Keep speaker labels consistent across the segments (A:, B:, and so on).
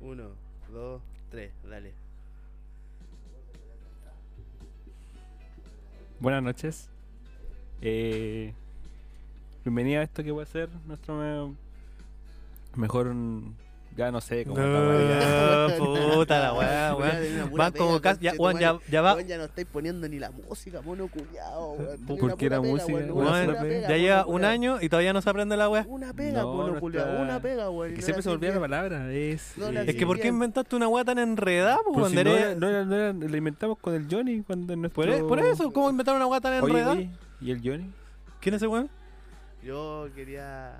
A: Uno, dos, tres, dale.
B: Buenas noches. Eh, bienvenido a esto que va a ser nuestro me- mejor. mm, Ya no sé cómo.
A: No, puta la weá,
C: Voy a
A: weón.
C: tener una pura
A: Van como
C: pega,
A: casi. Ya, weón, ya,
C: conchetumare.
A: ya va.
C: Weón, ya no estáis poniendo ni la música, mono culiao, weón.
B: ¿Por
C: Tenía una
B: qué la
C: pura pega,
B: música?
C: weón,
B: Weón,
C: una pura pega,
A: Ya
C: mono
A: lleva un
C: culiao.
A: año y todavía no se aprende la weá.
C: Una pega,
B: No,
C: mono
B: no
C: culiao,
B: está-
C: una pega, weón. y
B: Que
C: no
B: siempre se
C: la
B: me olvida la
C: hacéis
B: palabra. Es,
C: No la
B: eh,
A: Es que, ¿por qué
C: bien.
A: inventaste una weá tan enredada, po,
B: Pues
A: weón?
B: si no,
A: Eres-
B: era- no, era- no era- la inventamos con el Johnny cuando en
A: por,
B: nuestro...
A: e- por eso, ¿cómo inventaron una weá tan
B: Oye,
A: enredada?
B: oye, ¿y el Johnny?
A: ¿Quién es ese weón?
C: bien. Yo quería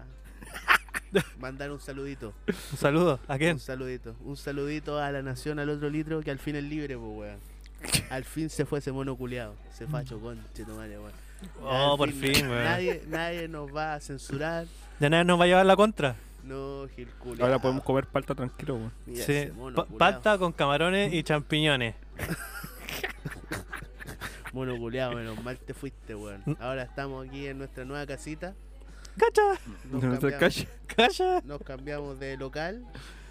C: mandar un saludito.
A: Un saludo. ¿A quién?
C: Un saludito. Un saludito a la nación al otro litro que al fin es libre, pues, weón. Al fin se fue ese mono culiao. Se facho, conche, tomare, weón.
A: Oh,
C: Al
A: por fin, weón.
C: Nadie, nadie nos va a censurar.
A: Ya nadie nos va a llevar la contra.
C: No, Gil culiao.
B: Ahora podemos comer palta tranquilo, weón.
C: Mira
A: Sí.
C: ese mono
A: Pa-
C: culiao.
A: Pasta con camarones y champiñones.
C: Mono culiao, menos mal te fuiste, weón. Ahora estamos aquí en nuestra nueva casita.
A: ¡Cacha!
C: Nos
B: En nuestra
C: cambiamos-
B: calle.
A: ¡Cacha!
C: Nos cambiamos de local,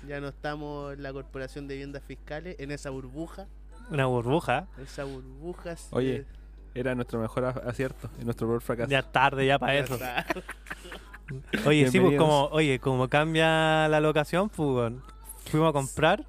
C: ya no estamos en la Corporación de Viviendas Fiscales, en esa burbuja,
A: Una burbuja.
C: esa burbuja. se-
B: Oye, Era nuestro mejor a- acierto y nuestro peor fracaso.
A: Ya tarde ya para
C: ya
A: eso.
C: está.
A: Oye, sí, pues
B: Bienvenidos.
A: como, oye, como cambia la locación, pues, weón. fuimos a comprar.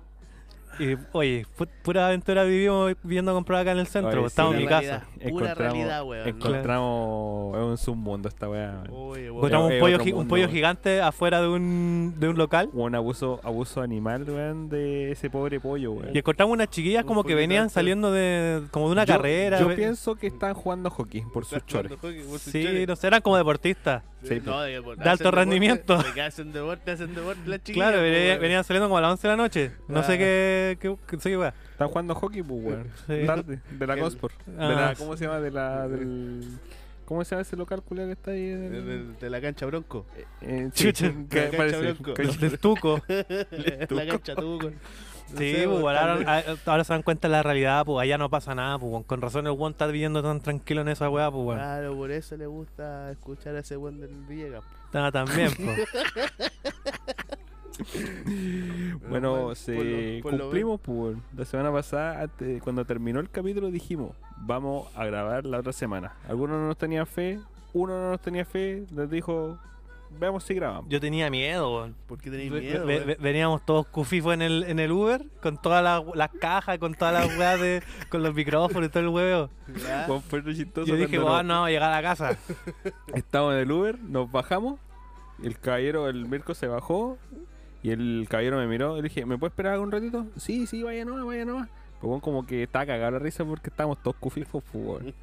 A: Y, oye, pu- pura aventura vivimos viviendo a comprar acá en el centro.
B: Oye,
A: pues, estamos en
B: sí.
A: mi
C: La
A: casa.
C: realidad. Pura realidad, weón.
B: Encontramos... Es un submundo esta weá, weón.
C: Oye, weón.
A: Encontramos
B: Es-
A: un
B: es
A: pollo,
B: otro
A: gi- un
B: mundo,
A: pollo
B: weón.
A: gigante afuera de un, de un local.
B: un abuso, abuso animal, weón, de ese pobre pollo, weón.
A: Y encontramos unas chiquillas
C: Un
A: como que
C: pollito
A: venían
C: azul.
A: saliendo de como de una
B: Yo-
A: carrera.
B: Yo
A: ve-
B: pienso que están jugando hockey por sus
C: Estás
B: chores.
C: jugando hockey con sus
A: Sí,
C: chores.
A: no sé, eran como deportistas.
B: sí, pues.
C: no, de,
A: De alto rendimiento.
C: Que hacen deporte, hacen deporte las chicas.
A: Claro, venían, venían saliendo como a las 11 de la noche. No sé
B: Ah.
A: qué, qué, qué- sí, weón.
B: Están jugando hockey, pues, weón.
A: Sí.
B: Tarde, de la
C: El-
B: Gosport.
A: Ah.
B: de la, ¿Cómo se llama? De la, del, ¿Cómo se llama ese local culiao que está ahí?
C: De,
B: en-
C: pues, de- de la cancha bronco.
B: eh,
A: Chucha,
B: sí, que
C: Cacha
B: parece-
C: Blanco.
B: que-
A: Del tuco.
C: la cancha tuvo con. no
A: Sí,
C: sé,
A: pues,
C: weón,
A: weón,
C: tal vez.
A: ahora, a- ahora se dan cuenta de la realidad, pues allá no pasa nada, pues weón. con razón el weón está viviendo tan tranquilo en esa weá, pues weón.
C: Claro, por eso le gusta escuchar a ese buen del Villegas.
A: Ah, también, pues.
B: Bueno,
C: Bueno, por
B: se
C: lo- por lo
B: cumplimos, pues, weón. La semana pasada, ante- cuando terminó el capítulo, dijimos, vamos a grabar la otra semana. Algunos no nos tenían fe, uno no nos tenía fe, les dijo, veamos si grabamos.
A: Yo tenía miedo, weón.
C: ¿Por qué tenéis
A: Ve-
C: miedo?
A: ve-
C: weón?
A: ve- veníamos todos cufifos en el, en el Uber, con todas las las cajas, con todas las weas de, con los micrófonos y todo el huevo.
C: Ya.
B: Weón, fue re chistoso
A: Yo dije,
B: cuando
A: weón,
B: nos-
A: no vamos a llegar a la casa.
B: Estábamos en el Uber, nos bajamos. El caballero, el Mirko se bajó. Y el caballero me miró. Y le dije, ¿me puedes esperar un ratito? Sí, sí, vaya nomás, vaya nomás. Pero bueno, como que estaba cagado la risa porque estábamos todos cufifos, pues, weón.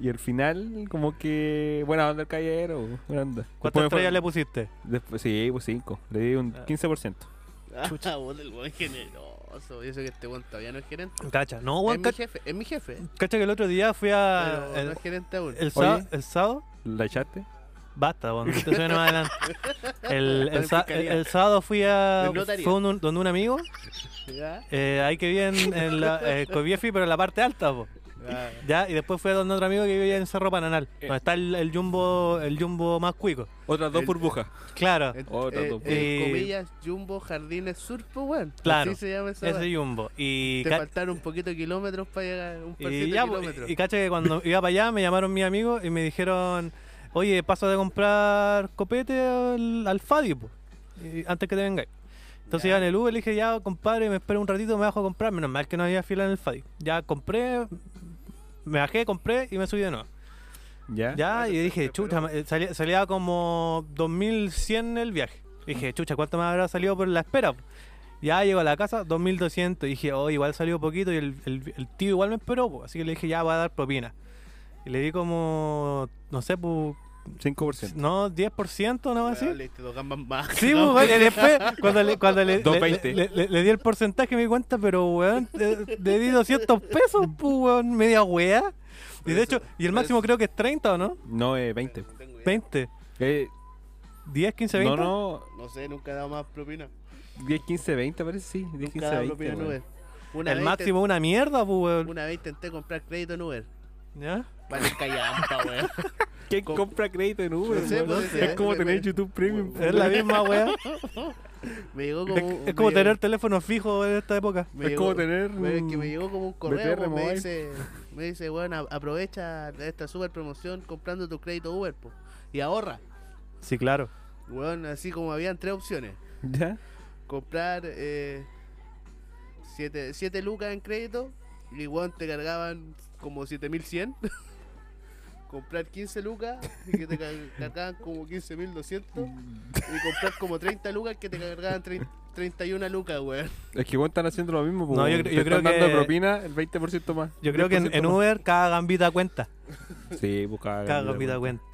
B: Y al final, como que. Buena onda el caballero, weón, buena onda.
A: ¿Cuántas
B: Después me fue-
A: estrellas le pusiste?
B: Después, sí, pues 5. Le di un
A: Ah.
B: 15%.
C: Ah, vos del buen generoso. Y eso que este buen todavía no es gerente.
A: Cacha, no, weón,
C: es mi
A: ca-
C: jefe, es mi jefe.
A: cacha que el otro día fui a.
C: pero
A: El,
C: no es gerente aún.
A: el sábado,
B: Oye.
A: el sábado,
B: ¿La echaste?
A: basta, weón, te suena más adelante. El,
C: Está en
A: el sa- el-
C: fiscalía.
A: el sábado fui a.
C: En notaría.
A: Fue un- donde un amigo.
C: ¿Ya?
A: Eh, ahí que vive en, en la eh, Coviefi, pero en la parte alta, po.
C: Ah,
A: Ya, y después fui a donde otro amigo que vivía en Cerro Pananal,
C: Eh.
A: donde está el, el jumbo, el jumbo más cuico.
B: Otras
C: dos
B: dos
C: El-
B: burbujas.
A: Claro,
C: en-
B: Oh,
C: eh,
B: tanto,
C: eh,
A: pues.
C: comillas, Jumbo Jardines Sur, pues, weón.
A: Claro,
C: Así se llama esa weá.
A: ese jumbo. Y,
C: Te
A: ca-
C: faltaron un poquito de kilómetros para llegar. Un
A: y,
C: parcito
A: ya,
C: de
A: po,
C: kilómetros.
A: y cacha que cuando iba para allá me llamaron mis amigos y me dijeron, oye, paso de comprar copete al, al Fadi, po, y- antes que te vengáis. Entonces
C: Ya.
A: iba en el Uber, le dije, ya compadre, me espero un ratito, me bajo a comprar. Menos mal que no había fila en el Fadi. Ya compré, me bajé, compré y me subí de nuevo.
B: ¿Ya?
A: Ya, y
C: Entonces,
A: dije,
C: pero-
A: chucha, ma- eh, salía, salía como 2100 el viaje. Dije, chucha, ¿cuánto me habrá salido por la espera? Ya llego a la casa, 2200. Dije, oh, igual salió poquito y el, el- el tío igual me esperó, po. así que le dije, ya, voy a dar propina. Y le di como, no sé, pu,
B: 5%.
A: no, 10%, nada más así.
C: Weón, le diste dos gambas más.
A: Sí,
C: No,
A: pues, weón, y después, cuando le, cuando le, le,
B: 2.20.
A: le- le- le di el porcentaje me di cuenta, pero weón, le, le di 200 pesos, pues, weón, media wea. Y
C: Por
A: de
C: eso-
A: hecho, y el
C: por
A: máximo creo que es 30, ¿o no?
B: No, eh, 20.
A: Este,
C: no tengo idea.
A: 20.
B: Eh,
A: 10, 15, 20.
B: no, no.
C: No sé, nunca he dado más propina.
B: 10, 15, 20 parece, sí. 10,
C: Nunca he
B: 15,
C: dado
B: 20.
C: propina en
B: weón.
C: Uber. Una
A: el
C: vez
A: máximo una mierda, pues,
C: intent-
A: weón.
C: Una vez intenté comprar crédito en Uber.
A: ¿Ya?
C: Vale, callampa, weón.
B: ¿Quién
C: Com-
B: compra crédito en Uber?
C: No sé,
B: weón?
C: pues,
B: es
C: decía,
B: como
C: me-
B: tener
C: me-
B: YouTube Premium.
C: Bueno,
A: Es la misma weá.
C: Me llegó como. un-
A: Es, es como
C: me
A: tener
C: llegó-
A: teléfono fijo en esta época.
C: me
B: Es
C: llegó-
B: como tener.
C: me- es
B: un-
C: que me llegó como un
B: BTR
C: correo. pues, me
B: mobile.
C: dice, me dice, bueno, a- aprovecha esta super promoción comprando tu crédito Uber, po, y ahorra.
A: Sí, claro.
C: Weón, así como habían tres opciones.
B: ¿Ya?
C: comprar 7 siete, siete lucas en crédito y weón te cargaban como 7100. comprar 15 lucas y que te car- cargaban como 15200. Y comprar como 30 lucas que te cargaban trein- 31 lucas, weón.
B: Es que vos están haciendo lo mismo.
A: No,
B: No,
A: yo
B: yo,
A: cre- yo creo
B: están dando
A: que-
B: de propina el 20% más.
A: Yo creo que en,
B: 10%
A: en
B: más.
A: Uber cada gambita cuenta.
B: Sí, pues cada
A: Cada
B: gambita
A: gambita cuenta.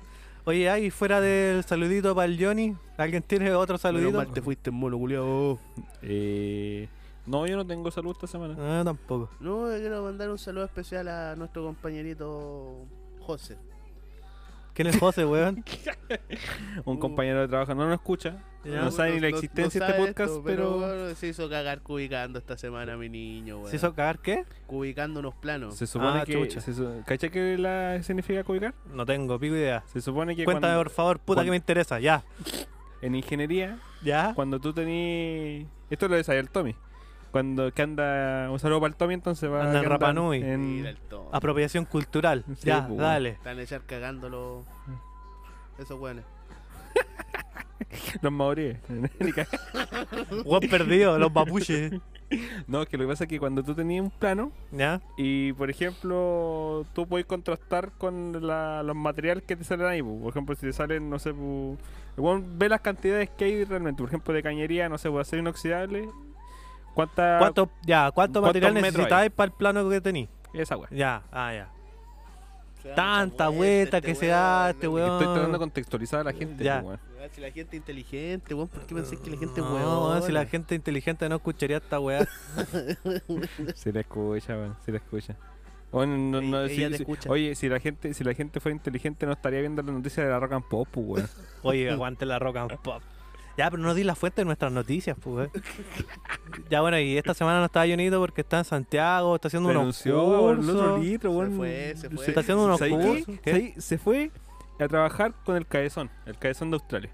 A: Oye, ahí fuera del saludito para el Johnny, ¿alguien tiene otro saludito?
C: te fuiste en mono, culiao.
B: Eh, no, yo no tengo salud esta semana.
A: No, tampoco.
C: No, yo quiero mandar un saludo especial a nuestro compañerito José.
A: ¿Quién es José, weón?
B: Un
C: Uh.
B: compañero de trabajo no nos escucha.
A: Ya,
B: no sabe ni la existencia de
C: sabe
B: este podcast,
C: esto,
B: pero,
C: weón, se hizo cagar cubicando esta semana, mi niño, weón.
A: ¿Se hizo cagar qué?
C: Cubicando unos planos.
B: se supone
A: Ah,
B: que.
A: chucha.
B: Se, su- ¿Cacha que la significa cobicar?
A: No tengo, pico idea.
B: Se supone que
A: Cuéntame,
B: cuando-
A: por favor, puta que
B: cuando-
A: me interesa, ya.
B: en ingeniería,
A: Ya.
B: Ah. cuando tú tenés. Esto lo sabía el Tommy. Cuando que anda. Un saludo para el Tommy, entonces va
A: Anda en
B: que
A: Rapa Nui.
B: en-
C: Mira el tono.
A: Apropiación cultural.
B: Sí,
A: Ya,
B: pues, weón.
A: dale.
C: Están a echar cagándolo. Esos weones.
B: los maoríes.
A: Weón perdido, los mapuches.
B: no, que lo que pasa es que cuando tú tenías un plano.
A: ¿Ya?
B: Y por ejemplo, tú puedes contrastar con la- los materiales que te salen ahí. po. Por ejemplo, si te salen, no sé, po, el weón ve las cantidades que hay realmente. Por ejemplo, de cañería, no sé, puede acero inoxidable. ¿Cuánta.
A: ¿Cuánto, ya, ¿cuánto
B: ¿cuántos
A: material
B: metros hay?
A: necesitáis para el plano que tenéis?
B: Esa weá.
A: Ya, ah, ya. Tanta vuelta que se da este
B: Que
A: weón.
B: Estoy tratando de contextualizar a la gente.
A: Ya.
B: po, weón.
C: Weón, Ah, Si la gente es inteligente, weón, ¿por qué pensás que la gente es
A: No,
C: weón?
A: weón, si la gente inteligente no escucharía esta weá.
B: Se la escucha, weón. Se la escucha. Bueno, no- no-
C: Ella
B: si-
C: te
B: si-
C: escucha.
B: oye, si la gente, si la gente fuera inteligente no estaría viendo las noticias de la rock and pop, po, weón.
A: Oye, aguante la rock and pop. Ya, pero no di la fuente de nuestras noticias, pues. weón. Ya, bueno, y esta semana no estaba Jonito porque está en Santiago, está haciendo unos
B: Renunció, weón, el otro
A: cursos.
B: litro, weón.
C: fue, se fue.
A: Está haciendo unos
B: ¿Sabes
A: cursos.
B: qué?
A: ¿Qué?
B: ¿Sabes? Se fue a trabajar con el cabezón, el cabezón de Australia.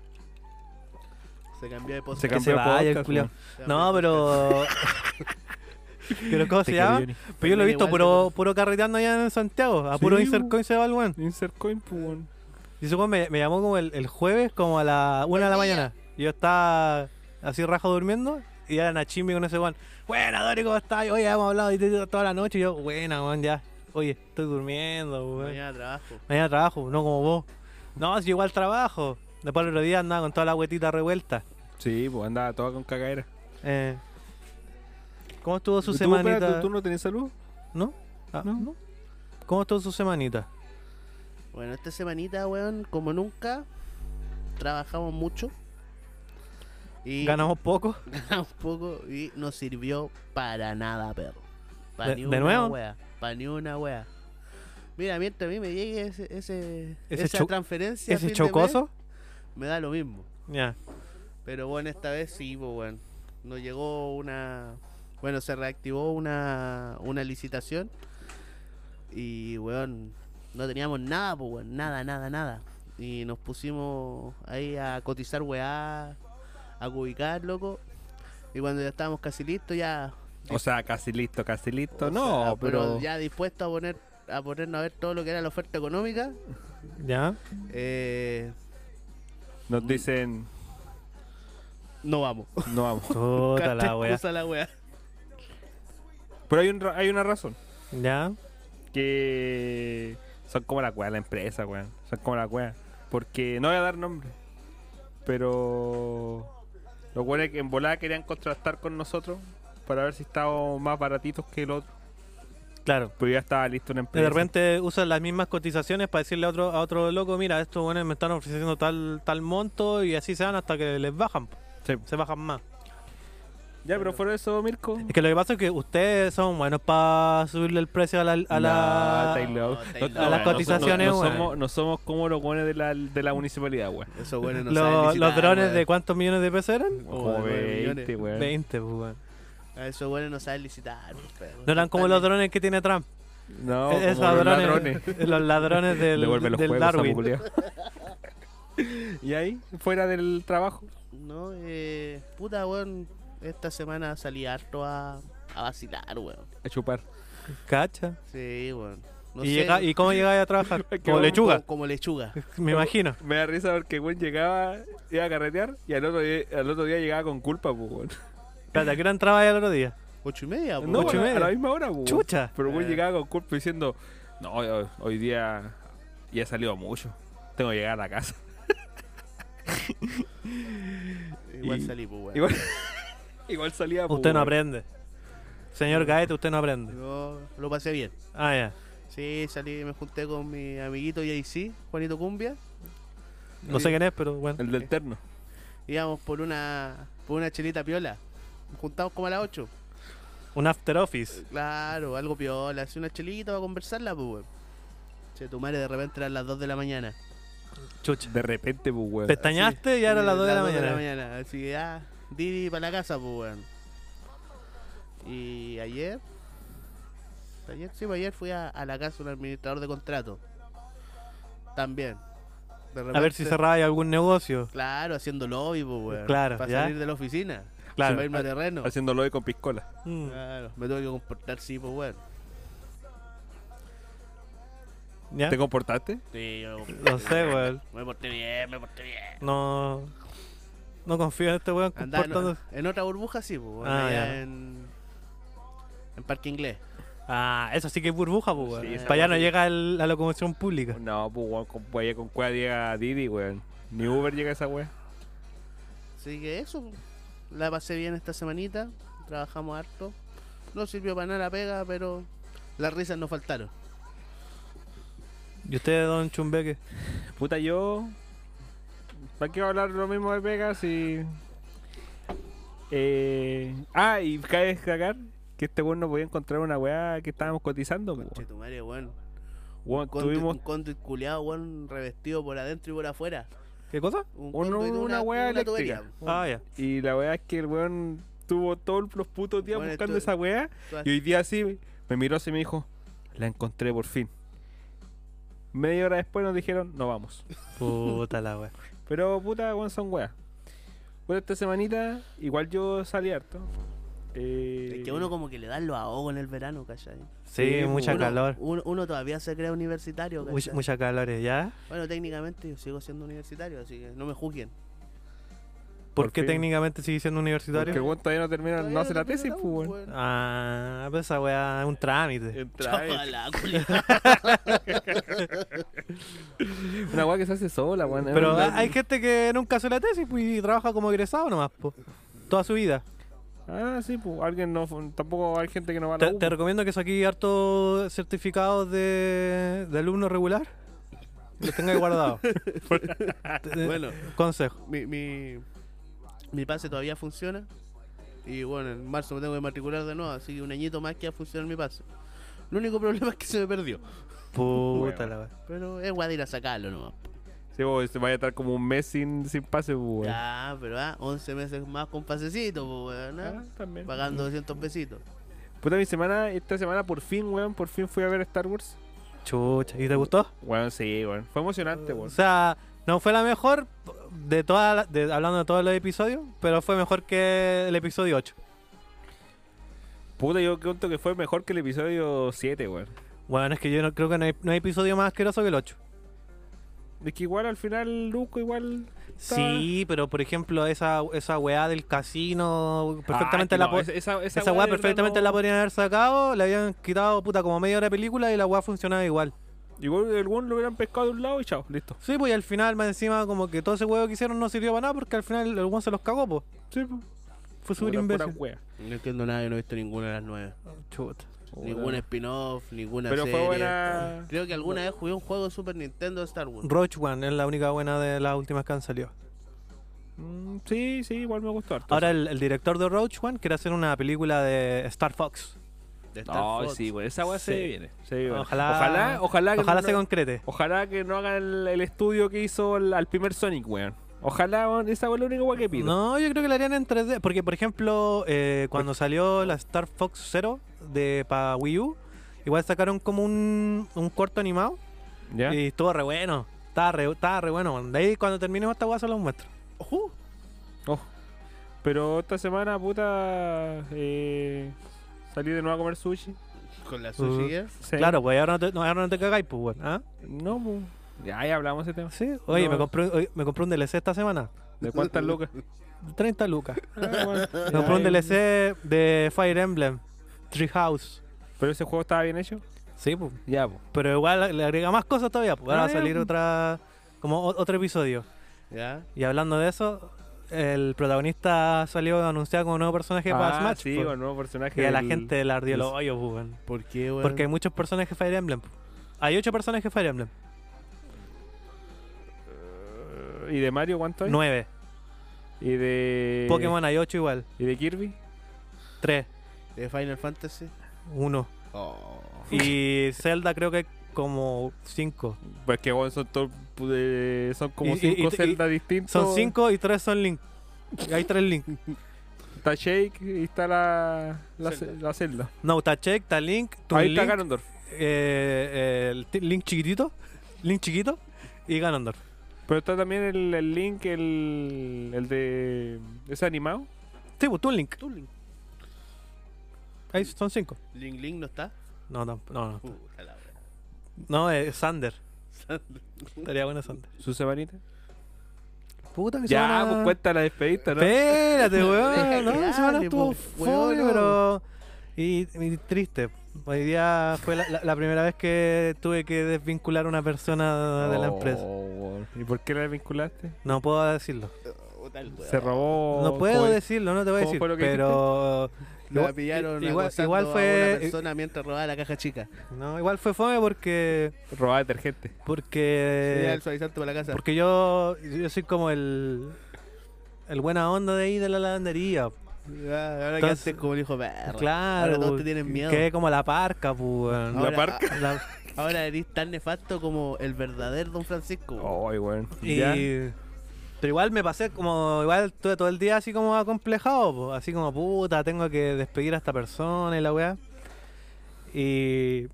C: Se cambió de podcast.
B: Se
A: Que
B: cambió
A: se
B: de
A: vaya el
B: podcast,
A: culiao.
B: weón.
C: Se cambió
A: No,
C: de podcast.
A: pero... ¿Pero cómo se llama? Pero yo lo he
C: También
A: visto
C: igual,
A: puro,
C: pero-
A: puro carreteando allá en Santiago. A puro
B: Sí,
A: insert
B: weón.
A: coin se va el weón.
B: Insert coin, pues, weón.
A: Y ese weón me, me llamó como el, el jueves, como a la una de la mañana. Y yo estaba así rajo durmiendo. Y era Nachimbi con ese weón. Buena, Dori, ¿cómo estás? Oye, hemos hablado de ti toda la noche. Y yo, buena, weón, ya. Oye, estoy durmiendo, weón.
C: Mañana trabajo.
A: Mañana trabajo, no como vos. No, si igual trabajo. Después el otro día andaba con toda la huetita revuelta.
B: Sí, pues andaba toda con cagadera.
A: Eh, ¿Cómo estuvo su
B: ¿Tú,
A: semanita?
B: espera, ¿Tú, tú no tenías salud?
A: ¿No? Ah,
B: No.
A: ¿no? ¿Cómo estuvo su semanita?
C: Bueno, esta semanita, weón, como nunca, trabajamos mucho. Y
A: ¿Ganamos poco?
C: ganamos poco y no sirvió para nada, perro. Pa
A: ¿De-
C: ni
A: de
C: una
A: nuevo?
C: Wea, pa ni una wea. Mira, mientras a mí me llegue ese, ese,
A: Ese
C: esa
A: cho-
C: transferencia, a
A: ¿Ese
C: fin de mes,
A: chocoso?
C: me da lo mismo.
A: Ya.
C: Pero bueno, esta vez sí, pues bueno. Nos llegó una. Bueno, se reactivó una, una licitación. Y, weón, no teníamos nada, pues, weón. Nada, nada, nada. Y nos pusimos ahí a cotizar, weá. A cubicar, loco. Y cuando ya estábamos casi listos, ya.
B: O sea, casi listo, casi listo. no,
A: Oh,
C: o sea,
B: pero.
C: Ya dispuestos a poner a ponernos a ver todo lo que era la oferta económica.
A: Ya.
C: eh,
B: Nos dicen,
C: no vamos.
B: no vamos.
A: Puta la
C: Cacha
A: wea.
C: excusa la weá.
B: Pero hay, un, ra- hay una razón.
A: Ya.
B: Que son como la cueva, la empresa, weón. Son como la cueva. Porque no voy a dar nombre. Pero. Los weones que en volada querían contrastar con nosotros para ver si estábamos más baratitos que el otro.
A: Claro.
B: Pero ya estaba listo una empresa.
A: De repente usan las mismas cotizaciones para decirle a otro, a otro loco, mira, estos buenos me están ofreciendo tal, tal monto y así se van hasta que les bajan. po.
B: Sí.
A: Se bajan más.
B: Ya, pero fuera de eso, Mirko.
A: Es que lo que pasa es que ustedes son buenos para subirle el precio a la... A
B: No,
A: la...
B: estáis locos.
C: No, estáis
B: No,
C: locos.
B: no,
A: A las
B: no, no,
A: cotizaciones,
B: no, no
A: weón.
B: somos, no somos como los weones de la, de la municipalidad, weón.
C: Eso, bueno, no
A: Lo-
C: saben
A: los,
C: licitar,
A: drones
C: weón.
A: de cuántos millones Oh, de pesos eran?
C: Como
B: Como
C: de nueve
B: 20,
C: millones.
B: weón.
A: 20, pues, weón.
C: A esos buenos Ah, no saben licitar. pues, perro.
A: No eran como
C: Están-
A: los drones que tiene Trump.
B: No,
A: Eh, esos
B: como los
A: ladrones-
B: ladrones.
A: los ladrones del,
B: Devuelve los
A: del
B: juegos, sapo
A: Darwin.
B: culiao. y ahí, fuera del trabajo.
C: No, eh, puta, weón. Esta semana salí harto a, a vacilar, weón.
B: A chupar.
A: Cacha.
C: Sí, weón. No
A: ¿Y,
C: sé,
A: llega- ¿Y cómo llegáis a trabajar?
B: Qué
A: Como
B: bueno.
A: lechuga,
C: Como, como lechuga.
A: me imagino.
B: Me da risa porque el weón llegaba, iba a carretear y al otro día, al otro día llegaba con culpa, pues, weón.
A: Plata, ¿qué hora entrabas el otro día?
C: Ocho y media, po,
B: No,
A: ocho
B: a
A: y
B: la-
A: media.
B: a la misma hora, pues.
A: Chucha.
B: Pero el weón
C: Eh.
B: llegaba con culpa diciendo, no, hoy, hoy día ya he salido mucho. Tengo que llegar a la casa.
C: Igual
B: Y-
C: salí, pues, weón.
B: Igual, igual salía, pues,
A: Usted no
B: weón.
A: aprende. Señor Gaete, usted no aprende.
C: No, lo pasé bien.
A: Ah, ya.
C: Sí, salí, me junté con mi amiguito JC, Juanito Cumbia.
A: No sé quién es, pero bueno.
B: El del terno.
C: Íbamos por una por una chelita piola. Nos juntamos como a las 8.
A: Un after office.
C: Claro, algo piola. Así una chelita para conversarla, pues, weón. Che, tu madre de repente eran las 2 de la mañana.
A: Chucha.
B: De repente, pues, weón.
A: Pestañaste y ahora
C: eh,
A: a las 2 de la mañana.
C: mañana. Así que ya, Didi para la casa, pues, weón. Y ayer. Ayer, sí, pues, ayer fui a, a la casa de un administrador de contrato. También. De
A: A ver si
C: repente-
A: cerraba algún negocio.
C: Claro, haciendo lobby, pues, weón.
A: Claro,
C: Para
A: ya.
C: salir de la oficina.
A: Claro.
C: Para irme a terreno.
B: Haciéndolo de con piscola.
A: Mm.
C: Claro, me tuve que comportar, sí, pues, weón.
A: Mm, ¿Ya?
B: ¿Te comportaste?
C: Sí, yo me comporté
A: No sé,
C: bien.
A: weón.
C: Me porté bien, me porté bien.
A: No. No confío en este weón
C: Andaba en,
A: comportándose.
C: en otra burbuja, sí, pues, weón.
A: Ah,
C: allá
A: ya.
C: en, en Parque Inglés.
A: Ah, eso sí que es burbuja, pues, weón.
B: Sí, esa
A: Para allá no
B: weá.
A: llega el- la locomoción pública.
B: No, pues, weón, con, weón, con cuál llega Didi, weón. Ni Uber llega a esa weón.
C: Así que eso, la pasé bien esta semanita, trabajamos harto. No sirvió para nada la pega, pero las risas no faltaron.
A: ¿Y usted, don Chumbeque?
B: Puta, yo. ¿Para qué hablar lo mismo de Vegas y. Eh... Ah, y cabe destacar que este weón no podía encontrar una weá que estábamos cotizando. po,
C: Che, tu madre, weón.
B: Weón,
C: Conduit-
B: tuvimos
C: Un conduit culiado, weón, revestido por adentro y por afuera.
A: ¿Qué cosa?
C: Un
B: un-
C: conduit,
B: una, weá
C: tubería,
B: eléctrica.
C: weón.
A: Ah, ya.
B: Y la weá es que el weón tuvo todos los putos días
C: Weón, Ah.
B: buscando
C: estuve-
B: esa weá.
C: Todas-
B: Y hoy día sí, me miró así y me dijo, la encontré por fin. Media hora después nos dijeron, no vamos.
A: Puta la weá.
B: Pero puta, weón, son weas. Puta, esta semanita igual yo salí harto. Eh,
C: Es que uno como que le dan los ahogos en el verano, ¿cachai?
A: Sí,
B: Sí,
A: mucha
B: pues,
C: uno,
A: calor.
C: Uno, uno todavía se cree universitario,
A: Mucha,
C: ¿cachai?
A: mucha calor, ¿ya?
C: Bueno, técnicamente yo sigo siendo universitario, así que no me juzguen.
A: ¿Por,
B: Por
A: qué
B: fin.
A: técnicamente sigue
B: Porque
A: siendo
B: el
A: universitario?
B: weón todavía no termina, no hace la tesis, pues, weón.
C: weón.
A: Ah, pues esa weá es un trámite.
B: Entra, eh.
C: Ojalá, culiao.
B: Una wea que se hace sola, weón. Es
A: Pero
B: un-
A: hay gente que nunca hace la tesis pues, y trabaja como egresado nomás, po. Toda su vida.
B: Ah, sí, pues. Alguien no. Tampoco hay gente que no va a la
A: Te,
B: U,
A: te recomiendo que saquís hartos certificados de, de alumno regular. Los tengáis guardados. Te-
C: bueno,
A: Consejo.
C: mi, mi, mi pase todavía funciona. Y bueno, en marzo me tengo que matricular de nuevo, así que un añito más que va a funcionar mi pase. El único problema es que se me perdió.
A: Puta la weá.
C: Pero es guay de ir a sacarlo nomás.
B: Sí, pues, se vaya a estar como un mes sin, sin pase, pues, weón.
C: Ya, pero ah, 11 meses más con pasecito, pues, weón,
B: Ah,
C: ¿ah?
B: también.
C: Pagando 200 pesitos.
B: Puta, mi semana, esta semana por fin, weón, por fin fui a ver Star Wars.
A: Chucha. ¿Y te gustó?
B: Weón, sí, weón. Fue emocionante,
A: O
B: weón.
A: sea, no fue la mejor de toda la- de- hablando de todos los episodios, pero fue mejor que el episodio 8.
B: Puta, yo cuento que fue mejor que el episodio 7, weón.
A: Bueno, es que yo no, creo que no hay, no hay episodio más asqueroso que el 8.
B: Es que igual al final Luco igual. Está-
A: Sí, pero por ejemplo, esa, esa weá del casino, perfectamente
B: Ah,
A: la
B: no,
A: po-
B: esa, esa, esa
A: esa weá
B: de verdad
A: perfectamente
B: no-
A: la podrían haber sacado, le habían quitado puta como media hora de película y la weá funcionaba igual.
B: Igual el weón lo hubieran pescado de un lado y chao, listo.
A: Sí, pues y al final más encima como que todo ese huevo que hicieron no sirvió para nada porque al final el weón se los cagó, pues.
B: Sí, pues.
A: Fue súper imbécil.
C: No entiendo nada, yo no he visto ninguna de las nueve.
A: Chuta.
C: Ningún spin-off, ninguna
B: Pero
C: serie.
B: fue buena.
C: Creo que alguna vez jugué un juego de Super Nintendo de Star Wars.
A: Roach One es la única buena de las últimas que han salido.
B: Mm, sí, sí, igual me gustó harto.
A: Ahora el, el director de Roach One quiere hacer una película de Star Fox.
C: De Star
B: No,
C: Fox.
B: sí, weón. Esa weá
A: Sí.
B: se viene. se viene.
A: Ojalá-
B: Ojalá, ojalá que
A: Ojalá
B: no-
A: se concrete.
B: Ojalá que no hagan el, el estudio que hizo el- al primer Sonic, weón. Ojalá, weón, esa weá es la única weá que pido.
A: No, yo creo que la harían en 3D. Porque, por ejemplo, eh, cuando salió la Star Fox Zero de para Wii U, igual sacaron como un, un corto animado
B: ¿Ya?
A: y estuvo re bueno. Estaba re, estaba re bueno. man. De ahí, cuando terminemos esta weá, se los muestro.
C: Ujú.
B: Ojo. Oh. Pero esta semana, puta, eh, salí de nuevo a comer sushi.
C: Con la
A: Uh.
C: sushi,
B: Sí.
A: Claro, pues ahora no te, no, ahora no te cagáis, pues, weón. ¿ah?
B: No, pues. Ya, ya hablamos de ese tema.
A: Sí,
B: Ah,
A: oye,
B: No.
A: me, compré, oye, me compré un DLC esta semana.
B: ¿De cuántas lucas?
A: 30 lucas.
B: Ah, bueno.
A: Me compré un
B: Ya,
A: DLC de Fire Emblem, Tree House.
B: ¿Pero ese juego estaba bien hecho?
A: Sí, pues.
B: Ya, pues.
A: Pero igual le agrega más cosas todavía, pues. Ahora va a
B: Ah, ya,
A: salir
B: pues.
A: otra. Como o- otro episodio.
C: ¿ya?
A: Y hablando de eso, el protagonista salió anunciado como nuevo personaje para
B: Ah,
A: Smash.
B: sí,
A: pues.
B: un nuevo personaje.
A: y a la
B: del-
A: gente le ardió los
B: del-
A: hoyos, pues, weón.
C: ¿Por qué, weón?
A: Porque hay muchos personajes Fire Emblem. pues. Hay ocho personajes Fire Emblem.
B: Eh, ¿Y de Mario cuánto hay?
A: Nueve.
B: ¿Y de.
A: Pokémon hay ocho igual.
B: ¿Y de Kirby?
A: Tres.
C: ¿De Final Fantasy?
A: Uno.
C: Oh.
A: Y Zelda creo que hay como cinco.
B: Pues que bueno, son, todo- eh, son como
A: Y- y-
B: cinco
A: y-
B: celdas distintas.
A: Son cinco y tres son Link. Hay tres Link.
B: Está Shake y está la, la, ce-
C: Zelda.
B: la celda.
A: No, está Check, está Link, Toon
B: Ahí está
A: Link,
B: Ganondorf.
A: eh, el t- Link chiquitito, Link chiquito y Ganondorf.
B: Pero está también el, el Link, el, el de. ¿Es animado?
A: Sí, pues Toon Link.
C: ¿Tú, Link?
A: Ahí son cinco.
C: ¿Link Link no está?
A: No, no, no.
B: Uh.
A: No,
C: Puta la wea.
A: no es Sander.
C: Sandra.
A: Estaría bueno Sander.
B: ¿Su semanita?
A: Puta que
B: Ya, pues cuenta la despedida, ¿no?
A: Espérate, weón.
C: Deja que
A: No, esa semana
C: hable,
A: estuvo
C: po,
A: fome,
C: weón.
A: pero. Y, y triste. Hoy día fue la, la- la primera vez que tuve que desvincular a una persona de la empresa.
B: Oh, ¿Y por qué la desvinculaste?
A: No puedo decirlo.
C: Puta el weón.
B: Se robó.
A: No puedo
B: como-
A: decirlo, no te voy a
B: Oh, cómo
A: decir.
B: fue lo que
A: Pero.
C: La
A: igual-
C: pillaron
A: igual,
C: acosando
A: igual
C: a una
A: fue. eh,
C: persona mientras robaba la caja chica.
A: No, igual fue fome porque.
B: Robaba detergente.
C: Era
A: Porque.
C: el suavizante para la casa.
A: eh, Porque yo. Yo soy como el. El buena onda de ahí de la lavandería.
C: Ya, ahora que
A: Entonces-
C: antes como el hijo perro.
A: Claro.
C: Ahora todos
A: pues,
C: te tienen miedo.
A: Quedé como la parca, pues. weón.
B: La
C: Ahora-
B: parca.
A: La-
C: Ahora eres tan nefasto como el verdadero Don Francisco.
B: Ay, weón.
A: Y,
B: Ya.
A: pero igual me pasé como, igual estuve todo el día así como acomplejado, po, así como puta, tengo que despedir a esta persona y la weá. Y,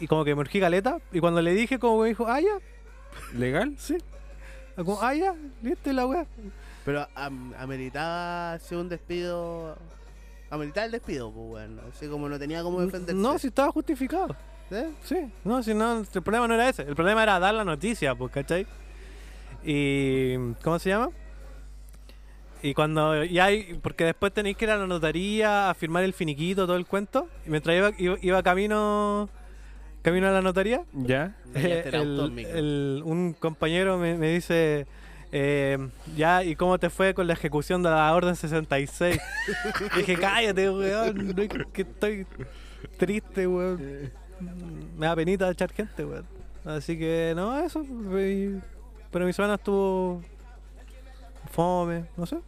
A: y como que me urgí caleta, y cuando le dije como que me dijo, ah ya,
B: ¿Legal?
A: sí, como, ah ya, listo y la weá.
C: Pero am- ameritaba hacer un despido. Ameritaba el despido, pues bueno. Así como no tenía cómo defenderse.
A: No, si estaba justificado,
C: ¿Eh?
A: sí, no, si no, el problema no era ese, el problema era dar la noticia, pues, ¿cachai? Y, ¿cómo se llama? Y cuando ya hay, porque después tenéis que ir a la notaría a firmar el finiquito, todo el cuento. Y mientras iba, iba, iba camino camino a la notaría,
B: Ya.
C: Dañaste el auto,
A: Eh, el-
C: micro.
A: el- un compañero me, me dice, eh, ya, ¿y cómo te fue con la ejecución de la Orden 66? Y dije, cállate, weón, no, es que estoy triste, weón. Me da penita echar gente, weón. Así que, no, eso. y- Pero mi semana estuvo fome, no sé.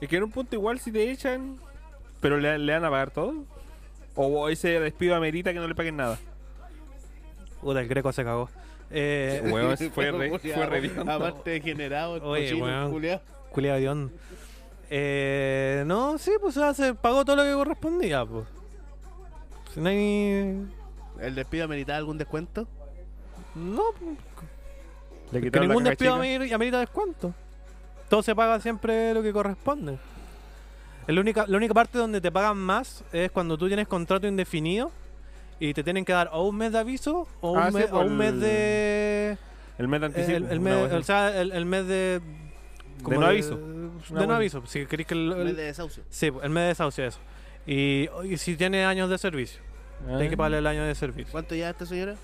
B: Es que en un punto igual si te echan, pero le, le van a pagar todo. O ese despido amerita que no le paguen nada.
A: Puta, el Greco se cagó. Eh,
B: Weón, fue re, fue re hediondo.
C: Aparte degenerado, el
A: Oye,
C: cochino,
A: weón.
C: culiao.
A: culiao de on. Eh, no, sí, pues o sea, se pagó todo lo que correspondía, pues. Si no hay...
C: ¿El despido ameritaba algún descuento?
A: No, pues,
B: Le
A: que
B: quitaron la
A: ningún
B: caja
A: despido
B: chica.
A: ameri- amerita descuento. Todo se paga siempre lo que corresponde. Es La única, la única parte donde te pagan más es cuando tú tienes contrato indefinido y te tienen que dar o un mes de aviso o un,
B: Ah, sí,
A: mes, o
B: por
A: un mes
B: el-
A: de...
B: El mes de anticipo.
A: el, el
B: una
A: mes,
B: cosa
A: o
B: así.
A: sea, el, el mes de... como
B: no aviso.
A: De
B: Una
A: no
B: buena.
A: aviso. Si querés que el,
C: El mes
A: el-
C: de desahucio.
A: Sí, pues, el mes de desahucio, eso. Y, y si tiene años de servicio,
B: Ah.
A: Tienes que pagarle el año de servicio.
C: ¿Cuánto lleva esta señora?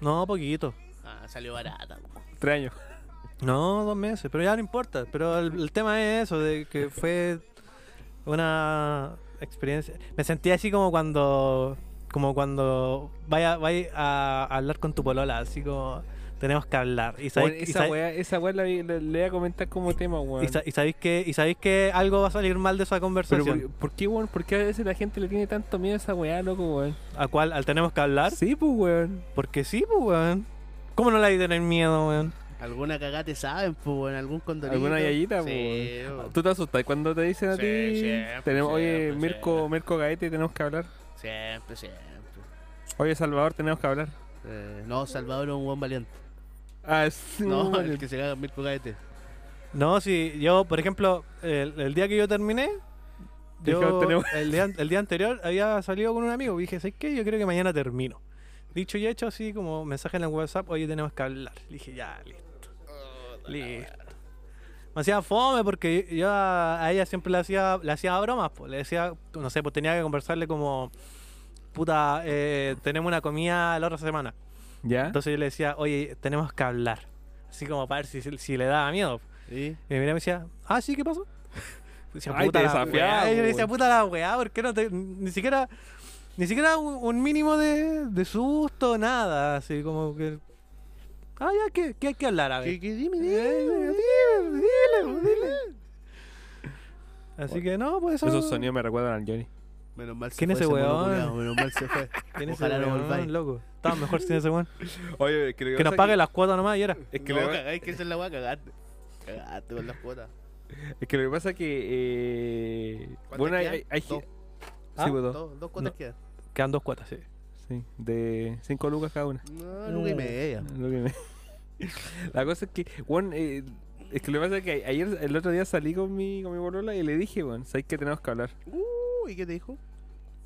A: No, poquito.
C: Ah, salió barata.
B: Tres años.
A: No, dos meses, pero ya no importa. Pero el, el tema es eso, de que fue una experiencia. Me sentí así como cuando como cuando vaya, vaya a hablar con tu polola, así como tenemos que hablar. Y sabéis,
B: Bueno,
A: y
B: esa
A: sabéis-
B: weá, esa weá la vi- la- le voy a comentar como tema, weón.
A: y sa- y sabéis que, y sabéis que algo va a salir mal de esa
B: Pero
A: conversación.
B: por, ¿por qué, weón? ¿Por qué a veces la gente le tiene tanto miedo a esa weá, loco, weón?
A: ¿A cuál? ¿Al tenemos que hablar?
B: Sí, pues, weón.
A: Porque sí, pues, weón. ¿Cómo no le hay que tener miedo, weón?
C: Alguna cagada te saben, pues, en algún condorito.
B: ¿Alguna yayita, pues,
C: Sí, po.
B: ¿Tú te asustas cuando te dicen a
C: Sí,
B: ti?
C: siempre,
B: tenemos, oye,
C: siempre,
B: Mirko, Mirko Gaete, tenemos que hablar.
C: Siempre, siempre.
B: Oye, Salvador, tenemos que hablar.
C: Eh, no, Salvador es un buen valiente.
B: Ah, sí,
C: No,
B: weón.
C: el que se caga en mil Gaete.
A: No, si yo, por ejemplo, el, el día que yo terminé, yo,
B: Dijo, "Tenemos-"
A: el, día, el día anterior había salido con un amigo y dije, ¿sabes qué? Yo creo que mañana termino. Dicho y hecho, así como mensaje en el WhatsApp, oye, tenemos que hablar. Le dije, ya, listo. Listo. Me hacía fome porque yo a a ella siempre le hacía, le hacía bromas, pues. le decía, no sé, pues tenía que conversarle como, puta, eh, tenemos una comida la otra semana.
B: ¿Ya?
A: Entonces yo le decía, oye, tenemos que hablar. Así como para ver si, si le daba miedo.
C: ¿Sí?
A: Y me miraba y me decía, ah, sí, ¿qué pasó? Y Decía,
B: Ay, te
A: la
B: desafiaba,
A: weá". Y yo le decía,
B: weón.
A: puta la weá, ¿por qué no te.? Ni siquiera. Ni siquiera un, un mínimo de, de susto, nada. Así como que. Ah, ya, ¿qué, qué hay que hablar? A ver.
C: ¿Qué, qué? Dime,
A: Eh,
C: dime, dime, dime.
A: dile, dile, dile. Así que no, pues eso.
B: Esos sonidos me recuerdan al Johnny.
C: Menos mal se
A: ¿Quién
C: fue
A: es ese
C: mono
A: weón?
C: culiao, Menos mal se fue.
A: ¿Quién es ese
C: Ojalá no
A: weón,
C: volváis.
A: loco. Estaba mejor sin ese weón.
B: Oye, creo
A: Que nos pague las cuotas nomás y era.
B: Es que,
C: no,
B: lo,
C: cagáis, que esa es la weá, cagaste. Cagaste con las cuotas.
B: es que lo que pasa es que. eh,
C: ¿Cuántas
B: bueno, hay.
C: quedan?
B: hay- hay-
C: Dos.
B: sí,
A: Ah,
B: pues, dos.
C: Dos, dos cuotas quedan.
A: Quedan dos cuotas, sí.
B: Sí, de 5 lucas cada una.
C: No, nunca y
A: Mm.
C: media.
B: Lo que me- La cosa es que, weón, eh, es que lo que pasa es que a- ayer, el otro día salí con mi, con mi bolola y le dije, weón, ¿sabes que tenemos que hablar?
C: Uy, ¿qué te dijo?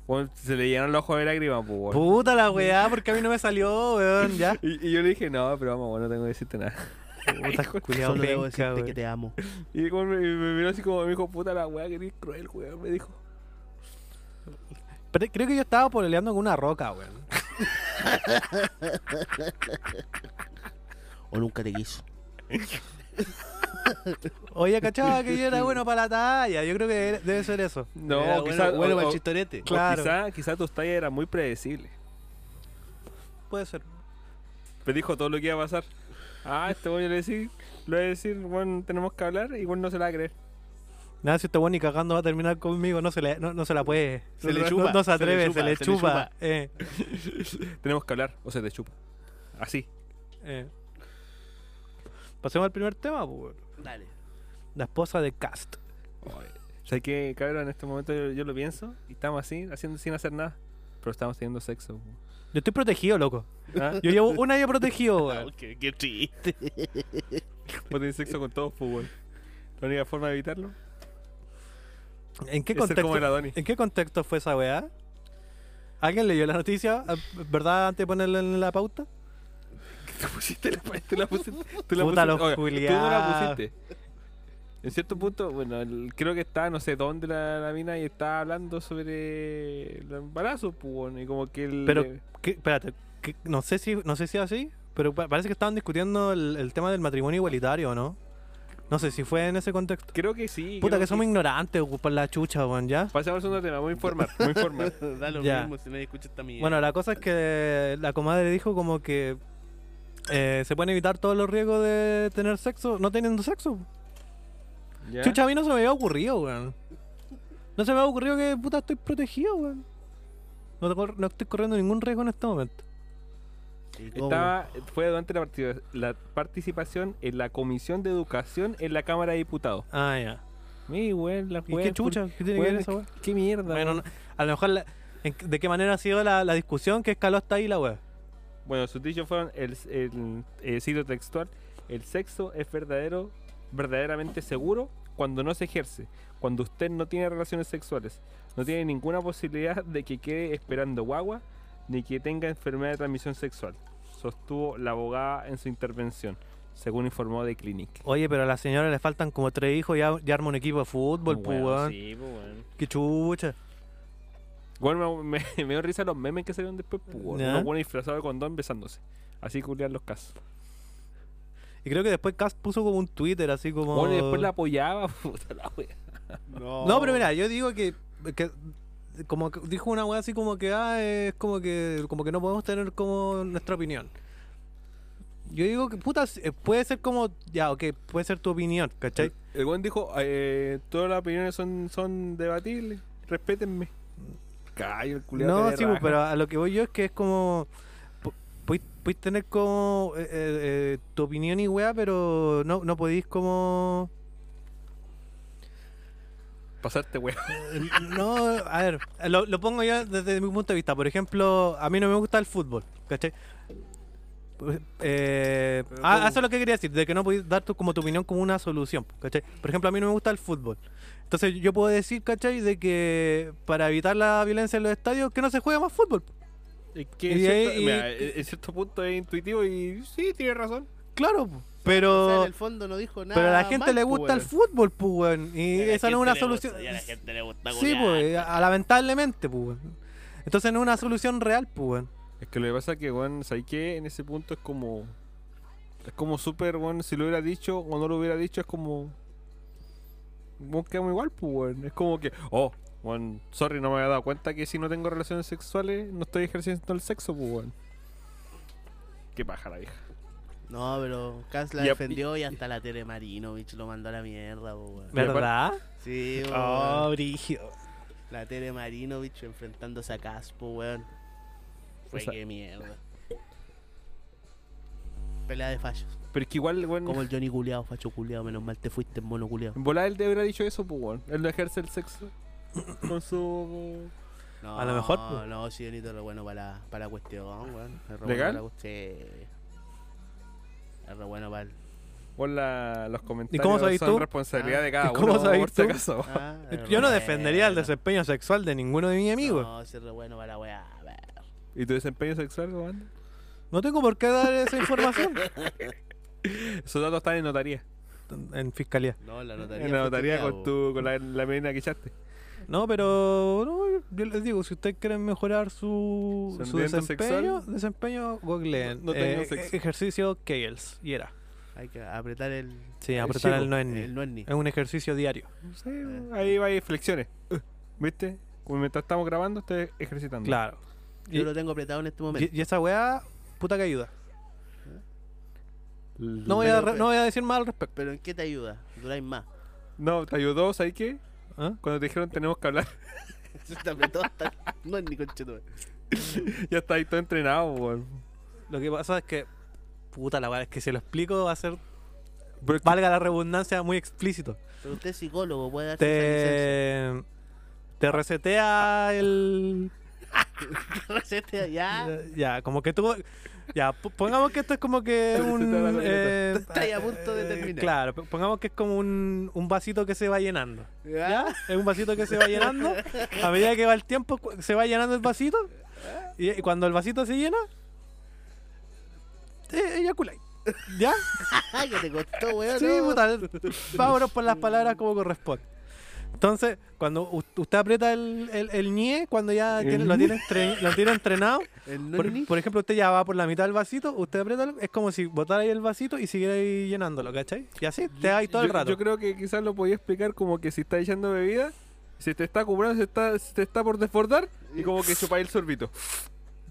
B: Weón, se le llenaron los ojos de lágrimas, pues, weón.
A: Puta la weá, porque a mí no me salió, weón, ya.
B: Y, y yo le dije, no, pero vamos, weón, no tengo que decirte nada.
A: Puta, culiao,
C: Solo debo
A: penca,
C: decirte
A: weón.
C: que te amo.
B: Y el weón me, me miró así como, me dijo, puta la weá, que eres cruel, weón, me dijo.
A: Pero creo que yo estaba pololeando con una roca, weón.
C: O nunca te quiso.
A: Oye, cachaba que yo era bueno para la talla. Yo creo que debe- debe ser eso.
B: No,
C: Era
B: quizá,
C: bueno, bueno
B: o-
C: para
B: o-
C: el chistorete.
B: eh, o
A: Claro.
B: quizá, quizá tus tallas eran muy predecibles.
A: Puede ser.
B: Me dijo todo lo que iba a pasar. Ah, este voy a decir, le voy a decir, bueno, tenemos que hablar y bueno, no se la va a creer.
A: Nada, si este weón ni cagando va a terminar conmigo, no se, le, no, no se la puede.
C: Se
A: No-
C: le
A: no-
C: chupa,
A: No, se atreve, se le chupa. Eh,
B: Tenemos que hablar, o se te chupa. Así.
A: eh. Pasemos al primer tema, pues, weón.
C: Dale.
A: La esposa de Cast.
B: O sea que, cabrón, en este momento yo, yo lo pienso y estamos así, haciendo sin hacer nada. Pero estamos teniendo sexo. weón.
A: Yo estoy protegido, loco.
B: ¿Ah?
A: Yo llevo un año protegido,
C: Ah,
A: weón.
C: qué, qué triste.
B: Vos tenés sexo con todo fútbol. La única forma de evitarlo
A: ¿En qué
B: es ser como el
A: contexto?
B: Adonis.
A: ¿En qué contexto fue esa weá? ¿Alguien leyó la noticia? ah, ¿Verdad? Antes de ponerla en la pauta.
B: Tú pusiste la tú la pusiste. Tú la pusiste. Oiga,
A: Puta los
B: tú no la
A: culiados.
B: pusiste. En cierto punto, bueno, el- creo que está, no sé dónde la, la mina y está hablando sobre el embarazo, pues, weón, y como que el.
A: Pero, ¿qué? espérate, ¿qué? no sé si no sé si es así, pero pa- parece que estaban discutiendo el, el tema del matrimonio igualitario, ¿no? No sé si fue en ese contexto.
B: Creo que sí.
A: Puta,
B: creo
A: que somos ignorantes weón, por la chucha, weón, ¿ya?
B: Pasamos al segundo tema, voy a informar, voy a informar.
C: da lo
A: Ya.
C: mismo si nadie escucha esta mierda.
A: Bueno, la cosa es que la comadre dijo como que eh, se pueden evitar todos los riesgos de tener sexo no teniendo sexo.
B: ¿Ya?
A: Chucha, a mí no se me había ocurrido, weón. No se me había ocurrido que, puta, estoy protegido, weón. No, te cor- no estoy corriendo ningún riesgo en este momento.
C: ¿Y cómo?
B: Estaba, fue durante la, partida- la participación en la Comisión de Educación en la Cámara de Diputados.
A: Ah, ya.
B: Mi weón, la
A: ¿Y qué
B: weón,
A: chucha? ¿Qué tiene que
B: weón,
A: ver
B: es-
A: esa weón?
B: Qué mierda.
A: Bueno,
B: weón.
A: no- a lo mejor la- en- de qué manera ha sido la, la discusión que escaló hasta ahí la web.
B: Bueno, sus dichos fueron el, el, eh, cito textual, el sexo es verdadero, verdaderamente seguro cuando no se ejerce, cuando usted no tiene relaciones sexuales, no tiene ninguna posibilidad de que quede esperando guagua ni que tenga enfermedad de transmisión sexual, sostuvo la abogada en su intervención, según informó The Clinic.
A: Oye, pero a la señora le faltan como tres hijos ya, ya arma un equipo de fútbol, pues,
B: Weón,
A: weón.
B: sí, pues, weón.
A: Qué chucha.
B: Bueno, me, me dio risa los memes que salieron después, pues, weón.
A: Ya.
B: Unos buenos disfrazados de condón besándose. Así culian los casos.
A: Y creo que después Cast puso como un Twitter así como.
B: Bueno, y después la Oh. apoyaba, puta la wea.
C: no.
A: No, pero mira, yo digo que. que como que dijo una weá así como que ah, es como que como que no podemos tener como nuestra opinión. Yo digo que puta, eh, puede ser como ya, ok, puede ser tu opinión, ¿cachai?
B: El buen dijo, eh, todas las opiniones son, son debatibles, respétenme. Cayo, el culiado.
A: No, sí, pues, pero a lo que voy yo es que es como. po- Podéis podéis tener como eh, eh, eh, tu opinión y weá, pero no, no podéis como.
B: Pasarte, weón.
A: eh, No, a ver, lo, lo pongo yo desde mi punto de vista. Por ejemplo, a mí no me gusta el fútbol, ¿cachai? eh,
B: Pero
A: ah,
B: ¿cómo?
A: eso es lo que quería decir, de que no podéis dar tu, como tu opinión como una solución, ¿cachai? Por ejemplo, a mí no me gusta el fútbol. Entonces yo puedo decir, ¿cachai? De que para evitar la violencia en los estadios, que no se juega más fútbol.
B: Es que
A: Y
B: en cierto,
A: ahí-
B: mira, e-, en- en cierto punto es intuitivo y sí, tiene razón.
A: Claro, po.
C: O sea,
A: pero,
C: en el fondo no dijo nada.
A: pero a la gente
C: mal,
A: le
C: pues,
A: gusta el
C: weón.
A: fútbol, pues, weón, Y esa no es una solución. Sí, pues, a- lamentablemente, pues, weón. Entonces no es una solución real, pues, weón.
B: Es que lo que pasa es que, weón, ¿sabes qué? En ese punto es como. Es como súper, weón, si lo hubiera dicho o no lo hubiera dicho, es como. Weón, quedamos igual, pues, weón. Es como que, oh, weón, sorry, no me había dado cuenta que si no tengo relaciones sexuales, no estoy ejerciendo el sexo, pues, weón. Qué paja la vieja.
C: No, pero Kans la
B: Y a-
C: defendió y hasta la Tere Marinovich lo mandó a la mierda, po, weón.
B: Me acuerdo-
A: ¿Verdad?
C: Sí, po,
A: Oh,
C: weón.
A: brígido.
C: La Tere Marinovich enfrentándose a Caspo, weón. Fue
B: Esa-
C: que mierda. Pelea de fallos.
B: Pero es que igual, weón.
C: Como el Johnny culiado, facho culiado, menos mal te fuiste en mono culiado.
B: En volar él te hubiera dicho eso, pues, weón. Él no ejerce el sexo con su.
C: No,
A: A lo mejor, po.
C: No, sí, Johnny, todo lo bueno para, la- para la cuestión, weón. Es re
B: ¿Legal?
C: Bueno para la cuestión. Es re bueno para el.
B: O la- los comentarios
A: cómo sabes
B: son
A: tú?
B: responsabilidad
C: Ah.
B: de cada
A: ¿Y cómo
B: uno.
A: sabes
B: por si
A: tú?
B: acaso.
C: Ah, es
A: Yo
C: re
A: no defendería el
C: bueno.
A: desempeño sexual de ninguno de mis amigos.
C: No, sí, es re bueno para la weá. weón.
B: ¿Y tu desempeño sexual, weón?
A: No tengo por qué dar esa información
B: Esos datos están en notaría.
A: en fiscalía.
C: No, la notaría.
B: En la
C: fue
B: notaría
C: tuteada,
B: con,
C: po.
B: tu, con la, la menina que echaste.
A: No, pero no, yo les digo, si ustedes quieren mejorar su,
B: ¿Su
A: su
B: ambiente
A: desempeño,
B: sexual?
A: desempeño googleen.
B: No- no tengo
A: Eh,
B: sexo.
A: e- ejercicio Kegels, y era.
C: Hay que apretar el.
A: Sí,
B: El
A: apretar
B: chivo,
A: el Eh, no es
C: El
A: ni.
C: no es ni.
A: Es un ejercicio diario.
B: Sí, ahí va, ahí flexiones. ¿Viste? Como mientras estamos grabando, estoy ejercitando.
A: Claro. Y,
C: Yo lo tengo apretado en este momento.
A: y- y esa weá, puta que ayuda. No voy,
B: Pero-
A: a,
C: Pero-
A: re- no voy a decir más al respecto.
C: Pero ¿en qué te ayuda? Duráis más.
B: No, te ayudó, ¿sabes qué?
A: ¿Ah?
B: Cuando te dijeron tenemos que hablar,
C: Se te apretó hasta. el No es ni conchetume.
B: ya está ahí todo entrenado, weón.
A: Lo que pasa es que, puta la weá, es que si lo explico va a ser,
B: Pero es que-
A: valga la redundancia, muy explícito.
C: Pero usted es psicólogo, puede darse esa
A: te, te resetea el.
C: licencia. Receta ya.
A: Ya, como que tú. Ya, po- pongamos que esto es como que
B: Te resetea la
A: un. eh,
C: Está ahí a punto de
A: eh,
C: terminar.
A: Claro, po- pongamos que es como un, un vasito que se va llenando.
C: ¿Ya?
A: Es un vasito que se va llenando. A medida que va el tiempo, cu- se va llenando el vasito. Y, y cuando el vasito se llena, eh, eyaculáis. ¿Ya?
C: Ay, que te costó, weón.
A: Sí,
C: no.
A: puta. Vámonos por las palabras como corresponde. Entonces, cuando u- usted aprieta el, el, el ñe, cuando ya
B: El
A: tiene- lo,
B: ñe.
A: tiene entre- lo tiene entrenado,
C: El no es ni.
A: por, por ejemplo, usted ya va por la mitad del vasito, usted aprieta, el- es como si botara ahí el vasito y siguiera ahí llenándolo, ¿cachai? Y así te da ahí todo el
B: Yo-
A: rato.
B: Yo creo que quizás lo podía explicar como que si está echando bebida, si te está cubrando, se, está, se te está por desbordar y como que chupáis el sorbito.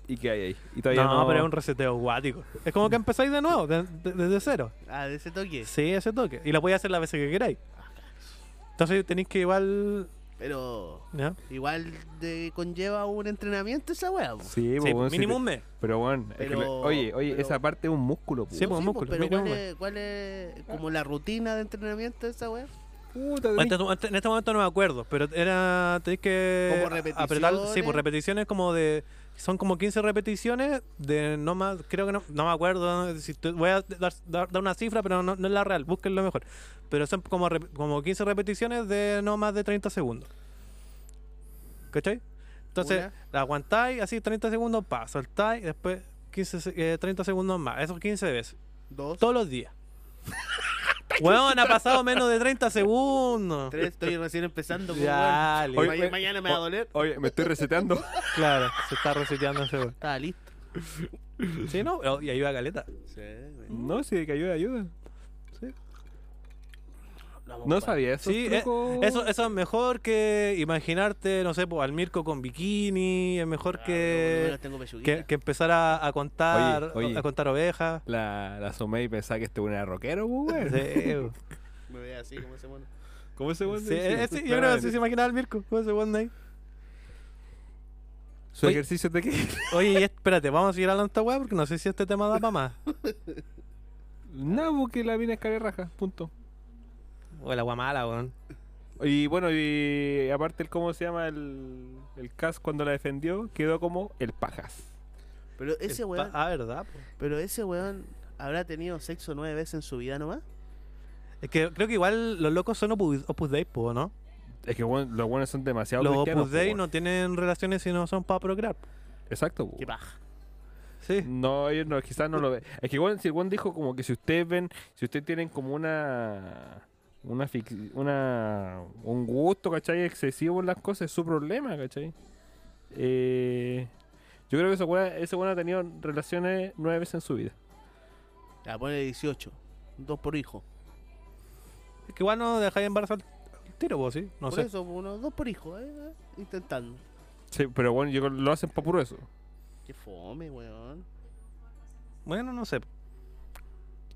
B: ¿Y qué hay ahí? Y todavía
A: no,
B: no,
A: pero es un reseteo guático. Es como que empezáis de nuevo, de- de- desde cero.
C: Ah, de ese toque.
A: Sí, ese toque. Y lo podéis hacer las veces que queráis. Entonces tenéis que igual...
C: Pero.
A: ¿ya?
C: Igual de- conlleva un entrenamiento esa weá, po.
B: Sí,
A: Sí,
B: pues, bueno, si
A: mínimo
B: te-
A: un mes.
B: Pero bueno, es que
C: Pero-
B: le- oye, oye,
C: pero-
B: esa parte es un músculo, pues.
A: Sí, pues,
C: po,
A: músculo,
C: Pero
A: mira,
C: ¿cuál
A: weón.
C: es, ¿cuál es como la rutina de entrenamiento de esa weá?
B: Puta,
A: En
B: tenés-
A: este, en este momento no me acuerdo, pero era. Tenéis que.
C: Como repeticiones.
A: apretar- Sí, por repeticiones como de. Son como 15 repeticiones de no más. Creo que no. No me acuerdo. Si te- voy a dar, dar- dar una cifra, pero no, no es la real. Búsquenlo mejor. Pero son como, rep- como 15 repeticiones de no más de 30 segundos. ¿Cachai? Entonces,
C: Una.
A: la aguantáis así 30 segundos, pa, soltáis, después 15, se- eh, 30 segundos más. Esos 15 veces.
C: Dos.
A: Todos los días. Weón, ha pasado menos de 30 segundos.
C: Tres. Estoy recién empezando. po, weón.
A: Ya,
B: Oye,
A: listo.
C: Ma-
B: me-
C: mañana me va a doler.
B: Oye, me estoy reseteando.
A: claro, se está reseteando ese weón.
C: Estaba Ah, listo.
A: Sí, no, Oh, y ayuda a Caleta.
C: Sí,
A: Mm,
C: weón.
B: no, sí, que ayuda, ayuda. No
C: Ah,
B: sabía eso.
A: Sí, eh, eso, eso es mejor que imaginarte, no sé, po, al Mirko con bikini, es mejor
C: Ah, pero,
A: que,
C: weón, tengo pechuguita.
A: que, que empezar a, a contar
B: Oye, oye.
A: a contar ovejas.
B: La, la asomé y pensaba que este weón era rockero, pues, weón.
A: Sí, po.
C: Me ve así como ese mono.
B: ¿Cómo ese Este weón
A: Sí,
B: decía?
A: eh, sí, yo creo que sí se imaginaba al Mirko con ese weón ahí.
B: ¿Su
A: Oye.
B: ejercicio de qué?
A: Oye, y espérate, vamos a seguir hablando de esta weá porque no sé si este tema da para más.
B: No, porque la mina es cara de raja, punto.
A: O la guamala, weón.
B: Y bueno, y aparte el cómo se llama el, el cast cuando la defendió, quedó como el pajas.
C: Pero ese
A: El pa-
C: weón,
A: Ah, verdad. po.
C: pero ese weón habrá tenido sexo nueve veces en su vida nomás.
A: Uh. Es que creo que igual los locos son Opus, opus Dei, po, ¿no?
B: Es que bueno, los buenos son demasiado
A: Los
B: cristianos,
A: Opus
B: po,
A: Dei
B: weón.
A: no tienen relaciones si no son para procrear. po.
B: Exacto, po,
C: Qué
B: weón.
C: paja.
A: Sí.
B: No, ellos no, quizás no lo ven. Es que igual, si el buen dijo como que si ustedes ven, si ustedes tienen como una una fix- una un gusto, ¿cachai? excesivo en las cosas, es su problema, ¿cachai? Eh, yo creo que ese weón ese weón ha tenido relaciones nueve veces en su vida.
C: La pone 18. Dos por hijo.
A: Es que igual no dejáis embarazar al tiro, po, sí. No
C: por
A: sé.
C: eso, uno, dos por hijo, eh, eh, intentando.
B: Sí, pero bueno, yo creo que lo hacen para puro eso.
C: Qué fome, weón.
A: Bueno, no sé. po.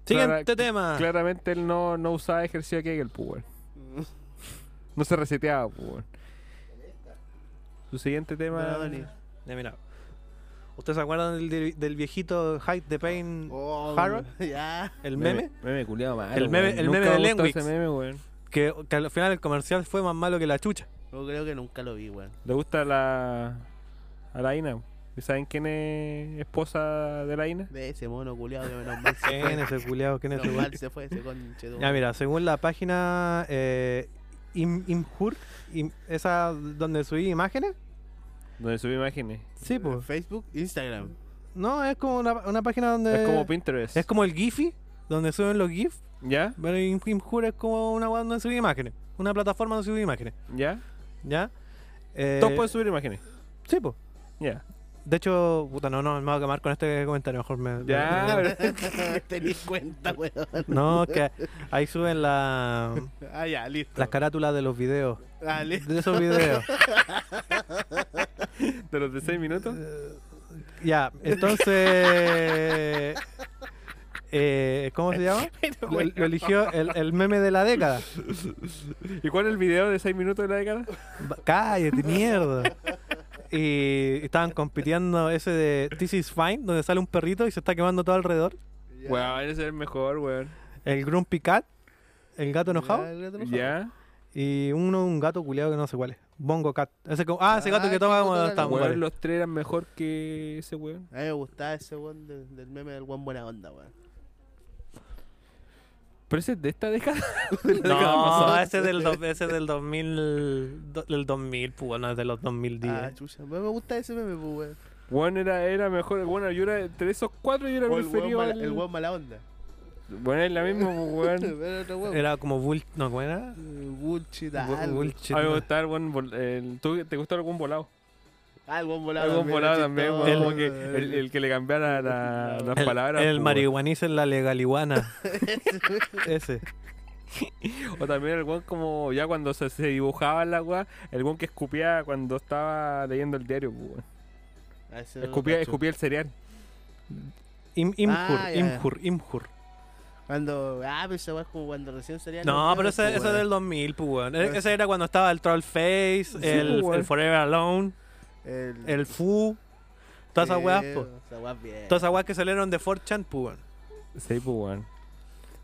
B: Clara-
A: Siguiente tema.
B: Claramente él no, no usaba ejercicio de Kegel, pues, weón.
A: Mm.
B: No se reseteaba, pues, weón. Su siguiente tema.
C: Bueno,
A: Ya, mira. ¿Ustedes se acuerdan del, del- del viejito Hyde the Pain?
C: Oh,
A: Harold.
C: Ya.
A: El meme.
B: Meme culiado malo.
A: El meme-
B: weón.
A: el
B: Nunca
A: meme de
B: me ha gustado
A: Lenwix.
B: ese meme, weón.
A: Que, que al final el comercial fue más malo que la chucha.
C: Yo creo que nunca lo vi, weón.
B: Le gusta la. a la Ina. ¿Y ¿Saben quién es esposa de la Ina?
C: De ese mono culiado que menos mal se
A: ¿Quién
C: fue.
A: es el culiado? ¿Quién es
C: Menos
A: el
C: mal se fue ese conche. de
A: Ya
C: madre.
A: mira, según la página eh, Im- Imgur, im- esa donde subí imágenes,
B: Donde subí imágenes.
A: sí, pues.
C: Facebook, Instagram.
A: No, es como una, una página donde...
B: Es como Pinterest.
A: Eh. es como el Giphy, donde suben los GIFs,
B: ¿Ya?
A: pero Im- Imgur es como una web donde subí imágenes, una plataforma donde subí imágenes,
B: ¿Ya?
A: ¿ya? Eh,
B: Todos pueden subir imágenes.
A: Sí, pues.
B: Ya.
A: De hecho, puta, no, no, me voy a quemar con este comentario, mejor me...
B: Ya,
A: me-
B: pero-
C: Tenís cuenta, weón.
A: No, que ahí suben la,
C: Ah, ya, listo.
A: las carátulas de los videos,
C: Ah, listo.
A: de esos videos.
B: ¿De los de 6 minutos?
A: Ya, entonces. eh, ¿Cómo se llama? Lo, lo eligió el, el meme de la década.
B: ¿Y cuál es el video de 6 minutos de la década?
A: Ba- Cállate, mierda. Y estaban compitiendo ese de This is Fine, donde sale un perrito y se está quemando todo alrededor.
C: Ya.
B: Weón, ese es el mejor, weón.
A: El Grumpy Cat, el gato
C: Ya,
A: enojado.
C: el gato enojado.
B: ¿Ya?
A: Y uno, un gato culiado que no sé cuál es. Bongo Cat. Ese co- ah, ese gato
C: Ah,
A: que
C: que
A: toca
C: toca
A: como
C: los
A: los tambores.
B: Weón, los tres eran mejor que ese weón.
C: A mí me gustaba ese weón de- del meme del weón buena onda, weón.
B: Pero ese es de esta década. de la década
A: No,
B: pasada.
A: ese es del, do- ese es del 2000, do- del 2000, pues, no es de los 2010.
C: Ah, chucha. A mí me gusta ese meme, pues, weón.
B: Weón era, era mejor. Bueno, yo era entre esos cuatro yo era
C: O
B: muy
C: el weón
B: feliz.
C: mala, el weón mala onda.
B: Bueno, es la misma, pues, weón.
C: Era otro weón.
A: Era como bull, no, ¿cómo era?
C: Eh, Bullshit,
A: Bu-
C: algo.
A: bullshit,
B: A mí me
A: no.
B: gustaba el buen vol- el- ¿tú- ¿Te gustó algún volado?
C: Ah, el weón volado.
B: Algo
C: también,
B: volado
C: era
B: también,
C: chistoso.
B: weón, como que el, el que le cambiara la- las
A: El,
B: palabras.
A: el
B: pues,
A: marihuaniz en la legaliguana. Ese.
B: weón. O también el weón como ya cuando se, se dibujaba la weá, el weón que escupía cuando estaba leyendo el diario, pues, weón.
C: Ah, ese no lo
B: Escupía,
C: cacho.
B: escupía el cereal.
A: Im- imjur,
C: Ah, ya, ya.
A: imjur, imjur.
C: Cuando. Ah, pero ese weón es como cuando recién salía.
A: No, pero ese, ese es
C: del
A: del 2000, pues, weón. E-
C: Pues-
A: Ese era cuando estaba el Troll Face, el,
B: pues, weón.
A: el Forever Alone,
C: El,
A: el Fu. Todas esas
C: sí,
A: weas,
B: Eh.
A: pues.
C: Esas weas bien.
A: Todas esas weas que salieron de 4chan, pues, weón.
B: Sí, pues, weón.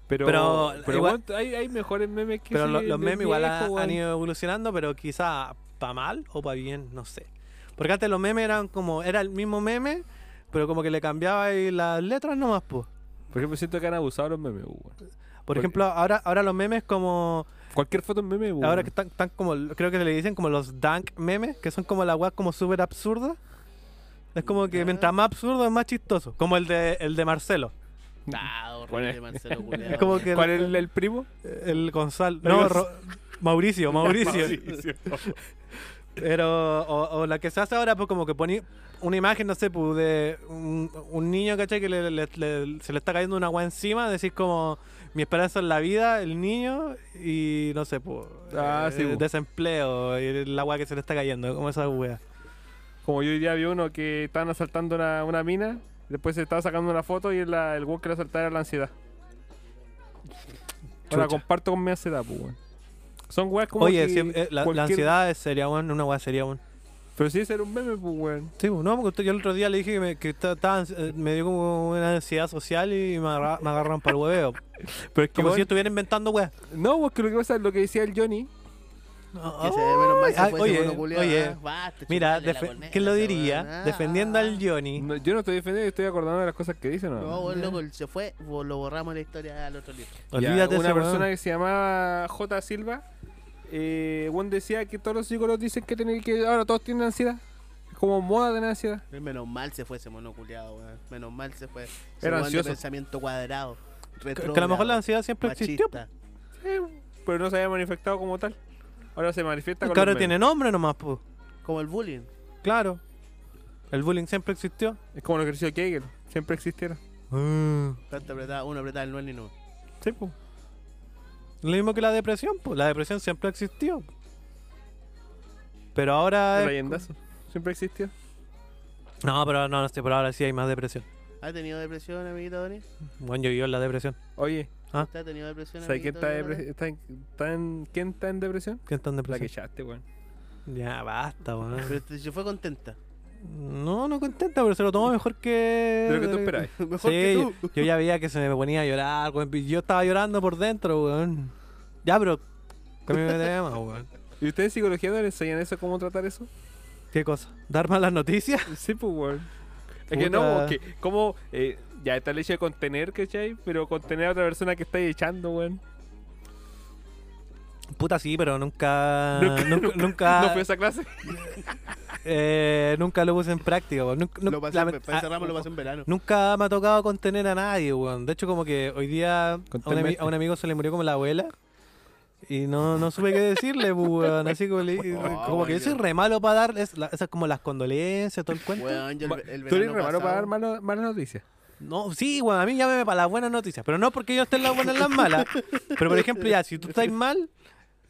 B: Pero,
A: Pero,
B: pero,
A: igual-
B: weón, hay, hay mejores memes que
A: Pero
B: ese
A: lo- los
B: de
A: memes igual ha-
B: viejo,
A: han
B: weón.
A: ido evolucionando, pero quizá para mal o para bien, no sé. Porque antes los memes eran como, era el mismo meme, pero como que le cambiaba ahí las letras nomás, pues.
B: Por ejemplo, siento que han abusado los memes, weón.
A: Por
B: Porque-
A: ejemplo, ahora, ahora los memes como,
B: Cualquier foto es meme, weón.
A: ahora que están, están como, creo que le dicen como los dank memes, que son como la weá como súper absurda. Es como que
C: Ya.
A: mientras más absurdo es más chistoso, como el de, el de Marcelo.
C: Ah,
B: Bueno,
C: horrible, Marcelo culiao.
A: Es como que
B: ¿Cuál es
A: el,
B: el, el primo?
A: el Gonzalo,
B: El
A: no,
B: Gonz-
A: Ro- Mauricio, Mauricio.
B: Mauricio.
A: Pero, o, o la que se hace ahora, pues como que poní una imagen, no sé, pues, de un, un niño, ¿cachai? Que le- le- le- se le está cayendo una agua encima, decís como, mi esperanza en la vida, el niño, y no sé, pues,
B: Ah, sí, pues.
A: desempleo, y el agua que se le está cayendo, como esa wea.
B: Como yo hoy día vi uno que estaban asaltando una, una mina, después se estaba sacando una foto y la- el weón que la asaltaba era la ansiedad. Ahora
A: Chucha.
B: comparto con mi ansiedad, pues, weón. Son weas como.
A: Oye,
B: que
A: sí, eh, la, la
B: cualquier-
A: ansiedad sería bueno, una wea sería bueno.
B: Pero sí, ese era un meme, pues, weón.
A: Sí, pues, no, porque usted- yo el otro día le dije que me, que ta- ta- eh, me dio como una ansiedad social y me, agarra- me agarran para el hueveo.
B: Pero es que.
A: Como si yo
B: weón, pues,
A: estuviera inventando wea.
B: No, porque lo que pasa es lo que decía el Johnny.
C: Que se, menos mal se
A: Ay,
C: fue
A: Ah, oye,
C: ese mono culiao.
A: oye.
C: Ah, basta,
A: Mira,
C: chuparle la
A: defe-
C: corneta,
A: ¿quién lo
C: weón.
A: diría?
C: Ah.
A: Defendiendo al Johnny.
B: No, yo no estoy defendiendo, estoy acordando de las cosas que dicen. ¿no?
C: No, weón, loco, él se fue, bo- lo borramos la historia al otro libro.
B: Ya,
A: Olvídate de
B: una
A: ese
B: persona
A: weón.
B: que se llamaba J. Silva. Eh, weón decía que todos los psicólogos dicen que, tienen que ahora todos tienen ansiedad. Es como moda tener ansiedad.
C: Menos mal se fue ese mono culiao, weón. Menos mal se fue. Ese
B: Era
C: weón de
B: ansioso.
C: pensamiento cuadrado.
A: Que a lo mejor la
C: retrógrado,
A: ansiedad siempre existió.
C: machista.
B: Sí, pero no se había manifestado como tal. Ahora se manifiesta
A: El
B: con
A: cabrón
B: los memes.
A: tiene nombre nomás, pues.
C: Como el bullying.
A: Claro. El bullying siempre existió.
B: Es como lo que hizo Kegel. Siempre existieron.
A: Ah.
C: Tanto apretaba, uno apretaba el 9 y no.
B: Sí, pues.
A: Lo mismo que la depresión, pues. La depresión siempre existió. Pero ahora.
B: El
A: Ah, es-
B: leyendazo. Siempre existió.
A: No, pero no, no sé, pero ahora sí hay más depresión.
C: ¿Ha tenido depresión, amiguito Doni?
A: Bueno, yo vivo en la depresión.
B: Oye,
A: Ah.
C: ¿Usted ha tenido depresión,
B: ¿sabes quién
C: amiguito Doni,
B: está, depre-
C: ahora?
B: está en, está en- quién está en depresión?
A: ¿Qué están
B: La que
A: depresión?
B: echaste, weón.
A: Ya, basta, weón.
C: Pero te- se fue contenta.
A: No, no contenta, pero se lo tomó mejor que.
B: De lo que tú esperabas.
C: Mejor que
A: Sí,
C: tú.
A: yo ya veía que se me ponía a llorar, weón. Yo estaba llorando por dentro, weón. Ya, pero. Cambiame de tema, weón.
B: ¿Y ustedes en psicología no les enseñan eso, cómo tratar eso?
A: ¿Qué cosa? ¿Dar malas noticias?
B: Sí, pues, weón. Es que no,
A: Puta.
B: porque como eh, ya está el hecho de contener, ¿cachai? Pero contener a otra persona que está echando, weón.
A: Puta, sí, pero nunca.
B: Ah,
A: Nunca. Nunca,
B: No fue esa clase.
A: eh, nunca lo puse en práctica, weón. Nunca,
C: Lo
A: nunca-
C: pasé, en-
A: lament-
C: para ese
A: ah,
C: ramo lo pasé en verano.
A: Nunca me ha tocado contener a nadie, weón. De hecho, como que hoy día a un, ami- a un amigo se le murió como la abuela. Y no, no supe qué decirle, pues, weón. Así como, le-
C: Oh,
A: como que yo
C: my
A: soy
C: God.
A: re malo para dar es- la- esas como las condolencias, todo el cuento.
C: Weón, yo el,
B: Ma-
C: ve- el
B: Tú eres
C: verano
B: re malo para dar
C: pasado-
B: malo- malas noticias.
A: No, sí, weón. A mí llámeme para las buenas noticias. Pero no porque yo esté en las buenas y las malas. Pero, por ejemplo, ya, si tú estás mal,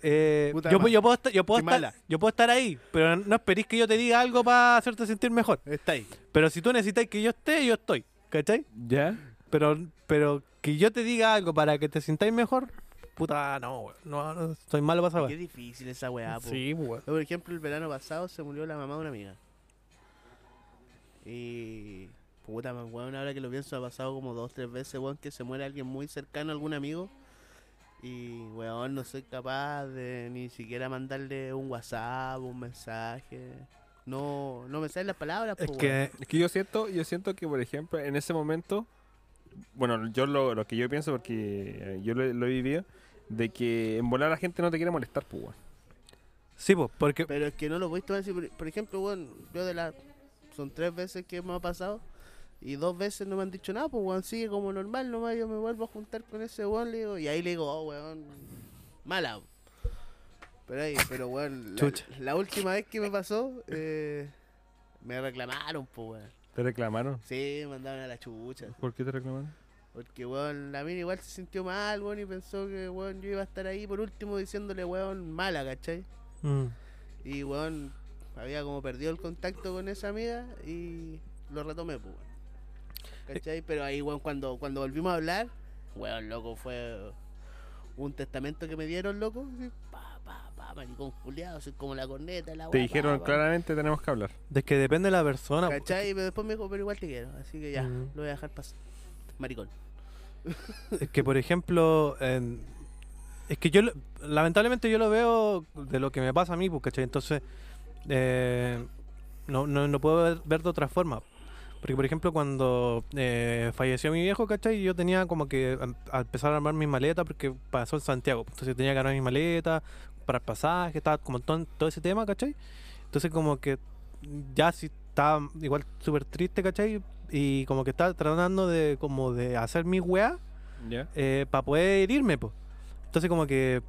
A: eh,
C: Puta
A: yo,
C: mala.
A: yo puedo estar, yo puedo
C: Qué
A: estar,
C: mala.
A: yo puedo estar ahí. Pero no esperís que yo te diga algo para hacerte sentir mejor.
C: Está ahí.
A: Pero si tú necesitas que yo esté, yo estoy. ¿Cachai?
B: ¿Ya?
A: Pero, pero que yo te diga algo para que te sintáis mejor, puta, no, weón. No, no, soy malo para
C: Qué
A: saber.
C: difícil esa
B: Ah,
C: weá, po.
A: Ah. Sí, weón.
C: Yo, por ejemplo, el verano pasado se murió la mamá de una amiga. Y. Puta, man, weón, ahora que lo pienso, ha pasado como dos, tres veces, weón, que se muere alguien muy cercano, algún amigo. Y, weón, no soy capaz de ni siquiera mandarle un WhatsApp, un mensaje. No, no me salen las palabras,
A: Es
C: po, weón.
A: que,
B: Es que yo siento, yo siento que, por ejemplo, en ese momento, bueno, yo lo, lo que yo pienso, porque eh, yo lo, lo he vivido, de que en volar la gente no te quiere molestar, pues, weón.
A: sí, po, porque
C: Pero es que no lo voy a tomar así. Por, por ejemplo, weón, yo de la. Son tres veces que me ha pasado. Y dos veces no me han dicho nada, pues weón, sigue como normal, nomás yo me vuelvo a juntar con ese weón, le digo, y ahí le digo, oh weón, mala. Pero ahí, pero weón, la,
A: Chucha.
C: la última vez que me pasó, eh, me reclamaron, pues weón.
B: ¿Te reclamaron?
C: Sí, me mandaron a la chucha.
B: ¿Por qué te reclamaron?
C: Porque, weón, la mina igual se sintió mal, weón, y pensó que, weón, yo iba a estar ahí por último diciéndole, weón, mala, ¿cachai?
A: mm,
C: Y weón, había como perdido el contacto con esa amiga y lo retomé, pues. weón. ¿Cachai? Pero ahí, weón, cuando, cuando volvimos a hablar, weón, loco, fue un testamento que me dieron, loco. así, pa, pa, pa, maricón culiado, soy como la corneta, la
B: Te
C: weá,
B: dijeron
C: pa, pa.
B: claramente tenemos que hablar.
A: de que depende de la persona. po.
C: ¿Cachai? Pero después me dijo, pero igual te quiero, así que ya,
A: Mm.
C: lo voy a dejar pasar. Maricón.
A: Es que, por ejemplo, en- es que yo, lo- lamentablemente, yo lo veo de lo que me pasa a mí, pues, ¿cachai? Entonces, eh, no, no, no puedo ver, ver de otra forma. Porque, por ejemplo, cuando eh, falleció mi viejo, ¿cachai? Yo tenía como que am- a empezar a armar mis maletas porque pasó en Santiago. Entonces tenía que armar mis maletas para el pasaje, estaba como todo, todo ese tema, ¿cachai? Entonces como que ya sí estaba igual súper triste, ¿cachai? Y como que estaba tratando de como de hacer mi weá
B: ¿Ya?
A: para eh, poder irme, pues. Entonces como que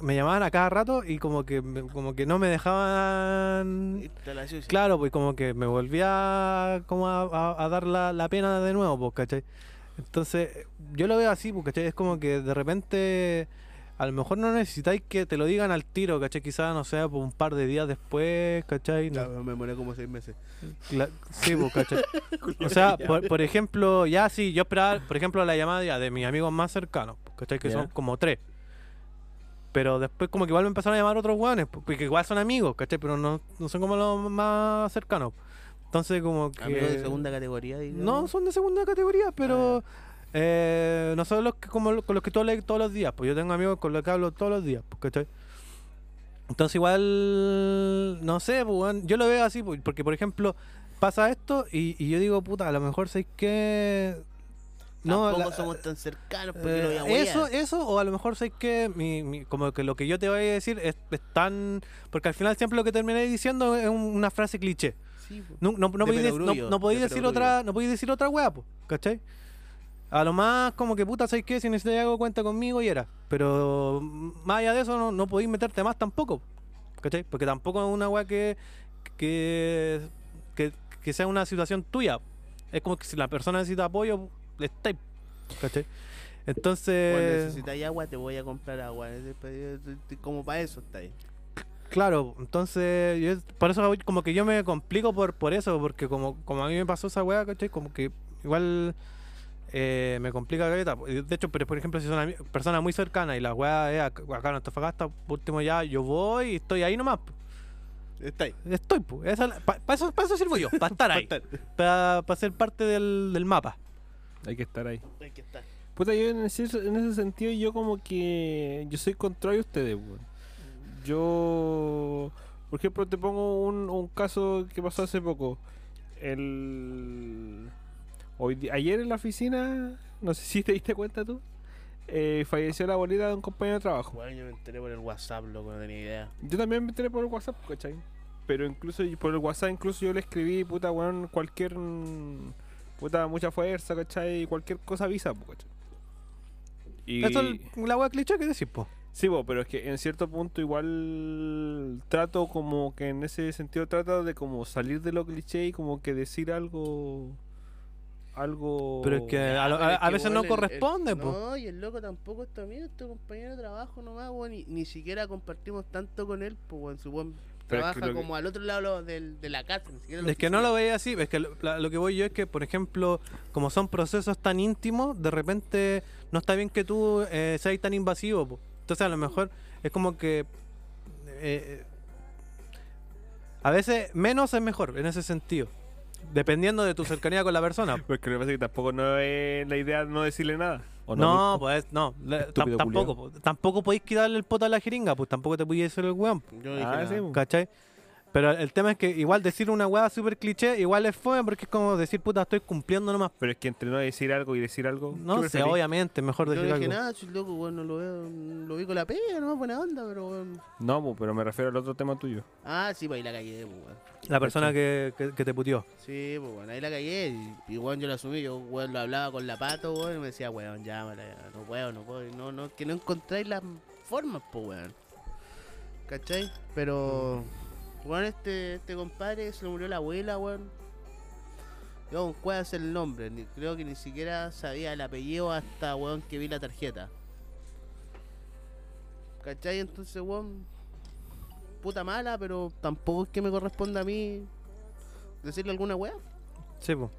A: me llamaban a cada rato y como que me- como que no me dejaban
C: Irte a la chucha.
A: Mm. claro, pues como que me volvía como a, a- a dar la, la pena de nuevo, pues, ¿cachai? Entonces, yo lo veo así, pues, ¿cachai? Es como que de repente a lo mejor no necesitáis que te lo digan al tiro, ¿cachai? Quizás, no sé, por un par de días después, ¿cachai? No-
C: Ya, me moré como seis meses.
A: Cla- sí, pues, ¿cachai? O sea, por, por ejemplo, ya sí, yo esperaba, por ejemplo, la llamada ya de mis amigos más cercanos, pues, ¿cachai? Que
B: Ya.
A: son como tres. Pero después como que igual me empezaron a llamar otros hueones, pues, porque igual son amigos, ¿cachai? Pero no, no son como los más cercanos. Entonces como que...
C: Amigo de segunda categoría, digamos.
A: No, son de segunda categoría, pero
C: Ah,
A: eh, no son los que como lo- con los que tú hablas todos los días. Pues yo tengo amigos con los que hablo todos los días, pues, ¿cachai? Entonces igual, no sé, pues, weón, yo lo veo así, pues, porque por ejemplo pasa esto y, y yo digo, puta, a lo mejor sé que...
C: No, Tampoco
A: la-
C: somos tan cercanos porque lo voy
A: eh,
C: a
A: eso,
C: huear.
A: eso, o a lo mejor sé que mi- mi- como que lo que yo te voy a decir es, es tan... Porque al final siempre lo que terminé diciendo es un- una frase cliché.
C: Sí, po.
A: No, no, no
C: De
A: podéis dec-
C: perogrullo,
A: no- no podéis
C: de
A: decir
C: perogrullo.
A: otra, no podéis decir otra weá, po, ¿cachai? A lo más como que puta, ¿sabes qué? Si necesitas algo, cuenta conmigo y era. Pero mm, más allá de eso, no, no podéis meterte más tampoco. ¿Cachai? Porque tampoco es una weá que, que, que, que sea una situación tuya. Es como que si la persona necesita apoyo, le estáis. ¿Cachai?
C: Bueno,
A: Entonces,
C: necesitáis agua, te voy a comprar agua. Ese pedido, t- t- Como para eso está ahí.
A: claro, entonces, yo- por eso como que yo me complico por, por eso, porque como, como a mí me pasó esa weá, ¿cachai? Como que igual eh, me complica la vida. De hecho, pero por ejemplo, si son ami- personas muy cercanas y la weá es ac- acá en Antofagasta, por último ya yo voy y estoy ahí nomás. po.
C: Está ahí.
A: Estoy, pues. Para eso, pa eso sirvo yo, para estar ahí.
C: Está-
A: Para ser parte del, del mapa.
B: Hay que estar ahí.
C: hay que estar.
B: Puta, yo en ese, en ese sentido, yo como que. Yo soy contrario a ustedes, weón. Yo. Por ejemplo, te pongo un, un caso que pasó hace poco. El. Hoy, di- ayer en la oficina, no sé si te diste cuenta tú, eh, falleció la abuelita de un compañero de trabajo.
C: Bueno, yo me enteré por el WhatsApp, loco, no tenía idea.
B: Yo también me enteré por el WhatsApp, ¿cachai? Pero incluso y por el WhatsApp, incluso yo le escribí, puta, weón, cualquier. mm, Puta, mucha fuerza, ¿cachai? Cualquier cosa avisa, po, ¿cachai? Y...
A: Eso es la weá cliché que decís, po.
B: Sí, bo, pero es que en cierto punto igual trato como que en ese sentido trato de como salir de lo cliché y como que decir algo... Algo...
A: Pero es que Eh, a, lo- a-
C: pero es
A: a
C: que,
A: veces
C: weón,
A: no
C: el- el-
A: corresponde, po.
C: No, y el loco tampoco es tu amigo, es tu compañero de trabajo nomás, weón. Y ni siquiera compartimos tanto con él, pues, weón. Su weón
B: Pero es
C: trabaja
B: que lo que-
C: como al otro lado lo- del- de la casa, ni siquiera la
A: Es que no lo
C: oficina.
A: veía así, es que lo, la- lo que voy yo es que, por ejemplo, como son procesos tan íntimos, de repente no está bien que tú eh, seas tan invasivo. po. Entonces a lo mejor es como que... eh, a veces menos es mejor en ese sentido, dependiendo de tu cercanía con la persona.
B: Pues que lo que pasa es que tampoco no es la idea no decirle nada. ¿o
A: No,
B: Mirko?
A: pues no, le- tam-
B: Estúpido
A: tampoco, po. tampoco podéis quitarle el poto a la jeringa, pues tampoco te podéis hacer el weón. po.
C: Yo no dije
B: Ah,
C: nada.
B: sí, bo.
A: ¿Cachai? Pero el tema es que igual decir una weá súper cliché, igual es fome porque es como decir, puta, estoy cumpliendo nomás.
B: Pero es que entre no decir algo y decir algo...
A: No
B: ¿qué
A: sé,
B: preferís?
A: obviamente, mejor
C: Yo
A: decir
C: no dije
A: algo.
C: nada, si el loco, weón, no lo veo, lo vi con la pega, no buena onda, pero weón.
B: No, bo, pero me refiero al otro tema tuyo.
C: Ah, sí, pues ahí la cagué, pues, weón.
A: La persona que, que- que te puteó.
C: Sí, pues bueno, ahí la cagué. Y, y weón, yo la asumí, yo weón, lo hablaba con la pato, weón, y me decía, weón, llámala, ya, no puedo, no puedo. y No, no, que no encontráis las formas, pues weón. ¿Cachai? Pero, weón, este, este compadre se lo murió la abuela, weón. Yo aún cuál es el nombre, ni- creo que ni siquiera sabía el apellido hasta, weón, que vi la tarjeta. ¿Cachai? Entonces, weón, puta mala, pero tampoco es que me corresponda a mí decirle alguna weá.
A: Sí, po.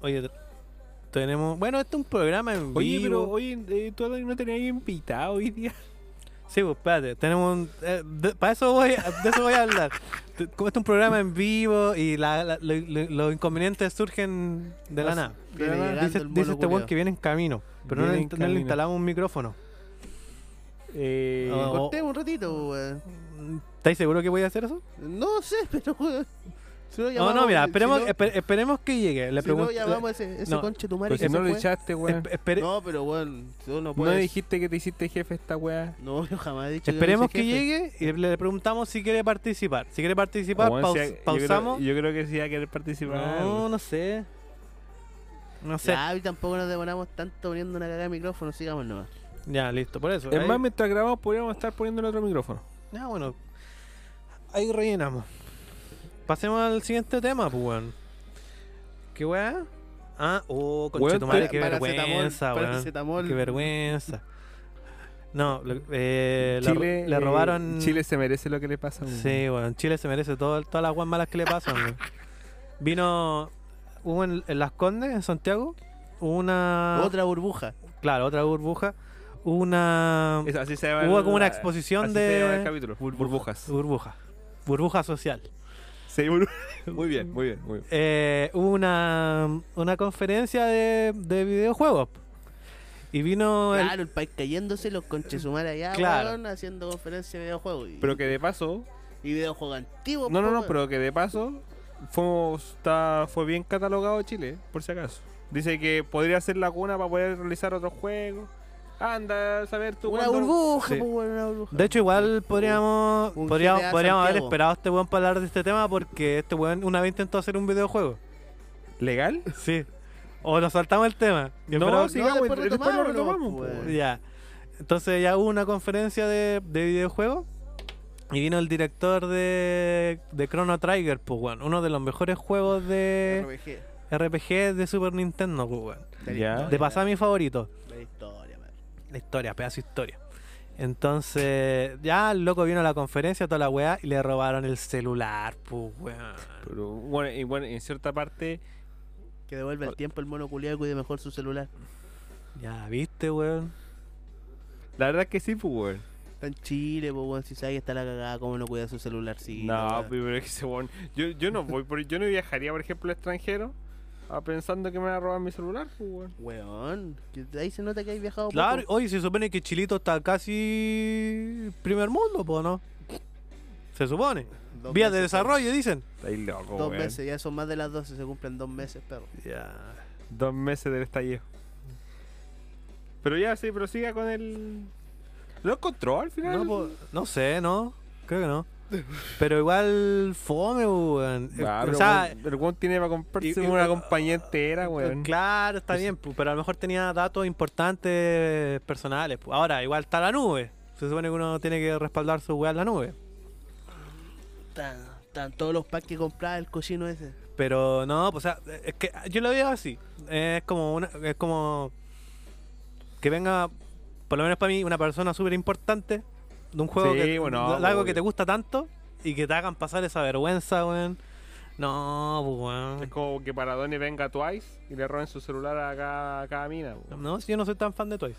A: Oye, te- tenemos. Bueno, este es un programa en
B: Oye, pero
A: vivo.
B: oye, eh, tú no tenías invitado hoy día.
A: Sí, pues espérate, tenemos un. para eso voy, a- de eso voy a hablar. Te- Como este es un programa en vivo y la- la- lo- lo- los inconvenientes surgen de la
B: Así-
A: nada.
C: Viene
B: Pero nada,
C: llegando
A: Dice,
C: el
A: dice
C: mono
A: este weón
C: culiao.
A: que viene en camino, pero no
B: Viene
A: le,
B: en
A: inst- no le
B: camino.
A: instalamos un micrófono.
B: Eh,
A: Ah, o-
C: Cortemos un ratito, weón.
A: ¿Estáis seguro que voy a hacer eso?
C: No sé, pero weón. Si
A: No, no, mira, esperemos,
C: si no,
A: espe- esperemos que llegue. Le
C: si no
A: pregunto- eh,
C: llamamos a ese, ese
A: no,
C: conche tu madre
B: pero
C: que
B: si no
C: se
B: lo
C: fue.
B: echaste,
A: le-
B: weón.
A: espe- espere-
C: No, pero weón, tú no
B: No
A: pues.
C: puedes.
B: dijiste que te hiciste jefe esta weá.
C: No, yo jamás he dicho yo
A: Esperemos
C: soy
A: que
C: jefe.
A: llegue y le preguntamos si quiere participar. Si quiere participar,
B: Weón,
A: paus-
B: si ha- yo
A: pausamos.
B: creo- Yo creo, que sí va a querer participar.
A: no, no sé. No sé. Ya,
C: Ya, y tampoco nos demoramos tanto poniendo una cagada de micrófono, sigamos nomás.
A: listo. Por eso.
B: Es
A: ahí-
B: más, mientras grabamos podríamos estar poniendo el otro micrófono.
A: Ah, bueno. Ahí rellenamos. Pasemos al siguiente tema, pues, weón. ¿Qué weá? Ah, oh,
B: Weón,
A: conchetumare,
B: te-
A: qué
C: Paracetamol,
A: vergüenza, weón.
C: paracetamol.
A: Qué vergüenza. No, lo- eh, le-
B: Chile,
A: le
B: eh,
A: robaron.
B: Chile se merece lo que le pasa. weón.
A: Sí, bueno, en Chile se merece todo, todas las guas malas que le pasan. weón. Vino, hubo en, en Las Condes, en Santiago, una...
C: Otra burbuja.
A: Claro, otra burbuja. Una
B: Es- así se llama
A: Hubo
B: el-
A: como una
B: la-
A: exposición
B: así
A: de-
B: se llama el capítulo. Burbujas.
A: burbuja. Burbuja social.
B: Sí, bur- muy bien, muy bien, muy bien.
A: Eh, hubo una, una conferencia de, de videojuegos. Y vino el-
C: Claro, el país cayéndose, los conches sumar allá,
A: Claro.
C: weón, haciendo conferencia de videojuegos. Y,
B: Pero que de paso,
C: y videojuegos antiguos.
B: no, no,
C: po,
B: no,
C: weón.
B: pero que de paso fue, está, fue bien catalogado Chile, por si acaso. Dice que podría ser la cuna para poder realizar otros juegos. Anda, a saber tú
C: Una
B: cuándo-
C: burbuja,
A: Sí.
C: po, weón, una burbuja.
A: De hecho, igual podríamos
C: un
A: podríamos,
C: GTA
A: podríamos haber
C: Santiago.
A: esperado a este weón para hablar de este tema porque este weón una vez intentó hacer un videojuego.
B: ¿Legal?
A: Sí. O nos saltamos el tema. Y
B: No,
A: esperamos-
B: sigamos,
C: después pues.
B: después, lo
C: retomamos,
B: retomamos.
C: po,
B: po,
C: weón.
B: weón.
A: Ya. Entonces ya hubo una conferencia de, de videojuegos y vino el director de, de Chrono Trigger, pues, weón. Uno de los mejores juegos de
C: RPG.
A: RPG de Super Nintendo, pues, weón.
C: De la
B: Ya.
C: historia,
A: De pasada mi favorito.
C: La historia, man.
A: La historia, pedazo de historia. Entonces, ya el loco vino a la conferencia, toda la weá, y le robaron el celular, pues, weón.
B: Pero, bueno, y bueno, en cierta parte,
C: Que devuelve el tiempo el mono culiado y cuide mejor su celular.
A: Ya, viste, weón.
B: la verdad que sí, pues, weón.
C: Está en Chile, po, weón. Si sabe que está la cagada, cómo no cuida su celular, sí.
B: no, pero es que ese weón- Yo, yo no voy por, yo no viajaría, por ejemplo, al extranjero ah, pensando que me van a robar mi celular, pues, weón.
C: Weón. que Ahí se nota que hay viajado poco.
A: Claro, oh, oye, se supone que Chilito está casi primer mundo, pues, ¿no? Se supone.
C: Dos
A: Vías de
C: meses,
A: desarrollo, dicen.
B: Está ahí loco,
C: perro. Dos
B: weón.
C: meses, ya son más de las 12, se cumplen dos meses, perro.
A: Ya.
B: Dos meses del estallido. Pero ya, sí, prosiga con el. ¿Lo encontró al final?
A: No, pues, po- no sé, ¿no? Creo que no. Pero igual fome, weón. Eh,
B: Ah,
A: o
B: pero
A: sea,
B: weón- el weón tiene para comprarse
A: y- ah, y-
B: una compañía entera, weón.
A: claro, está bien, pu, pero a lo mejor tenía datos importantes personales. pu. Ahora, igual está la nube. Se supone que uno tiene que respaldar su weá en la nube.
C: Están, están todos los packs que compraba el cochino ese.
A: Pero no, pues, o sea, es que yo lo veo así. Es como una, es como que venga, por lo menos para mí, una persona súper importante de un juego
B: Sí,
A: que,
B: bueno,
A: de algo que
B: obvio.
A: te gusta tanto y que te hagan pasar esa vergüenza, weón. No, pues,
B: Es
A: weón.
B: como que Paradone venga Twice y le roben su celular a cada, a cada mina. weón.
A: No, si yo no soy tan fan de Twice,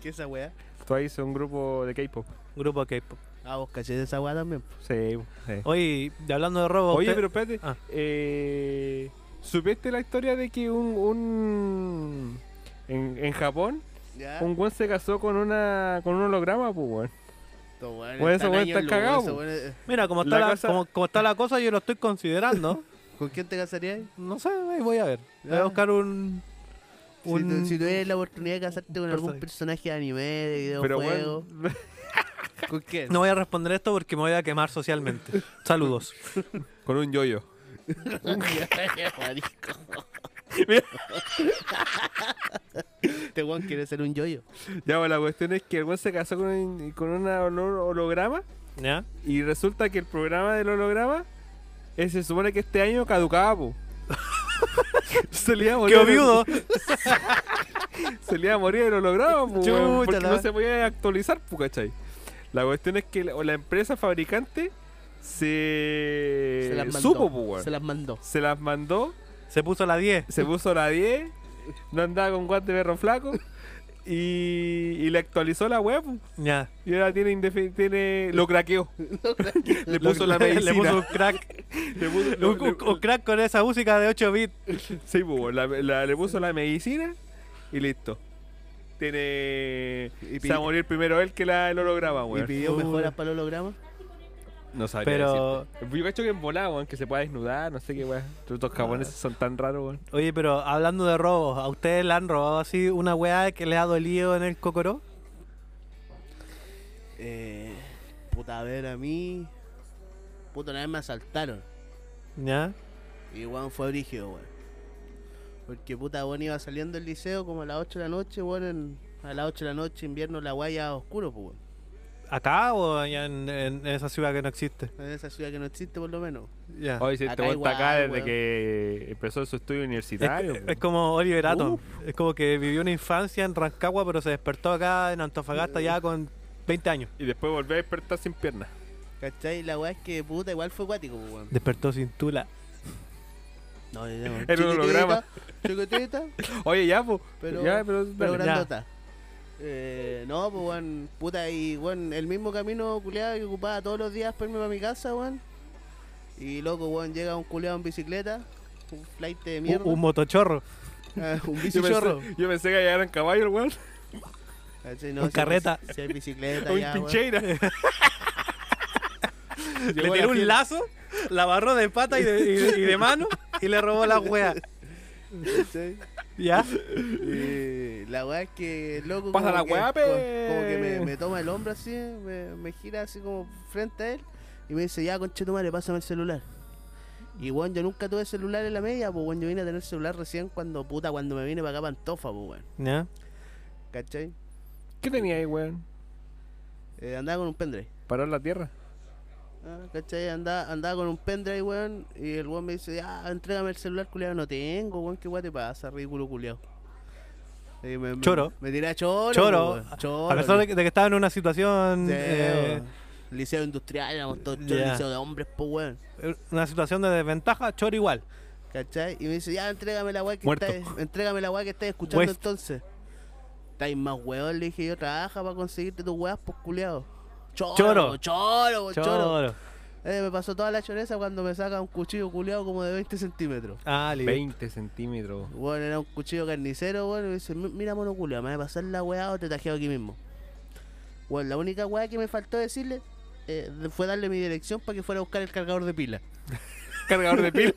C: ¿Qué esa weá?
B: Twice es un grupo de K-pop.
A: grupo K-pop.
C: Ah, vos caché de esa weá también.
B: Sí, sí.
A: Oye, y hablando de robo,
B: Oye,
A: usted-
B: pero espérate.
A: Ah.
B: eh, ¿Supiste la historia de que un. un en, en Japón,
C: Ya.
B: un weón se casó con una con un holograma, pues, weón.
C: Estos weones
B: Bueno, ese
C: están
B: weón
C: años
B: está
C: luz, eh,
B: cagado,
C: ese
B: po.
C: weón es-
A: mira, como
B: la
A: está, la,
B: cosa-
A: como, como está la cosa, yo lo estoy considerando.
C: ¿Con quién te casarías?
A: no sé, ahí voy a ver. Voy
B: Ah.
C: Ya.
A: a buscar un...
C: Si,
A: un-
C: tu- si tuvieras la oportunidad de casarte con algún
A: Personaje.
C: personaje de anime, de
B: Pero,
C: videojuego.
B: weón.
C: ¿Con quién?
A: No voy a responder esto porque me voy a quemar socialmente. Saludos.
B: Con un yoyo.
C: Marico. este weón quiere ser un yoyo.
B: Ya, pues, la cuestión es que el weón se casó con, un- con una holo- holograma
A: ¿Ya?
B: y resulta que el programa del holograma eh, se supone que este año caducaba, po. se le iba a morir.
A: ¡Qué
B: el-
A: viudo!
B: Se le iba a morir el holograma, po,
A: Chuta
B: weón, porque
A: la-
B: no se podía actualizar, po, ¿cachai? La cuestión es que la, la empresa fabricante se,
C: se las mandó.
B: Eh, supo, po, weón.
C: Se las mandó.
B: Se las mandó,
A: Se puso la 10.
B: se puso la 10, no andaba con guante de perro flaco y, y le actualizó la web.
A: Ya.
B: Y ahora tiene, indefi- tiene lo craqueó. le puso la medicina.
A: Le puso un crack.
B: Le puso-
A: un,
B: lo-
A: un- un crack con esa música de 8 bits.
B: le- sí, pues, la- la- le puso la medicina y listo. Tiene.
C: Y
B: se va
C: pidió-
B: a morir primero él que la, el holograma,
C: Y
B: weón.
C: pidió
A: Uy.
C: mejoras para el holograma.
B: No sabía
A: Pero-
B: decirte. Yo cacho que en volada, weón, que se pueda desnudar, no sé qué, weón.
C: Ah.
B: Estos japoneses son tan raros, weón.
A: Oye, pero hablando de robos, ¿a ustedes le han robado así una weá que le ha dolido en el cocoró?
C: Eh, puta, a ver, a mí. Puta, una vez me asaltaron.
A: ¿Ya?
C: Y weón fue brígido, weón. Porque puta, weón iba saliendo del liceo como a las 8 de la noche, weón. en- a las 8 de la noche, invierno, la guaya oscuro, pues, weón.
A: ¿Acá o allá en, en esa ciudad que no existe?
C: En esa ciudad que no existe, por lo menos.
A: Ya.
B: Oye, si
C: Ah. Acá
B: este weón está acá
C: igual,
B: desde
C: weón.
B: que empezó su estudio universitario.
A: Es,
B: po.
A: es como Oliver Atom. Es como que vivió una infancia en Rancagua, pero se despertó acá en Antofagasta ya con 20 años.
B: Y después volvió a despertar sin piernas.
C: ¿Cachai? La weá es que puta, igual fue cuático, pues, weón.
A: Despertó sin tula.
C: No, no, no.
B: Era un holograma.
C: Chiquitita,
B: Oye, ya, pues.
C: Pero-
B: ya, pero,
C: pero
B: dale.
A: ya.
C: grandota. Eh, no, pues, weón. Puta, y weón, el mismo camino culeado que ocupaba todos los días para irme para mi casa, weón. Y loco, weón, llega un culeado en bicicleta. Un flight de
A: Un,
C: mierda.
A: un motochorro.
C: Ah, un
B: Yo
C: bichichorro.
B: pensé, yo pensé que allá eran caballos, el weón.
C: ¿Cachai?
A: Un
C: si hay bici-
A: carreta.
C: Ah, Si hay bicicleta,
B: Un
C: ya, weón.
B: pincheira.
A: Le tiró un lazo, la barró de pata y de, y de- y de mano y le robó la wea.
C: ¿Cachai?
A: ¿Ya?
C: Eh, la weá es que el loco.
B: Pasa
C: como
B: la
C: que-
B: weá,
C: co-
B: pe.
C: Como, que me, me toma el hombro así, me, me gira así como frente a él y me dice: Ya, conchetumare, pásame el celular. Y weón, yo nunca tuve celular en la media, pues weón, yo vine a tener celular recién cuando puta, cuando me vine para acá, pantofa, pues weón.
A: ¿Ya?
C: ¿Cachai?
B: ¿Qué tenía ahí, weón?
C: Eh, andaba con un pendrive.
B: Parar la tierra.
C: Ah, ¿Cachai? Andaba, andaba con un pendrive, weón. Y el weón me dice, ah, entrégame el celular, culiado. No tengo, weón. ¿Qué weón te pasa? Ridículo, culiado. Me,
A: Choro.
C: Me, tiré a choro. pues,
A: Choro.
C: weón, Choro.
A: A pesar de que, de que estaba en una situación.
C: Sí,
A: eh,
C: weón. Mm, Liceo industrial, éramos todos choros,
A: Ya.
C: liceo de hombres, pues, weón.
A: una situación de desventaja, choro igual.
C: ¿Cachai? Y me dice, ya, entrégame la weá que
B: Muerto.
C: estáis, entrégame la weá que estáis escuchando
A: West.
C: entonces. Estáis más weón, le dije yo, trabaja para conseguirte tus weas, pues, culiado. Choro,
A: Choro.
C: weón, choro, weón, Oh, choro.
A: Choro.
C: Eh, me pasó toda la choreza cuando me saca un cuchillo culiado como de 20 centímetros.
A: Ah, listo.
B: 20 centímetros.
C: Bueno, era un cuchillo carnicero, bueno, y me dice, "Mi- mira mono culiao, me vas a pasar la weá o te tajeo aquí mismo. Bueno, la única weá que me faltó decirle eh, fue darle mi dirección para que fuera a buscar el cargador de pila.
B: Cargador de pila.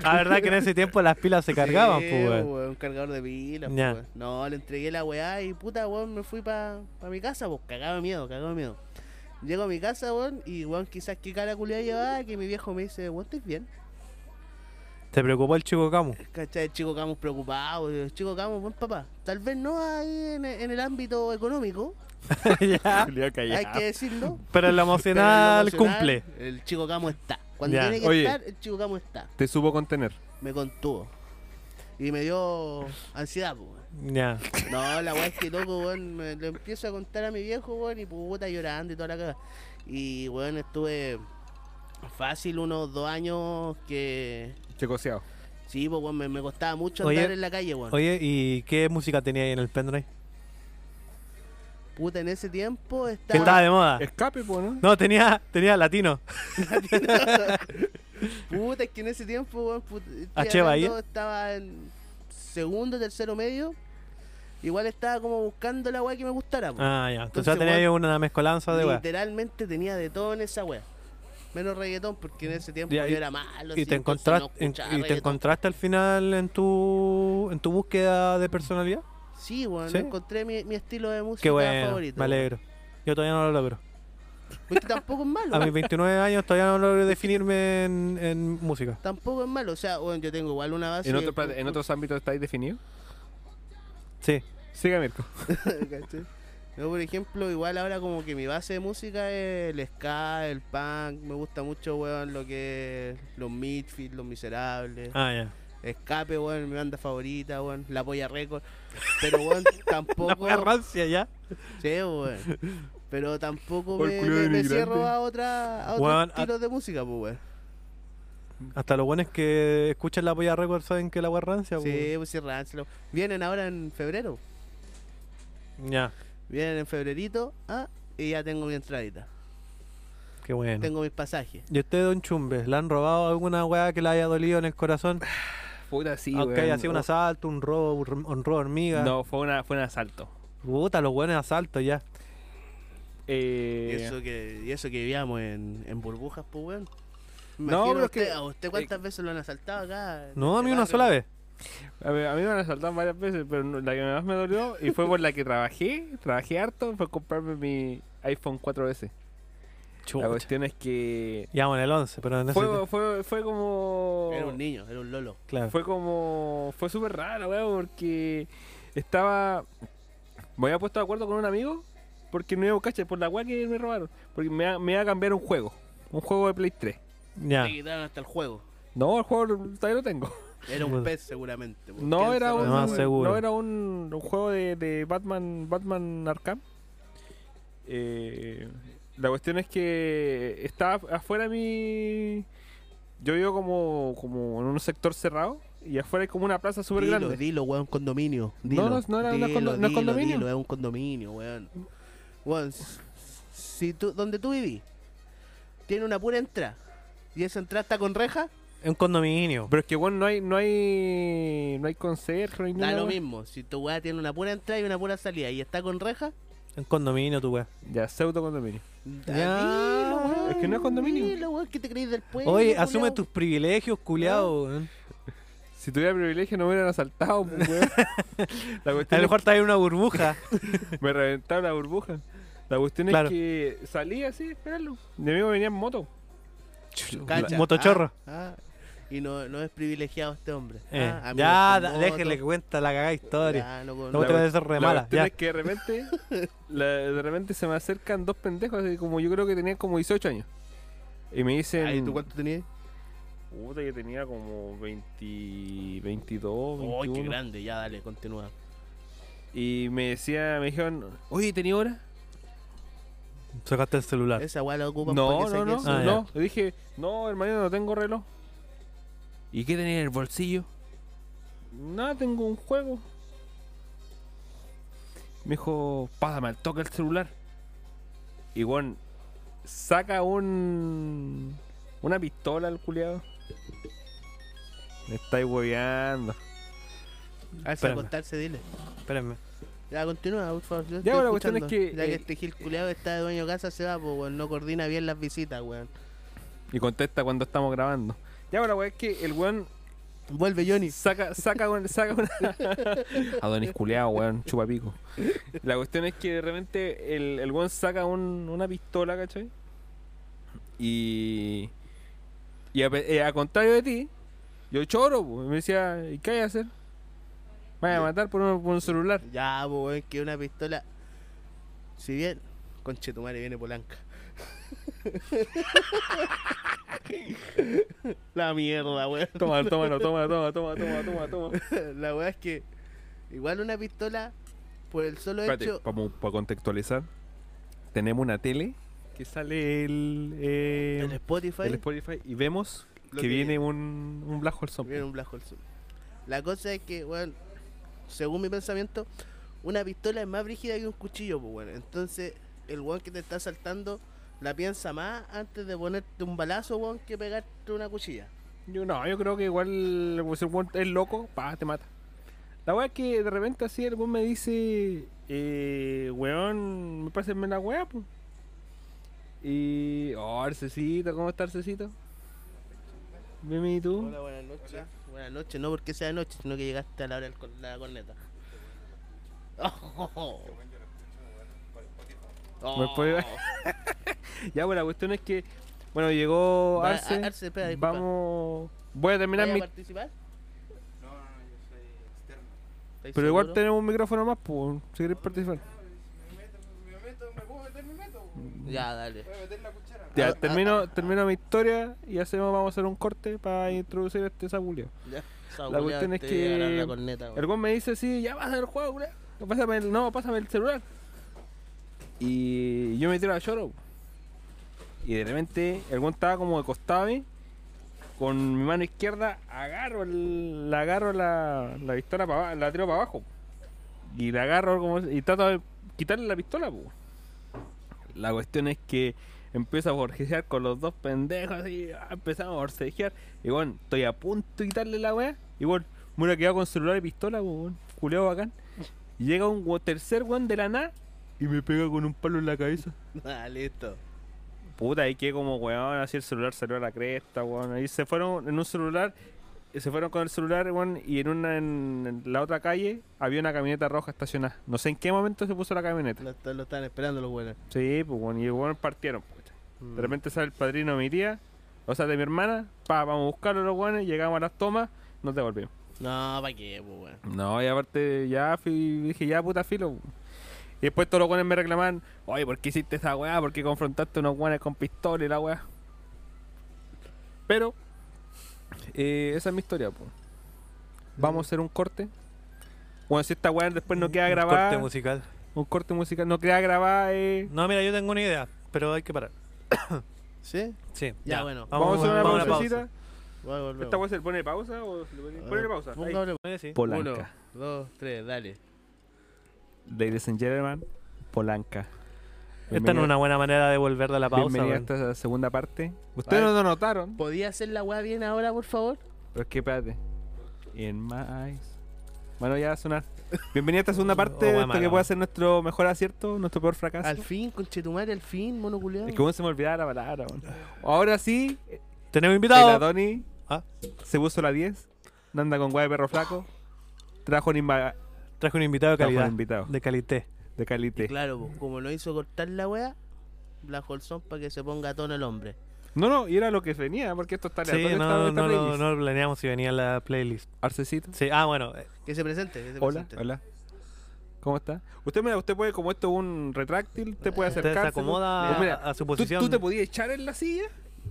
A: La verdad que en ese tiempo las pilas se cargaban,
C: Sí,
A: pues, weón.
C: Un cargador de pila, pues,
A: Ya.
C: weón. No, le entregué la weá y puta, weón, me fui para mi casa, pues, cagado de miedo, cagado de miedo. Llego a mi casa, weón, y weón, quizás qué cara culiao llevaba, que mi viejo me dice, weón, ¿estás bien?
A: Te preocupó el chico Camu.
C: ¿Cachai? El chico Camus preocupado, el chico Camus, buen papá. Tal vez no ahí en, en el ámbito económico,
A: Ya.
C: Ah,
B: Culiao
C: hay
B: callado.
C: que decirlo.
A: Pero el
C: pero en lo
A: emocional
C: emocional,
A: cumple.
C: El chico Camus está. Cuando
A: Ya.
C: tiene que
B: Oye.
C: estar, el chico Camus está.
B: Te supo contener.
C: Me contuvo. Y me dio ansiedad, pues. weón.
A: Ya.
C: No, la weá es que loco, weón. me- Lo empiezo a contar a mi viejo, weón, y puta llorando y toda la caga. Y weón, estuve fácil unos dos años que.
B: Checoseado.
C: Sí, pues, weón, me, me costaba mucho
A: Oye,
C: andar en la calle, weón.
A: Oye, ¿y qué música tenía ahí en el pendrive?
C: Puta, en ese tiempo
A: ¿Qué estaba de
C: Ah.
A: moda?
B: Escape, po, ¿no?
A: No, tenía, tenía latino.
C: Puta, es que en ese tiempo, weón, puta, estoy
A: H. Bahía.
C: hablando, estaba en segundo, tercero medio. Igual estaba como buscando la weá que me gustara. po.
A: Ah, ya. Entonces
C: Entonces,
A: tenía
C: weón,
A: ahí una mezcolanza de weón.
C: Literalmente tenía de todo en esa weá. Menos reggaetón, porque en ese tiempo
A: Ya, y-
C: yo era malo.
A: Y
C: así,
A: te,
C: entonces
A: encontras-
C: no
A: en-
C: escuchaba
A: y te
C: reggaetón.
A: encontraste al final en tu, en tu búsqueda de personalidad.
C: Sí, weón,
A: ¿Sí?
C: encontré mi, mi estilo de música
A: Qué bueno,
C: favorito.
A: me alegro. Yo todavía no lo logro.
C: weón. Porque tampoco es malo.
A: A mis
C: weón,
A: 29 años todavía no logro definirme en, en música.
C: Tampoco es malo. O sea, weón, yo tengo igual una base.
B: ¿En, otro pla- en otros ámbitos estáis definidos?
A: Sí.
B: Siga, Mirko.
C: ¿Cachai? Yo, por ejemplo, igual ahora como que mi base de música es el ska, el punk, me gusta mucho, weón, lo que es los Midfield, los Miserables,
A: Ah, ya.
C: Escape, weón, mi banda favorita, weón, La Polla Record, pero, weón,
A: La
C: tampoco,
A: wea rancia ya.
C: Sí, weón, pero tampoco
B: Por
C: me,
B: culo
C: me- me
B: denigrante.
C: cierro a, otra, a otros
A: Weón, a-
C: estilos de música, pues, weón.
A: Hasta los buenos que escuchan la polla record saben que la wea rancia.
C: Sí, pues sí, Rancelo. Vienen ahora en febrero,
A: pues. Ya.
C: vienen en febrerito, ah, y ya tengo mi entradita,
A: Qué bueno.
C: tengo mis pasajes.
A: ¿Y usted, don Chumbe, le han robado alguna weá que le haya dolido en el corazón?
B: Puta, sí,
A: Aunque
B: weón.
A: haya sido un
C: Oh.
A: asalto, un robo, un rom- un robo de hormiga.
B: No, fue, una, fue un asalto.
A: Puta, los buenos asaltos ya.
B: Eh,
C: Y eso que, y eso que vivíamos en, en burbujas, pues, weón. Imagino
B: No, pero es
C: usted, oh.
B: que-
C: ¿A usted cuántas veces lo han asaltado acá? en
A: No, a
C: este
A: mí una
C: barrio?
A: sola vez.
B: A ver, a mí me han asaltado varias veces, pero no- la que más me dolió y fue por la que trabajé, trabajé harto, fue comprarme mi iPhone cuatro veces. La
A: Chucha.
B: cuestión es que
A: Ya, bueno, el 11, pero en ese
B: fue, fue, fue como...
C: Era un niño, era un lolo.
A: claro.
B: Fue como... Fue súper raro, weón, porque estaba... Me había puesto de acuerdo con un amigo porque no iba a buscar, por la weá que me robaron. Porque me iba- me iba a cambiar un juego, un juego de Play 3.
A: ya.
C: Te quitaron hasta el juego.
B: No, el juego todavía lo tengo.
C: Era un
A: Puta.
C: pez seguramente. pues,
B: No
C: ¿quién se
B: era,
C: lo
B: un,
A: Lo más
C: robó?
A: seguro.
B: no era un, un juego de, de Batman Batman Arkham. Eh, la cuestión es que estaba afuera mi... Yo vivo como, como en un sector cerrado y afuera hay como una plaza súper
C: Dilo,
B: grande.
C: dilo, weón, condominio.
B: No,
C: Dilo.
B: no, no era una
C: Dilo,
B: condo- no es
C: dilo,
B: condominio.
C: dilo, es un condominio, weón. Weón, s- si tú, donde tú vivís, tiene una pura entrada y esa entrada está con reja,
A: Es un condominio.
B: Pero es que, weón, no hay, no hay, no hay conserje, no hay
C: Da
B: nada,
C: lo
B: weón.
C: mismo. Si tu weá tiene una pura entrada y una pura salida y está con reja,
A: Es un condominio, tu weá.
B: Ya, pseudo condominio.
C: da-
A: Ya,
C: dilo, weón,
B: es que no es condominio.
C: dilo, weón, ¿qué te creís del pueblo?
A: Oye,
C: culiao?
A: asume tus privilegios, culiao. weón.
B: Si tuviera privilegio no me hubieran asaltado, pues, weón. La
A: A
B: cuestión
A: lo mejor estás en una burbuja.
B: es- me reventaron la burbuja. La cuestión
A: Claro.
B: es que salí así, esperarlo. Mi amigo venía en moto.
C: Cacha,
A: Motochorro.
C: ah, ah, y no, no es privilegiado este hombre.
A: Eh,
C: Ah, amigos
A: ya,
C: con
A: da-
C: moto.
A: déjele que cuenta la cagada historia.
C: Ya, no con-
A: No te
B: cu-
A: voy a hacer re
B: la
A: mala.
B: cuestión
A: Ya.
B: es que de repente, la- de repente se me acercan dos pendejos, así como yo creo que tenían como 18 años. Y me dicen...
C: Ay, ¿tú cuánto tenías?
B: Puta, yo tenía como 20, 22,
C: Ay,
B: 21.
C: qué grande, ya dale, continúa.
B: y me decía, me dijeron, oye, ¿tenía hora?
A: Sacaste el celular.
C: Esa weá la ocupan para
B: No,
C: que
B: no, no,
C: saquen
A: Ah,
C: su-
A: ya.
B: no. Le dije, no, hermano, no tengo reloj. ¿Y qué tenía en el bolsillo? Nada, tengo un juego. Me dijo, pásame al toque el celular. Y bueno, saca un. Una pistola al culiado. Me estáis hueveando.
C: Alza a
A: Espérame.
C: contarse, dile.
A: Espérenme.
C: Ya, continúa, por favor. yo
B: Ya,
C: estoy
B: la cuestión es
C: escuchando.
B: que,
C: Ya que
B: eh,
C: este gil culiado que está de dueño de casa se va, pues, weón. No coordina bien las visitas, weón.
B: Y contesta cuando estamos grabando. Ya, bueno, la weá es que el weón
C: Vuelve, Johnny.
B: Saca, saca, un- saca una. Adonis culeado, weón, chupapico. La cuestión es que de repente el, el weón saca un- una pistola, ¿cachai? Y. Y a, pe- eh, a contrario de ti, yo choro, po. me decía, ¿y qué hay a hacer? Me Vaya a matar por un, por un celular.
C: Ya, pues, weón, que una pistola. Si bien, conchetumare viene Polanca. la mierda, weón.
B: Toma, tómalo, toma, toma, toma, toma, toma, toma.
C: La weá es que. Igual una pistola, por el solo
B: Espérate,
C: hecho.
B: como para contextualizar, tenemos una tele que sale el. eh,
C: En Spotify.
B: el Spotify y vemos
C: Lo
B: que,
C: que-
B: viene un, un Black Hole Zombie.
C: Viene un Black Hole Zoom. La cosa es que, weón, según mi pensamiento, una pistola es más brígida que un cuchillo, pues, weón. Entonces, el weón que te está saltando la piensa más antes de ponerte un balazo, weón, que pegarte una cuchilla.
B: Yo no, yo creo que igual pues, el weón es loco, pa, te mata. La weá es que de repente así el weón me dice, eh, weón, me pásenme la weá, po. Y, oh, Arcecito, ¿cómo está Arcecito? Mimi, ¿y tú?
C: buenas noches. Buenas noches, no porque sea de noche, sino que llegaste a la hora de la corneta. Oh.
B: ¿Me puede-
C: Oh.
B: Ya, bueno, la cuestión es que, bueno, llegó
C: Va,
B: Arce.
C: a- Arce, espera, disculpa.
B: vamos, voy a terminar
C: ¿Vas a
B: mi...
C: participar? ¿Estáis
B: Pero igual
C: seguro?
B: tenemos un micrófono más, pues, si querés participar.
C: Ya, dale.
B: Ya,
C: Ah, ah,
B: termino, termino mi historia y hacemos, vamos a hacer un corte para introducir este sabulio.
C: Ya.
B: La cuestión es
C: Te voy a agarrar
B: que
C: la corneta, weón.
B: El weón me dice así, ya pasa el juego, culiao. Pásame el, no, pásame el celular. Y yo me tiro a lloro. Y de repente el weón estaba como de costado a mí. Con mi mano izquierda agarro el- la agarro la, la pistola para abajo, la tiro para abajo. Y la agarro como y trato de quitarle la pistola, po. La cuestión es que empiezo a forcejear con los dos pendejos y ah, empezamos a forcejear. Y bueno, estoy a punto de quitarle la weá. Y bueno, me hubiera quedado con celular y pistola, po, weón. Culeo bacán. Y llega un we- tercer weón de la nada y me pega con un palo en la cabeza.
C: Ah, listo.
B: Puta, ahí que como weón, así el celular salió a la cresta, weón. Ahí se fueron en un celular, eh, se fueron con el celular, weón, y en una en la otra calle había una camioneta roja estacionada. No sé en qué momento se puso la camioneta.
C: Lo, está- lo están esperando los buenos.
B: Sí, pues bueno, y bueno, partieron. pues. De repente sale el padrino de mi tía, o sea, de mi hermana, pa, vamos a buscarlo los guanes, llegamos a las tomas, nos devolvimos.
C: No, ¿para qué, pues, weón?
B: No, y aparte ya fui- dije, ya puta filo. pues. Y después todos los guanes me reclamaban, oye, ¿por qué hiciste esa weá? ¿Por qué confrontaste a unos guanes con pistola y la weá? Pero, eh, esa es mi historia, po. Vamos a hacer un corte. Bueno, si esta weá después no queda
A: Un
B: grabada,
A: Corte musical.
B: un corte musical, no queda grabada, eh,
A: No, mira, yo tengo una idea, pero hay que parar.
C: ¿Sí?
A: Sí.
C: Ya, bueno.
B: Vamos, a hacer una
A: vamos a
B: pausecita.
C: Voy a volver.
B: ¿Esta weá se le pone pausa o se le pone,
A: Eh,
B: ponele pausa? ahí.
A: pausa. Sí.
B: Polanca.
C: Uno, dos, tres, dale.
B: Ladies and gentlemen, Polanca.
A: Esta no es
B: Bienvenida-
A: una buena manera de volver de la pausa.
B: Bienvenida a
A: weón.
B: esta segunda parte. Ustedes
C: Ay.
B: no lo notaron,
C: ¿Podía hacer la weá bien ahora, por favor?
B: pero es que espérate. In my eyes. Bueno, ya va a sonar. Bienvenida a esta segunda parte,
A: Oh,
B: de
A: mamá,
B: esto que
A: no.
B: puede ser nuestro mejor acierto, nuestro peor fracaso.
C: Al fin, conchetumare, al fin, mono culiao.
B: Es que uno se me olvidaba la palabra. weón. Ahora sí,
A: Tenemos
B: el
A: invitado.
B: Adoni
A: Ah.
B: se puso la 10, anda con guay de perro flaco, trajo un, inva-
A: Traje un invitado de
B: trajo un
A: calidad.
B: invitado
A: De calité.
B: de
C: Y
B: calite.
C: claro, po, como lo hizo cortar la weá, la Holson para que se ponga a tono el hombre.
B: No, no, y era lo que venía, porque esto está
A: Sí,
B: aleatorio, esta-
A: no,
B: esta
A: no, no,
B: playlist.
A: no lo planeamos si venía la playlist.
B: Arcecito.
A: Sí, ah, bueno. eh,
C: Que se presente, que se
B: Hola,
C: presente.
B: hola. ¿Cómo está? Usted, mira, usted puede, como esto es un retráctil, te puede
A: Usted
B: acercar.
A: se acomoda
B: Pues mira,
A: a, a su
B: Tú,
A: posición.
B: tú te podías echar en la silla,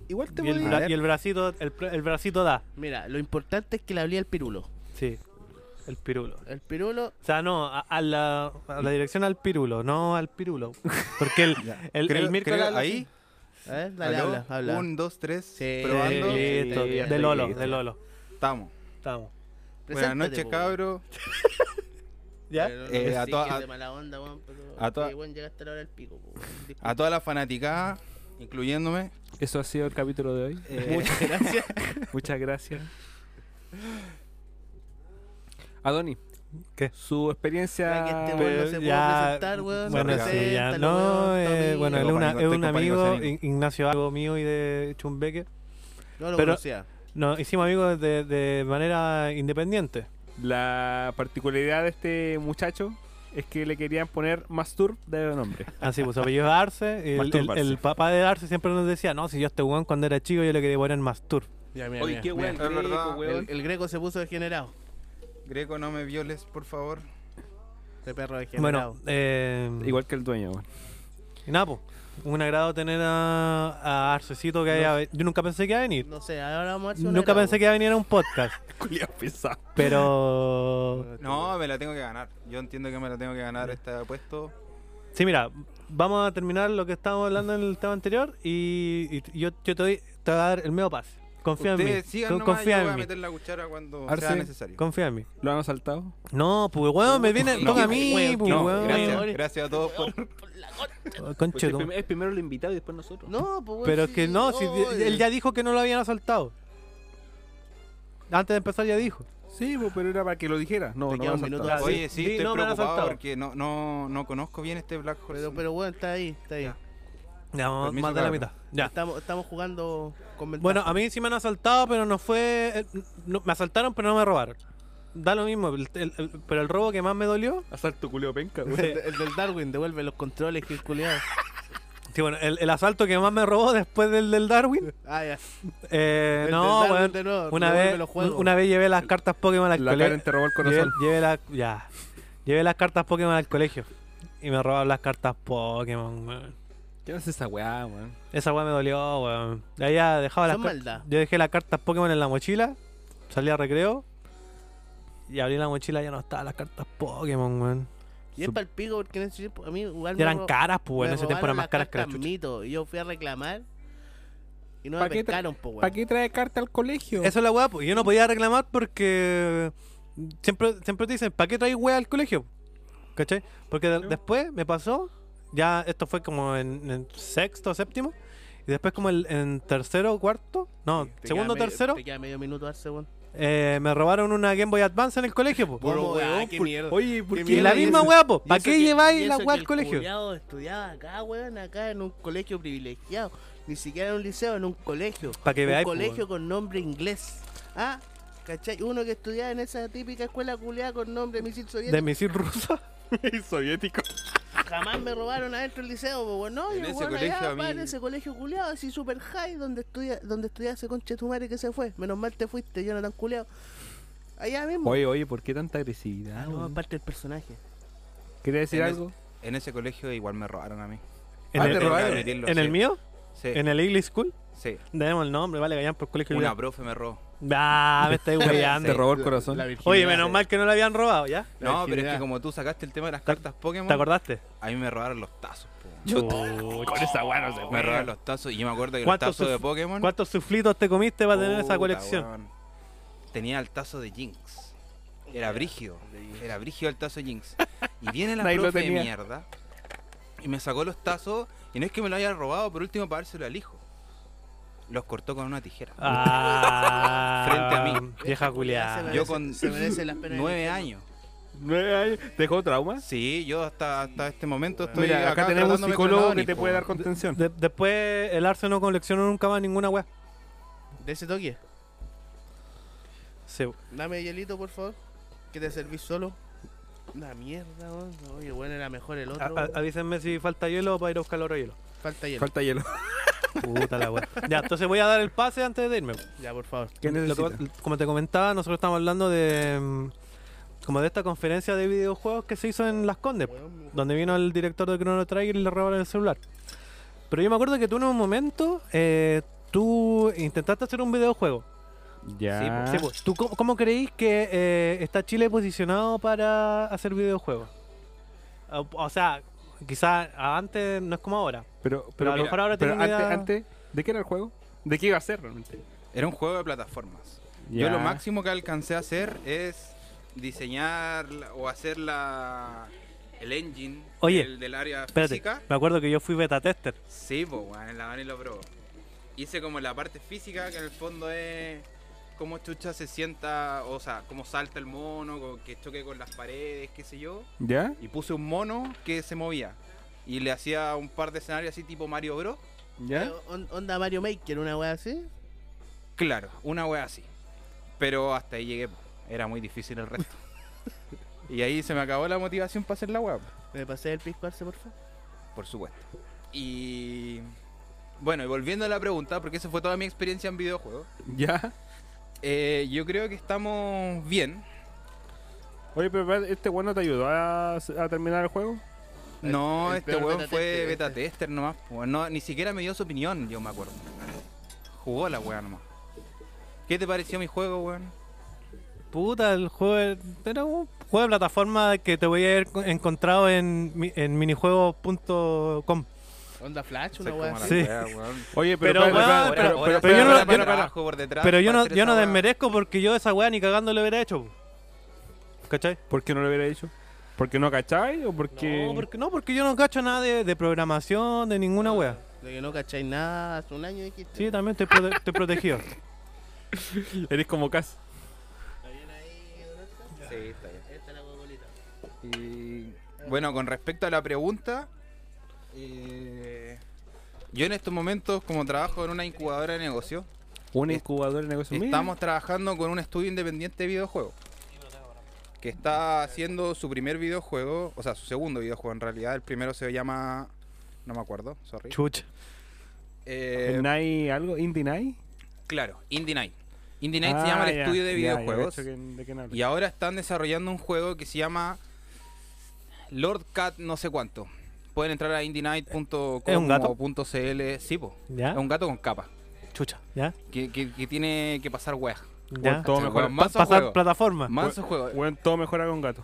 B: igual te
A: y, el
B: podías.
A: bra-
C: A ver.
A: y el bracito, el, pr- el bracito da.
C: Mira, lo importante es que le hablé al pirulo.
A: Sí. El pirulo.
C: El pirulo,
A: O sea, no, a, a la, a la dirección al pirulo, no al pirulo. Porque el,
D: Ya.
A: el,
D: Creo-
A: el Mirko
D: creo
A: le habla
D: ahí.
C: a ver, dale,
D: ¿Aló?
C: habla, habla.
D: Un, dos, tres.
C: Sí.
A: así.
D: Probando.
C: Sí.
A: Listo,
C: Sí,
A: de Lolo,
D: listo.
A: de Lolo.
D: Estamos.
A: Estamos.
D: Buenas
C: Preséntate,
D: noches,
C: po,
D: cabro.
A: ¿Ya?
C: Pero no
D: Eh,
C: decís
D: a toda-
C: que es
D: a-
C: de mala onda, weón, pero-
D: a toda-
C: sí, weón, llegaste a la hora del pico, po, weón. Disculpa.
D: A toda la fanaticada, incluyéndome.
B: Eso ha sido el capítulo de hoy.
D: eh,
C: Muchas gracias.
B: Muchas gracias. Adoni,
A: ¿Qué?
C: Ya
B: su
C: que
B: experiencia.
C: este weón no se pudo
A: ya-
C: presentar, weón.
A: Bueno,
D: no,
A: sí, ya.
C: preséntalo,
A: No,
C: weón,
A: eh,
C: Tommy.
A: bueno, él es
D: Tengo
A: una-
D: pánico,
A: es un
D: tengo pánico
A: amigo,
D: escénico.
A: In- Ignacio, amigo mío y de Chumbeque.
C: No lo
A: pero-
C: conocía.
A: Nos hicimos amigos de, de manera independiente.
B: La particularidad de este muchacho es que le querían poner Mastur de nombre.
A: Así, pues su apellido es Arce. El, el,
B: Masturbarse.
A: el papá de Arce siempre nos decía, no, si yo a este weón cuando era chico yo le quería poner Mastur.
C: Ya, mira,
B: Oye,
C: mira,
B: qué
C: mira.
B: weón,
D: Es verdad,
C: El, el Greco se puso degenerado.
D: Greco, no me violes, por favor.
C: Este perro degenerado.
A: Bueno, eh,
B: Igual que el dueño, weón.
A: y nada, pues, un agrado tener a, a Arcecito que haya... Yo nunca pensé que iba a venir.
C: no sé, ahora vamos a darse una
A: Nunca
C: grabo.
A: pensé que iba a venir a un podcast.
B: Culiao pesado.
A: Pero.
D: No, me la tengo que ganar. Yo entiendo que me la tengo que ganar este puesto.
A: Sí, mira, vamos a terminar lo que estábamos hablando en el tema anterior y, y yo, yo te, doy, te voy a dar el medio pase. Confía en mí.
D: Ustedes sigan
A: Con-
D: nomás, yo
A: confía
D: voy a
A: en mí.
D: meter la cuchara cuando
B: Arce,
D: sea necesario.
A: Confía en mí.
B: ¿Lo han asaltado?
A: No, pues weón, me viene.
D: no,
A: toca a
D: no,
A: mí,
C: weón,
A: pues
D: no,
A: weón.
D: gracias, gracias a todos por...
A: Conche tu-
B: primero el invitado y después nosotros.
C: No, pues weón,
A: Pero es
C: sí, eh.
A: que no, si
C: oye.
A: él ya dijo que no lo habían asaltado. Antes de empezar ya dijo.
B: Sí, pues, pero era para que lo dijera. No,
C: Te
B: no
C: queda
B: me
C: un
B: han
C: minuto.
B: asaltado.
A: Ah, sí.
D: Oye, sí,
A: Sí,
D: estoy
A: no, me han
D: preocupado
A: asaltado.
D: porque no, no, no conozco bien este Black Horse.
C: Pero, pero bueno, está ahí, está ahí.
A: Ya, vamos,
D: Permiso,
A: más de la
D: cabrón.
A: mitad. Ya.
C: Estamos, estamos jugando con ventaja.
A: Bueno, a mí sí me han asaltado, pero no fue. eh, no- me asaltaron, pero no me robaron. Da lo mismo, el- el- el- pero el robo que más me dolió.
B: Asalto culio penca, güey.
A: eh.
C: el, el del Darwin devuelve los controles, que culiado.
A: Sí, bueno, el, el asalto que más me robó después del del Darwin.
C: Ah, ya.
A: eh,
C: El
A: no,
C: del Darwin
A: weón,
C: de nuevo,
A: una
C: devuelve
A: vez,
C: los juegos.
A: una vez llevé las cartas Pokémon al
B: La Karen
A: colegio.
B: te robó el
A: Llevé,
B: corazón.
A: llevé la- ya. Llevé las cartas Pokémon al colegio. Y me robaron las cartas Pokémon, weón.
B: ¿Qué haces esa weá, weón?
A: Esa weá me dolió, weón. Ya había dejado las
C: Son
A: car-
C: maldad.
A: Yo dejé las cartas Pokémon en la mochila. Salí a recreo. Y abrí la mochila y ya no estaban las cartas Pokémon, weón.
C: Y es para el pico porque en ese tiempo a mí igual
A: Y eran
C: ro-
A: caras, pues, weón.
C: me
A: En ese tiempo
C: robaron
A: eran más
C: las
A: caras que la
C: cartas
A: chucha.
C: mito, y yo fui a reclamar y no
B: ¿Pa'
C: me
B: qué te-
C: pescaron, po, weón.
B: ¿Para qué trae carta al colegio?
A: Eso es la weá, pues. Yo no podía reclamar porque siempre, siempre te dicen, ¿para qué traes weá al colegio? ¿Cachai? Porque de-
B: Sí.
A: después me pasó, ya esto fue como en, en sexto, séptimo, y después como el- en tercero, cuarto, no,
C: Te
A: segundo,
C: queda medio-
A: tercero,
C: Te queda medio minuto darse, weón.
A: eh, me robaron una Game Boy Advance en el colegio, po.
C: Puro
B: Puro
C: weón,
B: weón,
C: qué
B: por-
C: mierda.
B: Oye, ¿por
C: Qué
A: Y
B: qué?
C: mierda,
A: la
C: y
A: misma
C: eso-
A: weá, po.
C: Y
A: ¿Para
C: eso
A: qué
C: que- y
A: lleváis la
C: eso
A: weá
C: que
A: al
C: el
A: colegio?
C: culiao estudiaba acá, weón, acá en un colegio privilegiado. Ni siquiera en un liceo, en un colegio.
A: Pa' que
C: un
A: veáis, po,
C: colegio
A: weón.
C: con nombre inglés. Ah, ¿cachai? Uno que estudiaba en esa típica escuela culiada con nombre misil soviético.
A: De misil ruso.
C: Ah,
B: Soviético.
C: Jamás me robaron adentro del liceo, po, weón. No,
D: En
C: yo,
D: ese
C: weón,
D: colegio
C: allá,
D: a
C: pa, en
D: mí-
C: ese colegio culiado, así super high, donde estudia, donde estudiaba ese conche tu madre que se fue. Menos mal te fuiste, yo no tan culiado. Allá mismo.
B: Oye, oye, ¿por qué tanta agresividad?
C: Ah, no,
B: weón?
C: aparte el personaje.
B: ¿Quería decir
D: En el-
B: algo?
D: En ese colegio igual me robaron a mí.
A: ¿En
B: Ah,
A: el-
B: te robaron.
A: en- en el
D: Sí.
A: mío?
D: Sí,
A: ¿En el English School?
D: sí.
A: Tenemos el nombre, vale, Gallán, por colegio.
D: Una
A: culiao.
D: profe me robó.
A: Ah, me estáis weyando.
B: Te robó el corazón.
A: Oye, menos mal que no la habían robado, ¿ya?
C: La
D: No, pero es
C: virginidad.
D: que como tú sacaste el tema de las cartas Pokémon,
A: ¿Te acordaste?
D: a mí me robaron los tazos. po.
B: Con esa weá no se
D: Me robaron los tazos y yo me acuerdo que los
A: ¿Cuántos
D: tazos
A: suf-
D: de Pokémon.
A: ¿Cuántos suflitos te comiste para tener esa
D: Puta,
A: colección?
D: weón. Tenía el tazo de Jinx. Era brígido. Era brígido el tazo de Jinx. Y viene la
B: Nadie lo
D: profe de
B: tenía.
D: mierda Y me sacó los tazos. Y no es que me lo haya robado, por último, para dárselo al hijo. Los cortó con una tijera.
A: Ah,
D: Frente a mí.
A: Vieja
C: Se
A: culiada.
C: merece-
D: Yo con
C: se merecen las penas
D: Nueve
C: del
D: años.
B: ¿Nueve años? ¿Te dejó traumas?
D: Sí, yo hasta, hasta este momento estoy
B: Mira, acá, tenemos un
D: tratándome con
B: psicólogo que
D: Adonis,
B: te
D: po,
B: puede dar
D: weón.
B: contención.
A: De- después el Arce no coleccionó nunca más ninguna weá.
C: De ese toque.
A: Sí.
C: Dame hielito, por favor. Que te servís solo. Una mierda, weón. Oye, bueno, era mejor el
A: A-
C: otro.
A: a- avísenme si falta hielo para ir a buscar el otro hielo.
C: Falta hielo.
B: Falta hielo.
A: Puta la wea. Ya, entonces voy a dar el pase antes de irme.
C: Ya, por favor.
B: ¿Qué
A: Lo que
B: necesitas?
A: pasa- como te comentaba, nosotros estamos hablando de mm, como de esta conferencia de videojuegos que se hizo en Las Condes,
C: Weón, me-
A: donde vino el director de Chrono Trigger y le robaron el celular. Pero yo me acuerdo que tú en un momento eh, tú intentaste hacer un videojuego.
B: Ya.
A: Sí, pues. ¿Tú cómo, cómo creéis que eh, está Chile posicionado para hacer videojuegos? O, o sea, quizás antes no es como ahora.
B: Pero, pero,
A: Pero a lo
B: mira,
A: mejor ahora
B: pero
A: tienen
B: antes,
A: idea-
B: antes, ¿de qué era el juego? ¿De qué iba a ser realmente?
D: Era un juego de plataformas.
B: Ya.
D: Yo lo máximo que alcancé a hacer es diseñar la- o hacer la, el engine
A: Oye,
D: del, del área
A: Espérate,
D: física.
A: me acuerdo que yo fui beta tester.
D: Sí, pues, weón, en la Dani lo probó. Hice como la parte física, que en el fondo es cómo chucha se sienta, o sea, cómo salta el mono, co- que choque con las paredes, qué sé yo.
B: ¿Ya?
D: Y puse un mono que se movía. Y le hacía un par de escenarios así tipo Mario Bros.
B: ¿Ya?
C: Eh, on- onda Mario Maker, una weá así.
D: Claro, una wea así. Pero hasta ahí llegué, po. era muy difícil el resto. y ahí se me acabó la motivación para hacer la wea, po,
C: Me pasé el pisco arce, por favor.
D: por supuesto. Y bueno, y volviendo a la pregunta, porque esa fue toda mi experiencia en videojuegos.
B: ¿Ya?
D: eh, yo creo que estamos bien.
B: Oye, pero espérate, ¿este weón no te ayudó a, a terminar el juego?
C: El-
D: No,
C: el
D: este
C: peor
D: weón
C: beta
D: fue
C: tester,
D: beta
C: este.
D: tester nomás. po. No, ni siquiera me dio su opinión, yo me acuerdo. Jugó la wea nomás. ¿Qué te pareció mi juego, weón?
A: Puta, el juego de- era un juego de plataforma que te voy a haber co- encontrado en, mi- en minijuegos.com.
C: Onda Flash,
D: Soy
C: una weá
D: como
C: así.
D: la
A: Sí.
D: wea, weón.
B: Oye,
A: Pero,
B: pero, espérate,
A: weón,
B: espérate,
A: pero-
B: pero, pero,
A: pero
B: espérate,
A: yo no- yo no-
B: espérate, espérate.
D: trabajo por detrás
A: Pero yo
D: para
A: no, yo
D: hacer esa
A: no
D: wea.
A: desmerezco porque yo esa weá ni cagando le hubiera hecho. po. ¿Cachai?
B: ¿Por qué no lo hubiera hecho? ¿Porque no cacháis o porque...?
A: No, porque, no, porque yo no cacho nada de, de programación, de ninguna weá.
C: De que no cacháis nada hace un año dijiste.
A: Sí, también estoy, prote- estoy protegido.
B: Eres como Cas.
D: Sí, está bien.
C: Esta es la weá bonita.
D: Y bueno, con respecto a la pregunta, eh, yo en estos momentos, como trabajo en una incubadora de negocios,
B: Un incubador de negocios. Mira.
D: estamos trabajando con un estudio independiente de videojuegos que está haciendo su primer videojuego, o sea, su segundo videojuego en realidad. El primero se llama, no me acuerdo, sorry.
A: Chucha.
D: Eh,
B: ¿Night algo? ¿Indie Night? Ah,
D: claro, Indie Night. Indie Night se llama el estudio de videojuegos.
B: ¿De qué hablas.
D: Y ahora están desarrollando un juego que se llama Lord Cat no sé cuánto. Pueden entrar a
A: ¿Es un
D: indynight.com
A: gato?
D: o punto .cl. Sí, po.
A: ¿Ya?
D: Es un gato con capa.
A: Chucha. ¿Ya?
D: Que, que- que tiene que pasar weas.
A: ¿Ya?
B: Todo
D: O sea,
B: mejor.
D: weón,
A: Pa-
D: manso
A: pasar
D: juego.
A: plataforma.
D: Manso juego.
B: Weón, todo mejora con gato.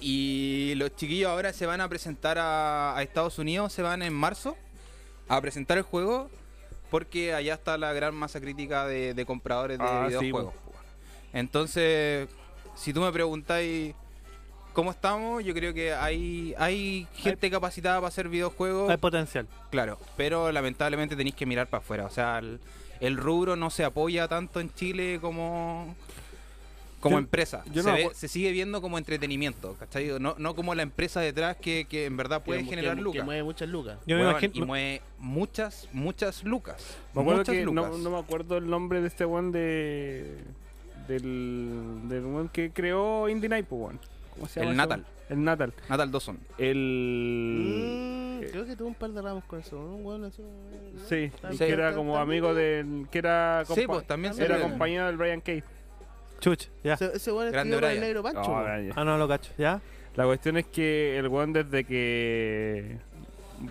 D: Y los chiquillos ahora se van a presentar a, a Estados Unidos, se van en marzo a presentar el juego porque allá está la gran masa crítica de, de compradores de
B: Ah, sí,
D: videojuegos. Entonces, si tú me preguntáis cómo estamos, yo creo que hay, hay gente capacitada para hacer videojuegos,
A: Hay potencial.
D: claro, pero lamentablemente tenéis que mirar para afuera. O sea, el, el rubro no se apoya tanto en Chile como... Como
B: Yo-
D: empresa,
B: yo
D: se,
B: no
D: ve-
B: acu-
D: se sigue viendo como entretenimiento, ¿cachai? No, no como la empresa detrás que, que en verdad puede
C: Que-
D: generar
C: que-
D: lucas.
C: Que mueve muchas lucas.
A: Yo me
D: Weón,
A: imagino.
D: y mueve muchas, muchas lucas.
B: Me acuerdo
D: muchas
B: que
D: lucas.
B: no, no me acuerdo el nombre de este weón de. Del. Del weón que creó Indie Night, pues, weón. ¿Cómo se
D: El
B: ese
D: Natal.
B: weón? El Natal.
D: Natal Dawson.
B: El.
C: Mm,
B: eh,
C: creo que tuvo un par de ramos con eso. Un weón así. Mm, ¿no?
B: Sí,
C: También,
B: que era
C: tam-
B: como
C: también
B: amigo del. Que era.
D: Sí,
B: compa-
D: pues también se
B: era
D: ve.
B: compañero del Brian Cage.
A: Chucha. ¿Ya?
C: Ese, ese weón
D: Grande
C: escribió para el
D: Brian.
C: negro Pancho.
B: Ah,
C: weón.
B: Brian.
A: Ah, no lo cacho. ¿Ya?
B: La cuestión es que el weón desde que.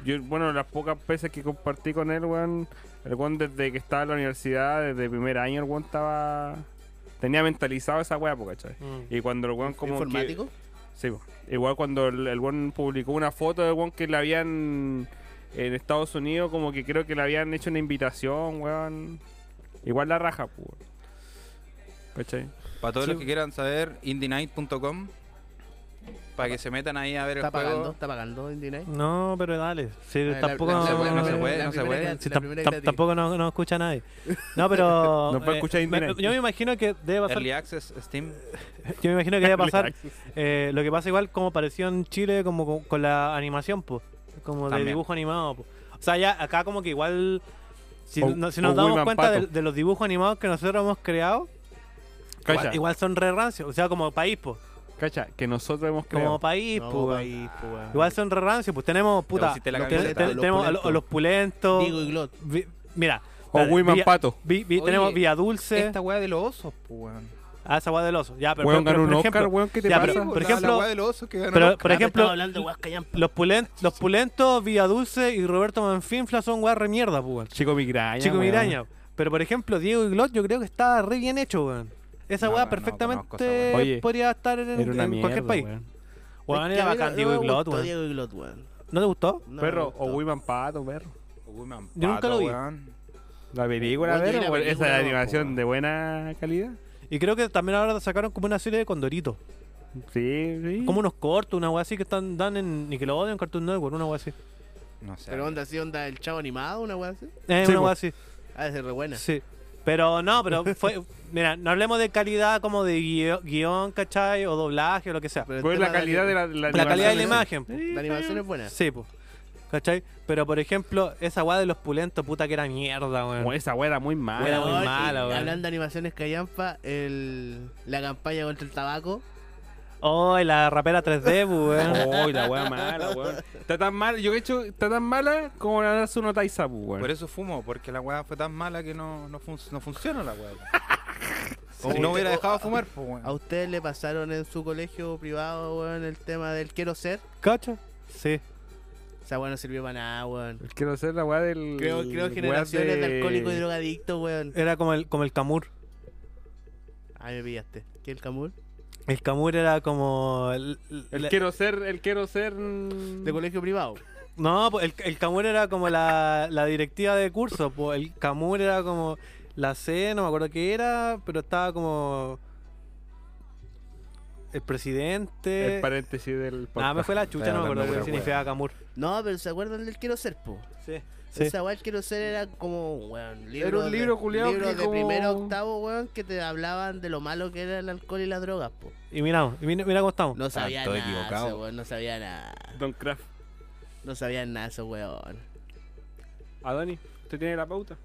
B: Yo, bueno, las pocas veces que compartí con él, weón. El weón desde que estaba en la universidad, desde el primer año, el weón estaba. Tenía mentalizado esa weá, po, ¿cachai?
A: Mm.
B: Y cuando el weón como. que-
C: Informático.
B: sí, po. igual cuando el, el weón publicó una foto del weón que le habían. En Estados Unidos, como que creo que le habían hecho una invitación, weón. Igual la raja, po, weón. ¿Cachai?
D: Para todos
A: Sí.
D: los que quieran saber, indienight.com para que se metan ahí a ver el
C: Está pagando,
D: juego.
C: está pagando Indie Night.
A: No, pero dale. Si
C: Ah, la-
A: tampoco
C: la-
D: no se puede, no se
C: primera-
D: puede,
C: la
D: no se
C: primera
D: puede.
C: gratis,
A: si
C: la
A: tam-
C: primera
A: tam-
C: gratis.
A: tampoco no, no escucha a nadie. No, pero. eh,
B: Nos va a escuchar
A: me-
B: Internet.
A: Yo me imagino que debe pasar.
D: Early Access, Steam.
A: Yo me imagino que debe pasar. eh, lo que pasa igual como pareció en Chile, como con, con la animación, pues. Como de
D: También.
A: dibujo animado, po. O sea, ya acá como que igual. Si,
B: O-
A: no- si
B: o
A: nos damos
B: Willman
A: cuenta de,
B: Pato.
A: de los dibujos animados que nosotros hemos creado,
B: Cacha,
A: igual, igual son re rancios. O sea, como país, pues.
B: cacha, que nosotros hemos
A: Como
B: creado.
A: país,
C: No,
A: po, pues, weón.
C: país, po, weón.
A: Igual son re rancios, pues tenemos puta.
D: pusiste la
A: te-
D: camiseta,
A: te-
C: los
A: tenemos a lo- a los pulentos.
C: Digo y Glot.
A: vi- mira.
B: O
A: espérate,
B: Oh, Wiman
A: Villa-
B: Pato.
A: vi- vi-
D: Oye,
A: tenemos Villa Dulce.
D: Esta weá de los osos, pues, weón.
A: Ah, esa weá del oso. Ya, pero,
B: Weón
A: pero-
B: ganó
A: pero
B: un
A: por
B: Oscar,
A: ejemplo,
B: weón, ¿qué te
A: ya,
B: pasa?
A: pero- por
D: la-
A: ejemplo-
D: la weá de los osos que ganó
A: pero,
D: los-
A: por
C: Ah, pero
A: ejemplo,
C: estaba hablando de Huascayampa.
A: los, pulen- los pulentos, Villa Dulce y Roberto Manfinfla son weá re mierda, pues, weón.
B: Chico Migraña.
A: Chico
B: weón.
A: Miraña. Pero por ejemplo, Diego Iglot yo creo que está re bien hecho, weón. Esa
D: No,
A: weá
D: no conozco esa
A: perfectamente
D: weá.
B: Oye,
A: podría estar en,
B: Era una
A: en
B: mierda,
A: cualquier país.
B: weón.
A: Weón,
C: Es que
A: era
C: a mí no-
A: bacán
C: no
A: Diego
C: me
A: Iglot,
C: gustó
A: weón.
C: Diego y Glot, weón.
A: ¿No te gustó?
C: No me
B: Perro,
C: gustó.
B: o Wiman Pato, perro.
D: Woman
A: Yo nunca lo
D: Pato,
A: vi.
D: weón.
B: La película,
C: Oye,
B: perro,
C: la
B: weón, esa
C: película,
B: animación
C: po.
B: de buena calidad.
A: Y creo que también ahora sacaron como una serie de Condoritos.
B: Sí, sí.
A: Como unos cortos, una weá así que están dan en Nickelodeon, Cartoon Network, una weá así.
D: No sé.
C: Pero onda así, onda el chavo animado, una weá así.
A: Eh,
B: Sí,
A: una
B: po.
A: weá así.
C: Ah, esa es re buena.
A: Sí. Pero no, pero fue. mira, no hablemos de calidad como de guio- guión, ¿cachai? O doblaje o lo que sea.
C: Pero el
B: ¿Cuál es Pues la
C: tema
B: calidad de la, la
A: La calidad de la
B: animación?
A: imagen. po.
C: La animación es buena.
A: Sí, pues. ¿Cachai? Pero por ejemplo, esa weá de los pulentos, puta que era mierda,
B: Como
A: weón.
B: esa weá era muy mala.
A: Ah, Era
C: Weón,
A: muy
C: y
A: mala, weón.
C: Hablando de animaciones Callampa, el, la campaña contra el tabaco.
A: Oh, y la rapera 3D, po, weón.
B: Uy, la weá mala, weón. Está tan mala, yo he hecho, está tan mala como la Natsuno Taisa, pues, weón.
D: Por eso fumo, porque la weá fue tan mala que no, no, fun- no funciona la weá.
C: Como
D: Si no
C: que-
D: hubiera
C: o-
D: dejado de fumar, pues weón.
C: ¿A ustedes le pasaron en su colegio privado, weón, el tema del quiero ser?
A: ¿Cacho? Sí.
C: O sea, weón, no sirvió para nada, weón.
B: Quiero hacer la weá del.
C: Creo, creo
B: weá
C: generaciones de...
B: de-
C: alcohólico y drogadicto, weón.
A: Era como el, como el Camur.
C: Ah, me pillaste. ¿Qué el Camul?
A: El Camur era como. el-
B: El
A: la-
B: quiero ser, el quiero ser. mm,
C: De colegio privado.
A: No, po, el, el Camur era como la, la directiva de curso. po. El Camur era como la C, no me acuerdo qué era, pero estaba como. El presidente.
B: El paréntesis del.
A: Nada, me fue la chucha,
D: Estaba
A: no me acuerdo
D: hablando
A: qué
D: pura
A: significaba Camur.
C: No, pero ¿se acuerdan del quiero ser, po?
A: Sí.
C: Esa weá, el quiero ser era como, weón, libro
B: un libro culiao
C: libros
B: que
C: de
B: como-
C: primero a octavo, weón, que te hablaban de lo malo que era el alcohol y las drogas, po.
A: Y miramos, y mira, mira cómo estamos.
C: No sabía
D: Tanto
C: nada,
D: equivocado.
C: ese weón, no sabía nada.
B: Don Craft.
C: No sabía nada, ese weón.
B: Adoni, usted tiene la pauta.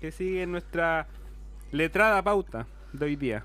B: Que sigue nuestra letrada pauta de hoy día.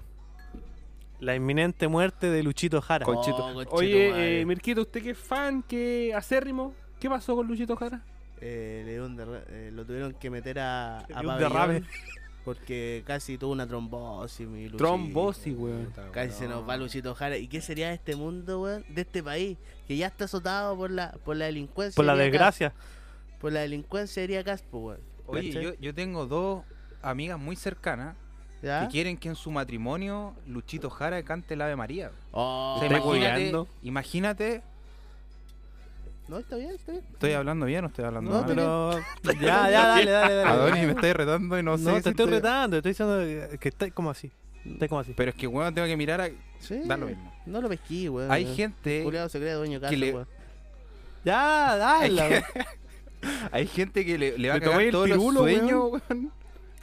A: La inminente muerte de Luchito Jara.
C: Con-
B: Conchito.
C: conchito madre.
B: Oye, eh, Mirquito, usted que es fan, que acérrimo. ¿Qué pasó con Luchito Jara?
C: Eh, le dio un derra- eh, lo tuvieron que meter a, a
A: dio un
C: pabellón
A: derrame.
C: porque casi tuvo una trombosis, mi Luchito.
B: Trombosis, weón.
C: Casi se nos va Luchito Jara. ¿Y qué sería de este mundo, weón? De este país que ya está azotado por la, por la delincuencia.
A: Oh, Por la
C: diría
A: desgracia.
C: Cas- Por la delincuencia diría Caspo, weón.
D: Oye,
C: ¿Cachai?
D: yo, yo tengo dos amigas muy cercanas
C: ¿Ya?
D: que quieren que en su matrimonio Luchito Jara cante el Ave María.
C: Oh,
D: O sea,
B: Está
D: imagínate,
B: cuidando.
D: imagínate,
C: no, está bien, está bien.
D: estoy hablando bien o estoy hablando
C: No,
D: mal.
A: Pero. Ya, ya, dale, dale, dale.
D: Adonis, me estáis retando y no,
A: No,
D: sé.
A: te
D: si
A: estoy retando, estoy diciendo que estás como así. Estás como así.
D: Pero es que weón, tengo que mirar a.
C: Sí.
D: Da lo mismo.
C: No lo pesquí, weón.
D: Hay gente.
C: Juliado se cree dueño de casa,
D: le-
C: weón.
A: Ya,
D: hay
A: dale.
D: gen- Hay gente que le, le va a
B: Le tomé
D: cagar
B: el
D: todos
B: pirulo,
D: los sueños, weón,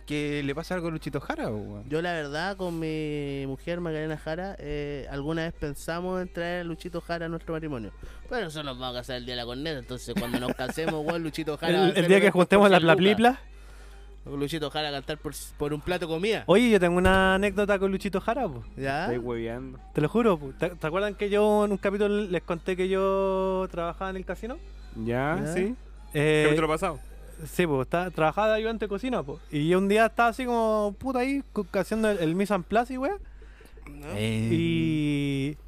D: Que le pasa algo a Luchito Jara, weón.
C: Yo la verdad con mi mujer Macarena Jara, eh, alguna vez pensamos en traer a Luchito Jara a nuestro matrimonio. Pero nosotros nos vamos a casar el día de la corneta, entonces cuando nos casemos, weón, Luchito Jara... va a
A: El,
C: hacer
A: el día
C: una
A: que juntemos la,
C: canción
A: la
C: por cien lucas.
A: plipla.
C: Luchito Jara a cantar por, por un plato de comida.
A: Oye, yo tengo una anécdota con Luchito Jara, po.
C: ¿Ya?
B: Estoy hueveando.
A: te lo juro. po. ¿Te, te acuerdan que yo en un capítulo les conté que yo trabajaba en el casino?
B: Ya,
C: Ya.
B: sí.
A: Eh,
B: Capítulo pasado.
A: Sí, pues, está, trabajaba de ayudante de cocina, pues. Y un día estaba así como puta ahí, cu- haciendo el, el mise en place y weá.
D: Eh,
A: Y.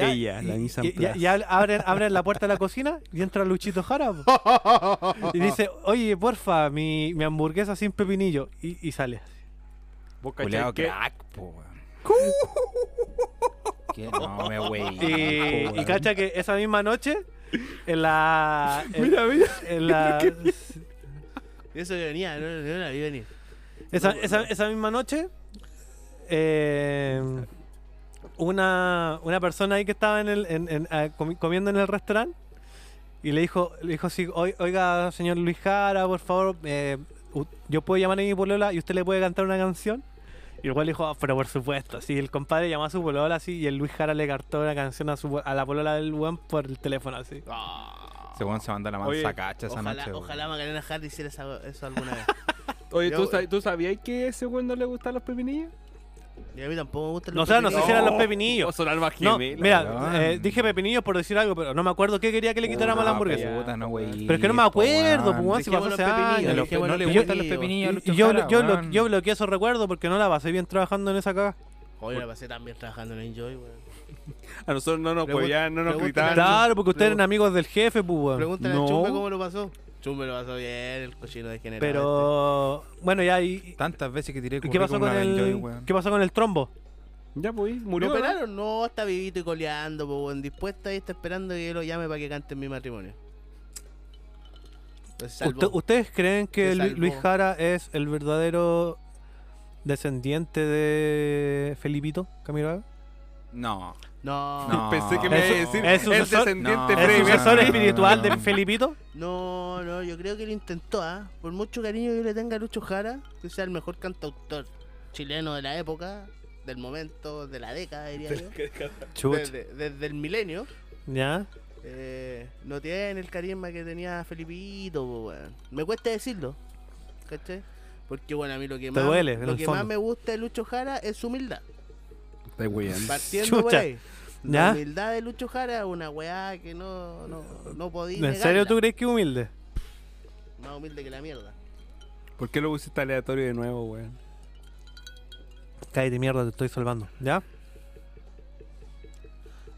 B: Ella, la mise en
A: y- ya-
B: place.
A: ya abren, abren la puerta de la cocina y entra Luchito Jara, po. Y dice, oye, porfa, mi, mi hamburguesa sin pepinillo. Y, y sale. así.
B: Vos cachai
D: Culeado
B: que-
D: crack, po, weón. Que no me wey.
A: Y,
B: Ah,
A: y cacha que esa misma noche, en la. en-
B: Mira, mira.
A: en la-
C: Eso que venía, no, no la vi venir.
A: esa, esa- esa misma noche, eh, una, una persona ahí que estaba en el, en- en- ah, comi- comiendo en el restaurante y le dijo, le dijo así, "Oi- oiga, señor Luis Jara, por favor, eh, u- yo puedo llamar a mi polola y usted le puede cantar una canción. Y el cual dijo, "Ah, pero por supuesto, así el compadre llamó a su polola así y el Luis Jara le cantó una canción a, su, po- a la polola del buen por el teléfono así.
D: Ah, Ese weón se manda la
B: Oye,
D: mansa cacha esa
C: Ojalá,
D: noche. weón.
C: ojalá Macarena Hart hiciera esa- eso alguna vez.
B: Oye, ¿tú,
C: Yo-
B: sa- ¿tú sabías que a ese weón no le gustan los pepinillos?
C: Y a mí tampoco me gustan
A: No,
C: los
A: o sea, no sé si eran los
B: No.
A: pepinillos.
B: O son almas
A: No,
B: gemelas,
A: mira,
D: weón.
A: eh, dije pepinillos por decir algo, pero no me acuerdo qué quería que le quitáramos a la
D: Ah,
A: hamburguesa.
D: puta, no, weón.
A: Pero es que no me acuerdo, pues, weón, si
C: Dejemos
A: pasó hace
C: los pepinillos, dejemos
A: años. Los pe-
D: no le
A: y yo-
D: gustan los pepinillos. a
A: y
D: Lucho
A: yo,
D: Jara,
A: yo,
D: weón.
A: lo- yo bloqueé esos recuerdos porque no la pasé bien trabajando en esa caga.
C: Hoy la pasé también trabajando en Enjoy, weón.
B: A nosotros no nos
C: Pregun-
B: podían, no nos
C: pregunta-
B: gritaban.
A: Claro, porque ustedes
C: pregun-
A: eran amigos del jefe, pues, weón.
C: Pregúntale
B: No.
C: a Chumbe cómo lo pasó. Chumbe lo pasó bien, el cochino este. degenerado.
A: Pero, bueno, ya, y,
D: Tantas veces que tiré
A: y ¿qué, pasó con
D: currículum a Benjoy,
A: el,
D: weón.
A: ¿qué pasó con el trombo?
B: Ya, pues,
C: este.
B: murió.
C: ¿Lo
B: ¿no?
C: operaron? No, está vivito y coleando, po, weón. Dispuesta y está esperando que yo lo llame para que cante en mi matrimonio. Lo salvó.
A: ¿Usted- ¿Ustedes creen que
C: Se
A: Lu-
C: salvó.
A: Luis Jara es el verdadero descendiente de Felipito Camiroaga?
D: No.
C: No,
D: No.
B: Pensé que me iba a
A: Es-
B: decir
A: es
B: el
A: sucesor-
B: descendiente
D: no,
A: ¿Es
B: Freddy
D: Freddy
A: sucesor
D: Mercury.
A: espiritual
D: No,
A: de
D: no, no.
A: Felipito?
C: no, no, yo creo que lo intentó, ¿ah? Por mucho cariño que yo le tenga a Lucho Jara, que sea el mejor cantautor chileno de la época, del momento, de la década, diría yo.
A: Chucha.
C: Desde, desde el milenio.
A: ¿Ya?
C: Eh, no tiene el carisma que tenía Felipito, po, weón. Me cuesta decirlo, ¿cachai? Porque, bueno, a mí lo que, más,
A: duele, en
C: lo
A: el
C: que
A: fondo.
C: más me gusta de Lucho Jara es su humildad.
B: Estáis weyando.
C: Partiendo por
A: Chucha.
C: ahí.
A: ¿Ya?
C: La humildad de Lucho Jara es una weá que no, no, no podía.
A: ¿En serio
C: negarla.
A: tú crees que es humilde?
C: Más humilde que la mierda.
B: ¿Por qué lo pusiste aleatorio de nuevo, weón?
A: Cállate mierda, te estoy salvando. ¿Ya?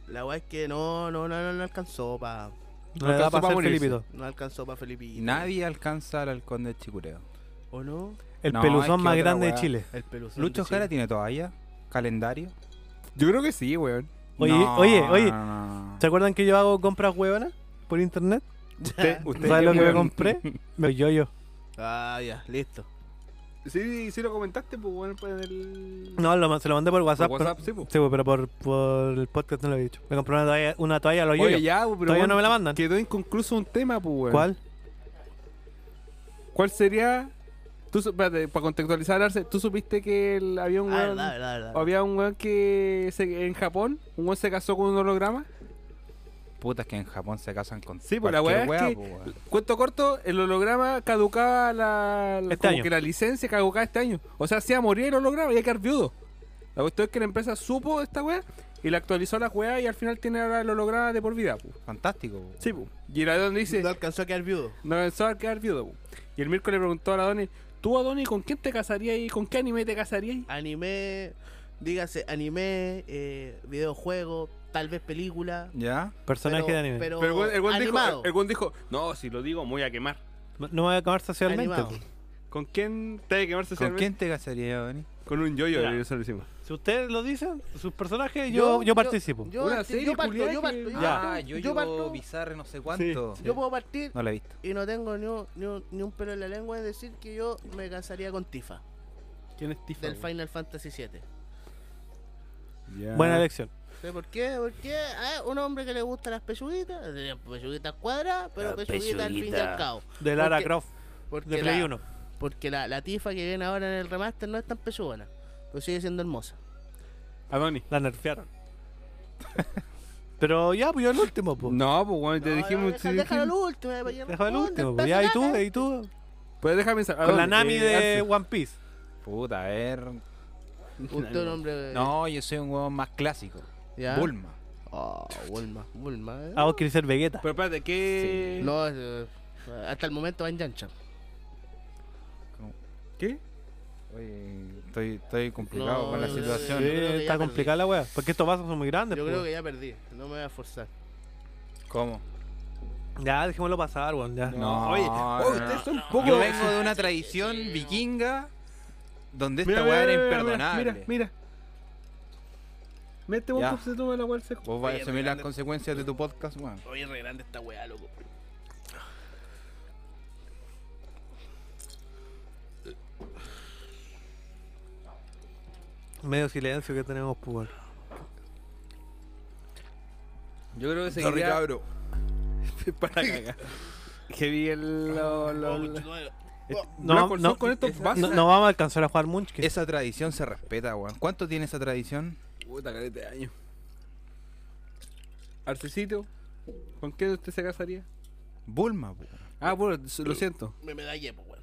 C: La weá es que no, no, no, no, no alcanzó para.
A: No le da
B: alcanzó
A: para
B: pa'
A: ser
B: morirse.
A: Felipito.
C: No alcanzó para Felipito.
D: Nadie alcanza al halcón del chicureo.
C: ¿O no?
A: El
D: No, es
A: peluzón
D: que
A: más
D: otra
A: grande de
D: weá.
A: Chile.
C: El peluzón.
D: Lucho
C: de Chile.
D: Jara tiene toalla, calendario.
B: Yo creo que sí, weón.
A: Oye,
D: No,
A: oye, oye.
D: no, no, no.
A: ¿Se acuerdan que yo hago compras huevonas por internet?
B: Usted, usted
A: ¿Sabes lo que me
B: weón.
A: compré? Me yo yo.
C: Ah, ya, listo.
B: Sí, sí lo comentaste, pues, weón, pues, el...
A: No, lo ma- se lo mandé por WhatsApp.
B: Por
A: pero-
B: WhatsApp, sí, pues. po.
A: sí, po, pero por, por el podcast no lo he dicho. Me compré una toalla, una toalla a los
B: Oye,
A: yoyos.
B: ya, pues, pero
A: Todavía
B: weón,
A: no me la mandan.
B: Quedó inconcluso un tema, pues, weón.
A: ¿Cuál?
B: ¿Cuál sería? Tú, su- espérate, para contextualizar, Arce, ¿tú supiste que el- había
C: Ah,
B: un weón,
C: verdad, verdad, verdad.
B: había un weón que se- en Japón, un weón se casó con un holograma?
D: Puta, es que en Japón se casan con
B: Sí, pues, la
D: cualquier
B: weá es
D: weá, po, weón.
B: Cuento corto, el holograma caducaba la, la-
A: Este
B: como
A: año.
B: que la licencia caducaba este año. O sea, hacía morir el holograma y hay que quedar viudo. La cuestión es que la empresa supo de esta weá y la actualizó la weá y al final tiene ahora el holograma de por vida, pues.
D: Fantástico. po.
B: Sí, pues. Y era donde dice,
C: No alcanzó a quedar viudo.
B: No pensaba a quedar viudo. po. Y el miércoles le preguntó a la Donnie, ¿tú, Adonis, con quién te casarías y con qué anime te casarías?
C: anime, dígase anime, eh, videojuego, tal vez película.
B: pues.
D: ¿Ya?
A: Personaje
C: pero-
A: de anime.
C: Pero,
B: Pero el weón- el weón dijo,
C: animado.
B: el- el weón dijo, no, si lo digo, me voy a quemar.
A: No me voy a acabar socialmente.
C: animado.
A: po.
B: ¿Con quién te hay que quemar
D: ¿Con
B: socialmente?
D: quién te casaría, Dani?
B: Con un yoyo,
A: Mira.
B: eso lo hicimos.
A: Si ustedes lo dicen, sus personajes, yo, yo, participo.
C: Yo,
B: Una
C: parti-
B: serie,
C: yo parto,
B: culiá,
C: yo parto,
B: que- Ah,
C: yo
A: Ya.
C: parto, Ah, yo parto,
D: bizarre no sé
B: cuánto.
C: yo puedo partir
D: No la he visto.
C: y no tengo ni un, ni, un, ni un pelo en la lengua de decir que yo me casaría con Tifa
B: ¿Quién es Tifa?
C: del Final Fantasy VII.
A: Buena elección.
C: ¿Sé por qué? Porque ah, un hombre que le gusta las pechuguitas, eh, pechuguitas cuadradas,
B: Ah,
C: pero pechuguitas al fin y al cabo.
A: De Lara
C: Porque-
A: Croft,
C: Porque
A: de Play
C: la-
A: 1.
C: Porque la, la tifa que viene ahora en el remaster no es tan pechugona, pero sigue siendo hermosa.
B: Adonis.
A: La nerfearon. pero ya, pues yo el último, pues.
B: No, pues bueno, te
C: No,
B: dijimos...
C: no,
B: te
C: deja- déjalo al
B: dijimos-
C: último. eh, para que
A: Deja el
C: responda, eh.
A: último,
C: está
A: pues. Ya, y tú,
C: sacando-
A: y tú.
B: Pues déjame pensar.
A: Con la
B: Adonis,
A: Nami
B: eh,
A: de
B: Arce.
A: One Piece.
D: Puta, a ver.
C: Usted un hombre.
D: No, yo soy un huevón más clásico.
C: Eh. ¿Ya?
D: Bulma.
C: Oh, Bulma, Bulma. eh.
A: Ah, vos querés ser Vegeta.
B: Pero espérate, ¿qué...?
C: No, eh, hasta el momento va en Yancha.
B: ¿Qué?
D: Oye, estoy, estoy complicado
C: No,
D: con la
C: yo-
D: situación.
A: Sí,
C: yo creo que ya
A: está
C: perdí.
A: complicada la wea. Porque estos vasos son muy grandes.
C: Yo
A: pues.
C: creo que ya perdí, no me voy a forzar.
D: ¿Cómo?
A: Ya, dejémoslo pasar, weón. Ya.
D: No,
B: Oye,
D: no,
B: oye,
D: no.
B: Oh, ustedes son un poco...
D: Yo vengo de una tradición vikinga donde esta
B: Mira,
D: weá
B: mira,
D: era
B: mira, mira,
D: imperdonable.
B: Mira, mira. Mete un
D: Ya.
B: se toma la cual se...
D: Vos vas
C: Oye,
D: a asumir las
C: Fernando.
D: consecuencias de tu podcast, weón.
C: Oye, re grande esta weá, loco.
A: Medio silencio que tenemos, pues. weón.
B: Yo creo que
D: Sorry,
B: seguiría
D: cabro.
B: para cagar. Heavy el. lo- lo-
C: Oh,
B: lo-
C: eh.
B: Este-
A: No,
B: Black Hole
A: no,
B: Sun con estos
D: esa-
A: No,
B: vasos.
A: no vamos a alcanzar a jugar Munchkin.
D: Esa tradición se respeta, weón. ¿Cuánto tiene esa tradición?
B: Puta, carete de año. Arcecito, ¿con qué usted se casaría?
D: Bulma, po.
B: Ah, bueno, s- lo siento.
C: Me medallé, pues, weón.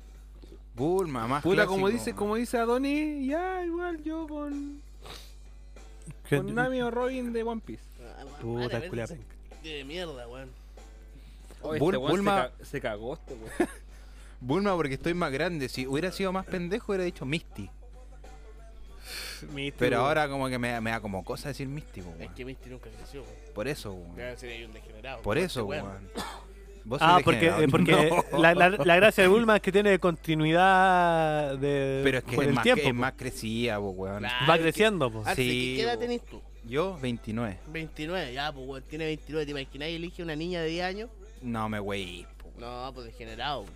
D: Bulma, más
B: Ah, Puta,
D: clásico,
B: como dice,
D: weón.
B: como dice Adonis, ya igual yo con,
A: Que-
B: con Nami o Robin de One Piece.
C: Ah, weón,
A: Puta,
C: madre,
A: culia
C: ese- De mierda, weón.
B: Oh, este
D: Bul-
B: weón se
D: Bulma-
B: ca- se cagó este weón.
D: Bulma porque estoy más grande. Si hubiera sido más pendejo, hubiera dicho Misty. Pero ahora como que me, me da como cosa decir Misty, po,
C: Es
D: weón.
C: que Misty nunca creció, weón.
D: Por eso, weón.
C: Ya sería un degenerado.
D: Por
C: Este
D: eso, weón. Vos
A: Ah,
D: sos
A: porque,
D: degenerado.
A: eh, porque
D: Oh, No.
A: la, la- la gracia de Bulma es que tiene continuidad de,
D: Pero es que
A: por
D: es
A: el
D: más,
A: tiempo.
D: es
A: po.
D: más Ah, crecida, po, weón.
C: Claro.
A: Va
C: es que-
A: creciendo, po.
C: Arce,
D: Sí,
C: ¿qué- ¿qué edad
D: weón.
C: tenés tú?
D: Yo, 29.
C: 29, ya, pues, weón. Tiene 29. ¿Te imaginas y elige una niña de 10 años?
D: No me wey. po.
C: No, pues degenerado. weón.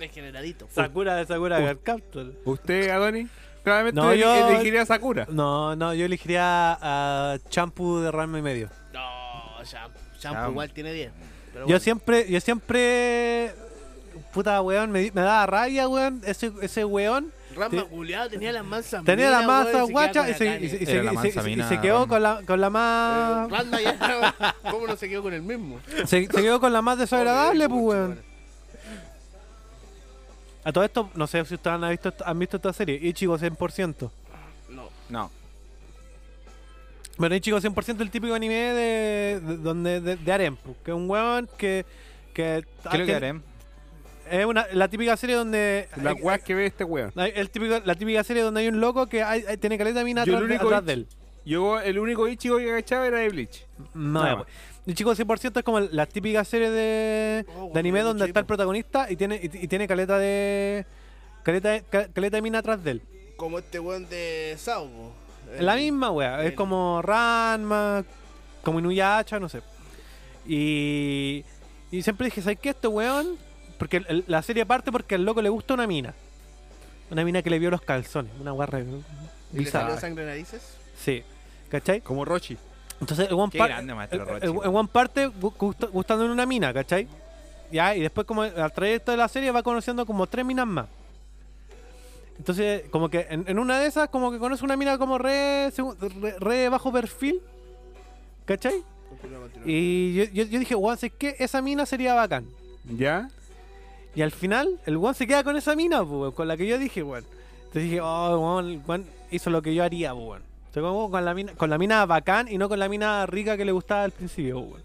C: Degeneradito.
A: Sakura de Sakura
B: Uh.
A: Card Captor.
B: ¿Usted, Adonis? Claramente
A: No,
B: no,
A: yo-
B: elegiría a Sakura.
A: No, no, yo elegiría a Champu de Ranma y medio.
C: No, Champ. Champ
D: Champ.
C: igual tiene 10. pero
A: Yo
C: bueno.
A: siempre, yo siempre. Puta weón, me, me daba rabia, weón. Ese, ese weón
C: Ramba
A: te-
C: culiado tenía las mansas
A: tenía la
C: minas,
A: masa
C: weón, se
A: guacha
C: queda
A: y
C: con la
A: se, y se-
C: caña.
A: y se-
D: Era la
A: y se-
D: mansa
A: y se- y
D: mina,
A: se quedó
D: Ranma.
A: con la, con la
C: Eh,
A: más.
C: Randa ya. ¿Cómo no se quedó con el mismo?
A: Se, se quedó con la más desagradable, pues weón. A todo esto, no sé si ustedes han visto, han visto esta serie, Ichigo 100%.
C: No.
D: No.
A: Bueno, Ichigo 100% el típico anime de, de- donde de, de harem, pues, que es un weón que... Ah, que
D: Creo que haré.
A: Es una, la típica serie donde...
B: La
A: hay-
B: weá que ve este weón.
A: hay- el típico, la típica serie donde hay un loco que hay- hay- tiene caleta de mina
B: Yo
A: atrás,
B: el
A: de-
B: único
A: atrás
B: Ichi-
A: de él.
B: Yo, el único Ichigo que agachaba era de Bleach.
A: No,
B: Nada
A: ya,
B: más.
A: pues. Ichigo 100% es como la típica serie de,
C: Oh,
A: de anime
C: bueno,
A: donde
C: sí,
A: está el
C: pues.
A: protagonista y tiene, y, y tiene caleta de... Caleta de, ca- caleta de mina atrás de él.
C: Como este weón de Sao, po. Eh,
A: Es La misma wea, es
C: el-
A: como Ranma, como Inuyasha, no sé. Y, y siempre dije, ¿sabes qué? Este weón, porque el- el- la serie parte porque al loco le gusta una mina. Una mina que le vio los calzones, una guarra
C: ¿Y ¿Le salió
A: bizarra.
C: sangre de narices?
A: Sí, ¿cachai?
B: Como Rochi.
A: Entonces el weón,
D: Qué
A: par-
D: grande,
A: el,
D: maestro
A: el-
D: Rochi.
A: el
D: weón.
A: weón parte gu- gusta- gustando en una mina, ¿cachai? Ya, y después como al trayecto de la serie va conociendo como tres minas más. Entonces, como que en, en una de esas, como que conoce una mina como re, segu- re, re bajo perfil, ¿cachai?
C: Continúa, continúa.
A: Y yo, yo- yo dije, weón, es que esa mina sería bacán.
B: ¿Ya?
A: Y al final, el weón se queda con esa mina, pues, weón, con la que yo dije, weón. Entonces dije, oh, weón, el weón hizo lo que yo haría, pues, weón. O sea, como con la, mina, con la mina bacán y no con la mina rica que le gustaba al principio, pues, weón.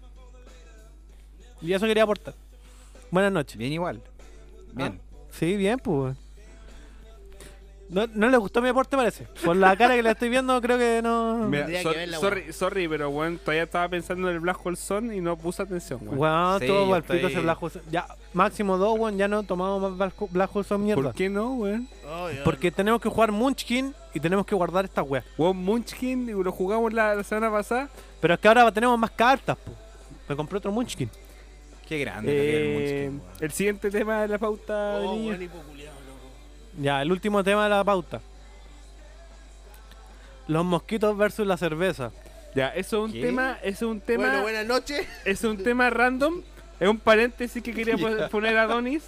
A: Y eso quería aportar. Buenas noches.
D: Bien igual. Bien.
A: Sí, bien, pues, weón. No, no le gustó mi aporte, parece. Por la cara que le estoy viendo, creo que no.
B: Mira,
C: Tendría
B: sor-
C: que verla,
B: sorry, sorry, pero weón, todavía estaba pensando en el Black Hole Sun y no puse atención, weón.
A: Weón,
D: Sí,
A: todo
D: yo
A: el pico ese
D: estoy-
A: Black Hole Sun. Ya, máximo dos, weón, ya no tomamos más Black- Black Hole Sun mierda.
B: ¿Por qué no, weón?
C: Oh, yo-
A: Porque tenemos que jugar Munchkin y tenemos que guardar esta weas.
B: Weón Munchkin, lo jugamos la, la semana pasada.
A: Pero es que ahora tenemos más cartas, po. Me compré otro Munchkin.
D: Qué grande.
B: Eh,
D: el Munchkin, weón.
B: el siguiente tema de la pauta de
C: Oh,
B: niños.
C: weón, hipoculiado, loco.
A: Ya, el último tema de la pauta. Los mosquitos versus la cerveza.
B: Ya, eso es un
D: ¿Qué?
B: tema, eso es un tema,
C: Bueno, buenas noches.
B: es un tema random. Es un paréntesis que quería po- poner a Adonis.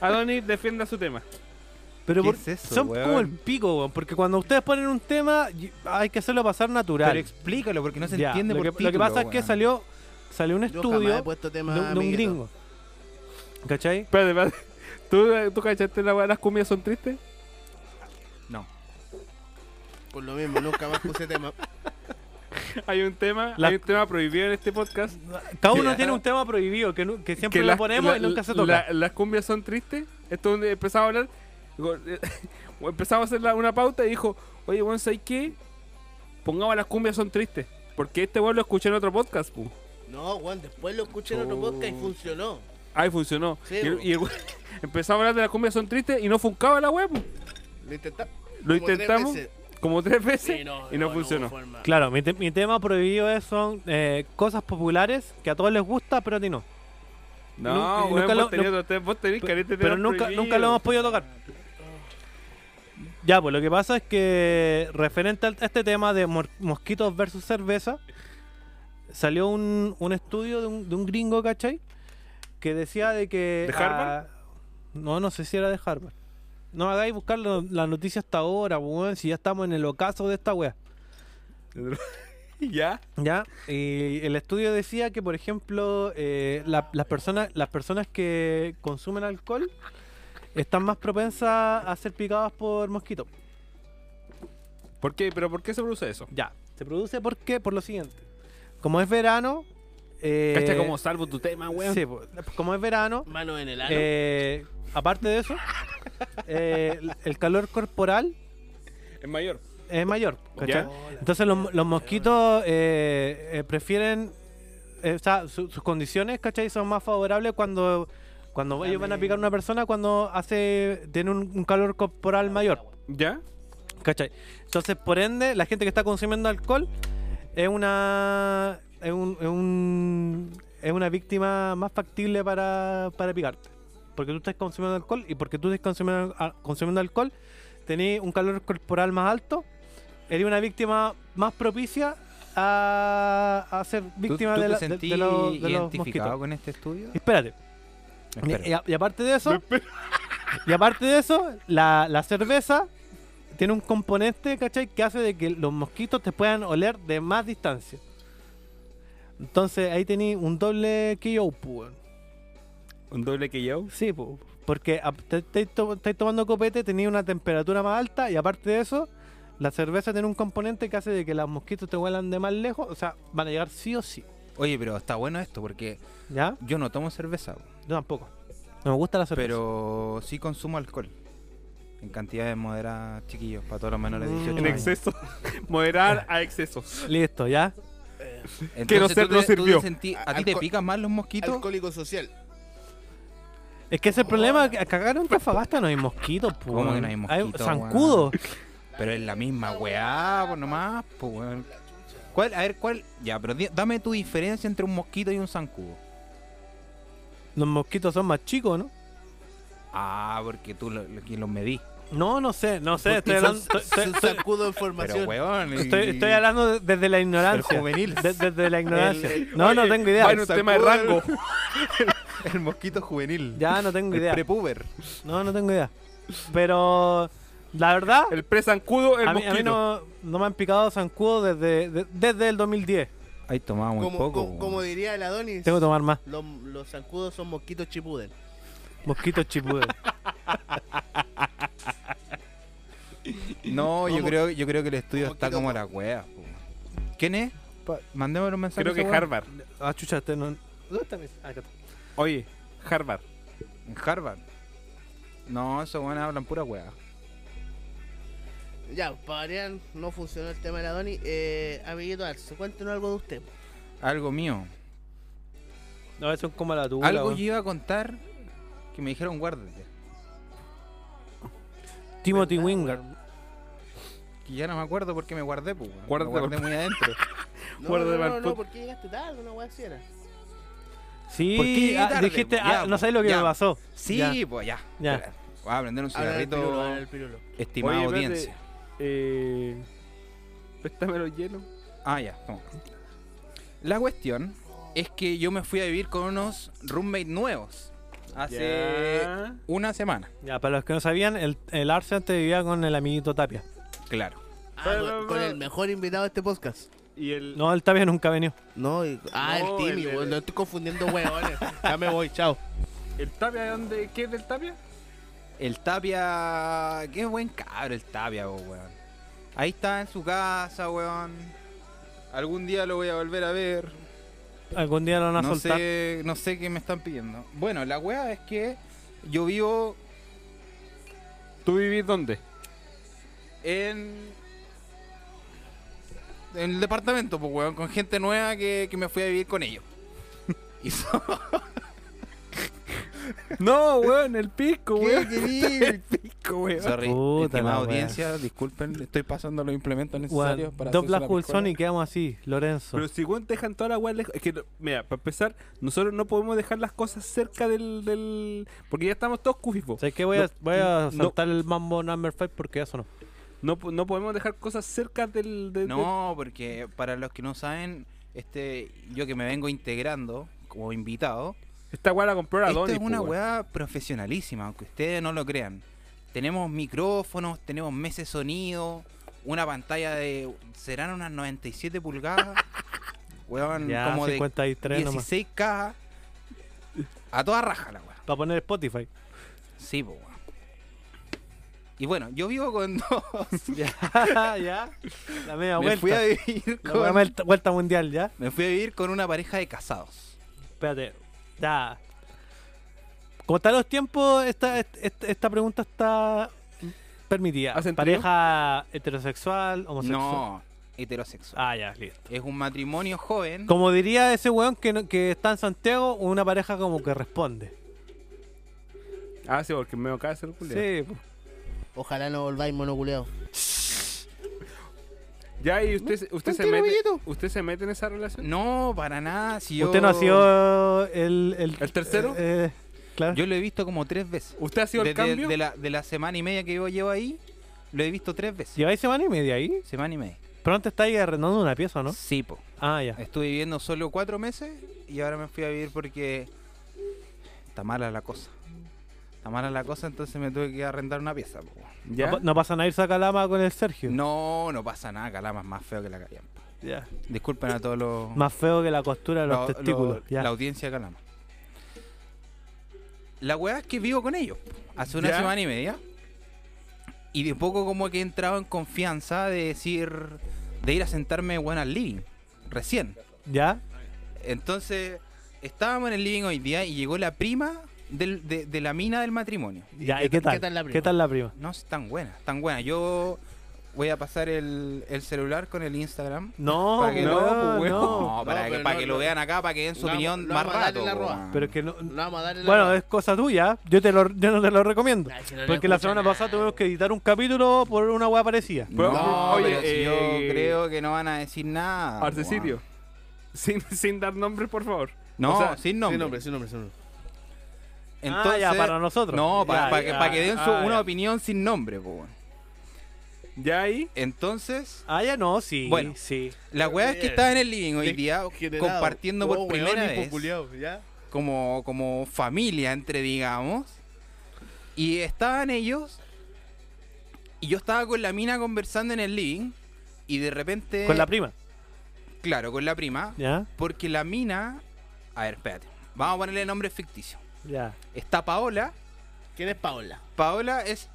B: Adonis defienda su tema.
A: Pero
D: ¿Qué
A: por-
D: es eso,
A: son
D: weón?
A: como el pico, weón, porque cuando ustedes ponen un tema y- hay que hacerlo pasar natural.
D: Pero explícalo porque no se
A: Ya,
D: entiende
A: lo,
D: por
A: que, lo que
D: título,
A: pasa es que
D: weón.
A: salió salió un
C: Yo jamás he
A: estudio
C: puesto
A: de,
C: tema
A: un- de un
C: amiguito.
A: gringo. ¿Cachai?
B: Espérate, espérate. ¿Tú, tú cachaste la weá, las cumbias son tristes?
D: No.
C: Por lo mismo, nunca más puse tema.
B: Hay un tema,
A: La-
B: hay un tema prohibido en este podcast.
A: Cada uno
D: Ya.
A: tiene un tema prohibido que, nu- que siempre
B: que
A: lo
B: las-
A: ponemos
B: la-
A: y nunca se
B: la-
A: toca.
B: las cumbias son tristes. Esto donde empezaba a hablar. digo, Empezamos a hacer la- una pauta y dijo, oye, weón, ¿sabes qué? Pongamos las cumbias son tristes. Porque este weón lo escuché en otro podcast, pu.
C: No, weón, después lo escuché en otro
B: Oh.
C: podcast y funcionó.
B: Ahí funcionó.
C: Sí,
B: y, el-
C: po.
B: y el weón- empezamos a hablar de las cumbias son tristes y no funcaba la web.
C: Lo intentamos.
B: Lo intentamos como tres veces y no, funcionó.
A: Claro, mi, te- mi tema prohibido es, son eh, cosas populares que a todos les gusta, pero a ti no.
B: No,
A: Nunca- y
B: weón,
A: nunca
B: vos,
A: lo-
B: tenés,
A: nu-
B: otro- vos tenés careta de
A: Pero
B: temas
A: nunca,
B: prohibidos.
A: nunca lo hemos podido tocar. Ya, pues lo que pasa es que referente al- a este tema de mor- mosquitos versus cerveza, salió un, un estudio de un, de un gringo, ¿cachai? Que decía de que...
B: ¿De Harvard?
A: ah, no, no sé si era de Harvard. No hagáis buscar lo- la noticia hasta ahora, pues, weón, si ya estamos en el ocaso de esta wea.
B: ¿Ya?
A: ¿Ya? Y el estudio decía que, por ejemplo, eh, la- las, personas, las personas que consumen alcohol están más propensas a ser picadas por mosquitos.
B: ¿Por qué? ¿Pero por qué se produce eso?
A: Ya. ¿Se produce por qué? Por lo siguiente. Como es verano... eh,
B: ¿Cacha como salvo tu tema, weón?
A: sí, po- como es verano,
C: Mano en el ano.
A: eh, aparte de eso, eh, el calor corporal
B: Es mayor.
A: es mayor. ¿cachai?
B: Ya.
A: Entonces los, los mosquitos eh, eh, prefieren, eh, o sea, su- sus condiciones, ¿cachai? Son más favorables cuando, cuando ellos van a picar a una persona cuando hace tiene un, un calor corporal mayor,
B: ¿Ya?
A: ¿cachai? Entonces, por ende, la gente que está consumiendo alcohol es una es, un- es un- es una víctima más factible para, para picarte. Porque tú estás consumiendo alcohol y porque tú estás consumiendo, a- consumiendo alcohol, tenés un calor corporal más alto, eres una víctima más propicia a, a ser víctima
D: ¿Tú, tú
A: de,
D: te
A: la- de-
D: sentí
A: de los- de los
D: identificado
A: mosquitos.
D: con este estudio?
A: Espérate. Y,
D: Espera.
A: y a- y aparte de eso, y aparte de eso, la, la cerveza tiene un componente, ¿cachai? Que hace de que los mosquitos te puedan oler de más distancia. Entonces ahí tení un doble KO, pues. weón.
B: ¿Un doble que yo?
A: Sí, pues. Porque a- te- te- to- estáis tomando copete, tenía una temperatura más alta y aparte de eso, la cerveza tiene un componente que hace de que los mosquitos te huelan de más lejos, o sea, van a llegar sí o sí,
D: Oye, pero está bueno esto porque
A: ¿ya?
D: yo no tomo cerveza,
A: Yo tampoco. No me gusta la cerveza.
D: pero sí consumo alcohol. En cantidades moderadas, chiquillos, para todos los menores de
A: Mm.
D: 18
B: En
A: Ay.
D: años.
B: exceso. Moderar a excesos.
A: Listo, ¿ya?
D: Entonces,
B: Quiero
D: tú
B: ser,
D: te-
B: no
D: tú te
B: sirvió.
D: sentí- ¿A ti te
C: Alco-
D: pican más los mosquitos?
C: Alcohólico social.
A: Es que ese es el problema, que cagaron Trafagasta, no hay mosquitos, pues.
D: ¿Cómo que no hay mosquitos, weón?
A: zancudos.
D: Pero es la misma weá, pues nomás, pues weón. ¿Cuál? A ver, ¿cuál? Ya, pero di- dame tu diferencia entre un mosquito y un zancudo.
A: Los mosquitos son más chicos, ¿no?
D: Ah, porque tú lo- lo- que los medí.
A: No, no sé, no sé, estoy
C: Porque son-
A: hablando, estoy, estoy-
C: son
A: estoy-
C: sacudo de
D: Pero
C: información.
D: weón. y-
A: estoy- estoy hablando de- desde la ignorancia.
D: Pero juveniles.
A: De- desde la ignorancia. no,
B: Oye,
A: no tengo idea.
B: Bueno, tema de rango.
D: El mosquito juvenil.
A: Ya no tengo
D: El
A: idea.
D: prepuber.
A: No, no tengo idea. Pero la verdad,
B: El pre-zancudo, el
A: a mí, a mí
B: mosquito.
A: no, no me han picado zancudos desde, de- desde el 2010.
D: Ahí tomamos muy
C: como,
D: poco.
C: como-
D: weón.
C: como diría el Adonis,
A: Tengo que tomar más.
C: los, los zancudos son mosquitos chipuden.
A: Mosquitos chipudes.
D: No, yo
C: Como-
D: creo, yo creo que el estudio
C: como
D: está
C: que
D: como
C: loco.
D: la wea. po. ¿Quién es? Pa- Mandémosle un mensaje.
B: Creo
D: a
B: que
D: esa wea.
B: Harvard.
A: ah, chucha, este no. ¿Dónde está mi- ah, acá está.
B: Oye, Harvard.
D: En Harvard. No, esos weones hablan pura wea.
C: Ya, para variar, no funcionó el tema del Adonis. Eh, amiguito Arce, cuéntenos algo de usted.
D: Algo mío.
A: No, son como la tuya.
D: Algo yo iba a contar que me dijeron guárdate.
A: Timothy
C: ¿Verdad,
A: Wingard.
D: Que ya no me acuerdo porque me guardé, pues. weón.
B: Guárdate
D: Me guardé muy adentro.
C: No,
B: Guarda
C: no,
B: de
C: no, no,
B: Valpo-
C: ¿por qué llegaste tarde? Una weá así era.
A: Sí,
D: ¿Por qué
A: ah,
D: tarde,
A: dijiste,
D: po? Ya,
A: ah,
D: po,
A: no sabes lo que
D: ya.
A: me pasó.
D: Sí,
A: Ya.
D: pues ya.
A: Ya.
D: Espera, Voy a prender un
C: Habla del
D: cigarrito,
C: pirulo, habla del pirulo.
D: estimada
B: Oye, espérate,
D: audiencia.
B: Eh, préstame los hielos.
D: Ah, ya. toma. La cuestión es que yo me fui a vivir con unos roommates nuevos. Hace
B: Ya.
D: una semana.
A: Ya, para los que no sabían, el, el Arce antes vivía con el amiguito Tapia.
D: Claro.
C: Ah,
B: Pero,
C: con,
B: pero-
C: con el mejor invitado de este podcast.
B: Y el...
A: No, el Tapia nunca venido.
C: No, y- ah,
B: No,
C: el
B: el-
C: Timmy,
B: el-
C: weón. No estoy confundiendo weones. ya me voy, chao.
B: ¿El tapia de dónde? ¿Qué es del tapia?
D: El Tapia. Qué buen cabro el Tapia, po, weón. Ahí está en su casa, weón. Algún día lo voy a volver a ver.
A: Algún día lo van a
D: No
A: soltar.
D: sé, no sé qué me están pidiendo. Bueno, la weá es que yo vivo
B: ¿Tú vivís dónde?
D: en. En el departamento, pues, weón, con gente nueva que, que me fui a vivir con ellos. Y son-
B: No, weón, el pico, weón.
D: el pico, weón. Sorry,
A: Puta
D: estimada
A: la weá.
D: audiencia, disculpen, le estoy pasando los implementos
A: Weón,
D: necesarios para hacerse
A: dobla
D: la
A: Wilson
D: piscola.
A: y quedamos así, Lorenzo.
B: Pero si weón dejan toda la weá lejos. Es que, no- mira, para empezar, nosotros no podemos dejar las cosas cerca del. del- porque ya estamos todos cufifos.
A: ¿Sabes qué? Voy a,
B: No,
A: voy a
B: no.
A: saltar el mambo number 5 porque ya sonó.
B: No, po- no podemos dejar cosas cerca del. del-
D: No, porque para los que no saben, este, yo que me vengo integrando como invitado,
B: Esta weá la compró la
D: esto
B: Donis.
D: es una weá profesionalísima, aunque ustedes no lo crean. Tenemos micrófonos, tenemos meses sonido, una pantalla de. serán unas 97 pulgadas. weón,
A: Ya,
D: como de
A: 53 nomás.
D: 16 cajas. A toda raja la weá.
A: Para poner Spotify.
D: Sí, po, weón. Y bueno, yo vivo con dos.
A: ya, ya. La media
D: me
A: vuelta.
D: fui a vivir
A: La media
D: con.
A: vuelta, vuelta mundial, ya.
D: Me fui a vivir con una pareja de casados.
A: Espérate. Ya. Como están los tiempos, esta, est- est- esta, pregunta está permitida.
B: ¿Hacen trío?
A: ¿Pareja heterosexual, homosexual?
D: No, heterosexual.
A: Ah, ya, listo.
D: Es un matrimonio joven.
A: Como diría ese weón que, no- que está en Santiago, una pareja como que responde.
B: Ah, sí, porque me acaba de hacer culiao.
A: Sí, po.
C: Ojalá no volváis monoculeados.
B: Ya, y usted, se- usted, se
C: Tranquilo,
B: mete,
C: amiguito.
B: usted se mete en esa relación.
D: No, para nada. Si yo,
A: Usted no ha sido el. ¿El,
B: ¿El tercero?
A: eh, eh, claro.
D: Yo lo he visto como tres veces.
B: ¿Usted ha sido
D: Desde
B: el cambio?
D: De la, de la semana y media que yo llevo ahí, lo he visto tres veces.
A: Lleváis semana y media ahí.
D: Semana y media.
A: Pronto estáis arrendando una pieza, ¿no?
D: Sí, Eh, po.
A: Ah, ya.
D: Estuve viviendo solo cuatro meses y ahora me fui a vivir porque está mala la cosa. Está mala la cosa, entonces me tuve que arrendar una pieza. po.
B: ¿Ya?
A: No, no pasan a irse a Calama con el Sergio.
D: No, no pasa nada, Calama es más feo que la callampa.
A: Ya.
D: Disculpen a todos los...
A: Más feo que la costura de los
D: lo- lo-
A: testículos. ya.
D: La audiencia de Calama. La weá es que vivo con ellos. po. Hace una
B: Ya.
D: semana y media. Y de poco como que he entrado en confianza de decir... De ir a sentarme, bueno, al living. Recién.
A: ¿Ya?
D: Entonces, estábamos en el living hoy día y llegó la prima del- de, de la mina del matrimonio.
A: Ya, ¿y qué tal? ¿Qué tal la prima?
D: No, es tan buena, tan buena. Yo voy a pasar el, el celular con el Instagram.
A: No,
D: Para que
A: Oh, no,
B: no, pues,
A: no.
D: No, para,
C: No,
D: que,
C: pero
D: para
C: no,
D: que
C: no.
D: lo vean acá, para que den su
C: No,
D: opinión
C: no
D: más
C: vamos a darle
D: rato.
C: la
D: po,
C: roa.
D: man.
A: Pero es que no.
C: No vamos a darle la
A: Bueno,
C: bola.
A: es cosa tuya. Yo, te lo, yo no te lo recomiendo.
C: Ay, si no le
A: Porque la
C: escucha
A: semana
C: nada.
A: pasada tuvimos que editar un capítulo por una hueá parecida.
B: Pero-
D: no,
B: oye,
D: pero si
B: eh,
D: yo creo que no van a decir nada. po,
B: Artesidio.
D: man.
B: Sin, sin dar nombres, por favor.
D: No,
B: O sea,
D: sin nombre.
C: Sin nombre, sin nombre, sin nombre.
D: Entonces,
A: ah, ya, para nosotros.
D: No, para,
A: Ya,
D: para que,
A: ya,
D: para que den su-
A: ah,
D: una
A: ya.
D: opinión sin nombre. po, man.
B: Ya ahí.
D: Entonces,
A: Ah, ya no, sí.
D: Bueno.
A: sí.
D: La weá es que
C: Bien.
D: estaba en el living hoy día
C: Generado.
D: compartiendo
C: Oh,
D: por
C: weón,
D: primera
C: hijo
D: vez
C: culiao, ¿ya?
D: como, como familia entre digamos y estaban ellos y yo estaba con la mina conversando en el living y de repente
A: Con la prima.
D: claro con la prima
A: Ya,
D: porque la mina a ver espérate vamos a ponerle nombre ficticio
A: ya,
D: está Paola
C: ¿Quién es Paola?
D: Paola es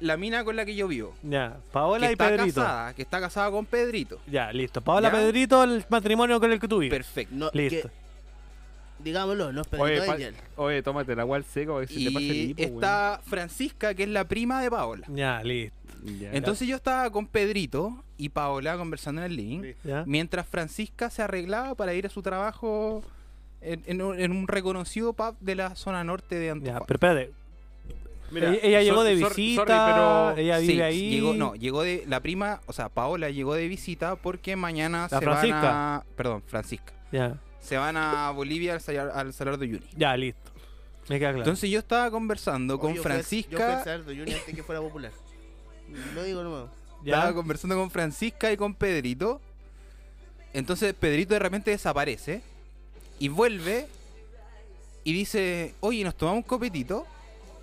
D: la mina con la que yo vivo
A: ya. Paola y
D: que está
A: Pedrito.
D: casada que está casada con Pedrito
A: Ya, listo. Paola,
D: ¿Ya?
A: Pedrito, el matrimonio con el que tuviste.
D: perfecto
C: No,
A: Listo.
C: que- digámoslo, no es Pedrito
B: Oye, pa-
C: Angel.
B: oye, tómate la agua al seco para que se te pase el
D: y
B: hipo,
D: está Francisca que es la prima de Paola
A: Ya, listo.
B: weón. Ya.
D: Entonces yo estaba con Pedrito y Paola conversando en el link,
C: Sí.
A: Ya.
D: mientras Francisca se arreglaba para ir a su trabajo en, en un, en un reconocido pub de la zona norte de
A: Ya,
D: Antofagasta.
A: pero espérate.
B: Mira,
A: ella ella
B: sor-
A: llegó de
B: sor-
A: visita,
B: sorry, pero-
A: ella vive
D: Sí,
A: ahí.
D: Llegó, no, llegó de la prima, o sea, Paola llegó de visita porque mañana
A: La
D: se van
A: Francisca.
D: a, perdón, Francisca,
A: Ya,
D: se van a Bolivia al, salar- al Salar de Uyuni.
A: ya, listo. Me queda claro.
D: Entonces yo estaba conversando con
C: Oye, yo fui a- Yo fui a
D: Francisca,
C: Sardo Junior antes que fuera popular. Lo digo nomás.
A: ya,
D: estaba conversando con Francisca y con Pedrito. Entonces Pedrito de repente desaparece y vuelve y dice, oye, nos tomamos un copetito.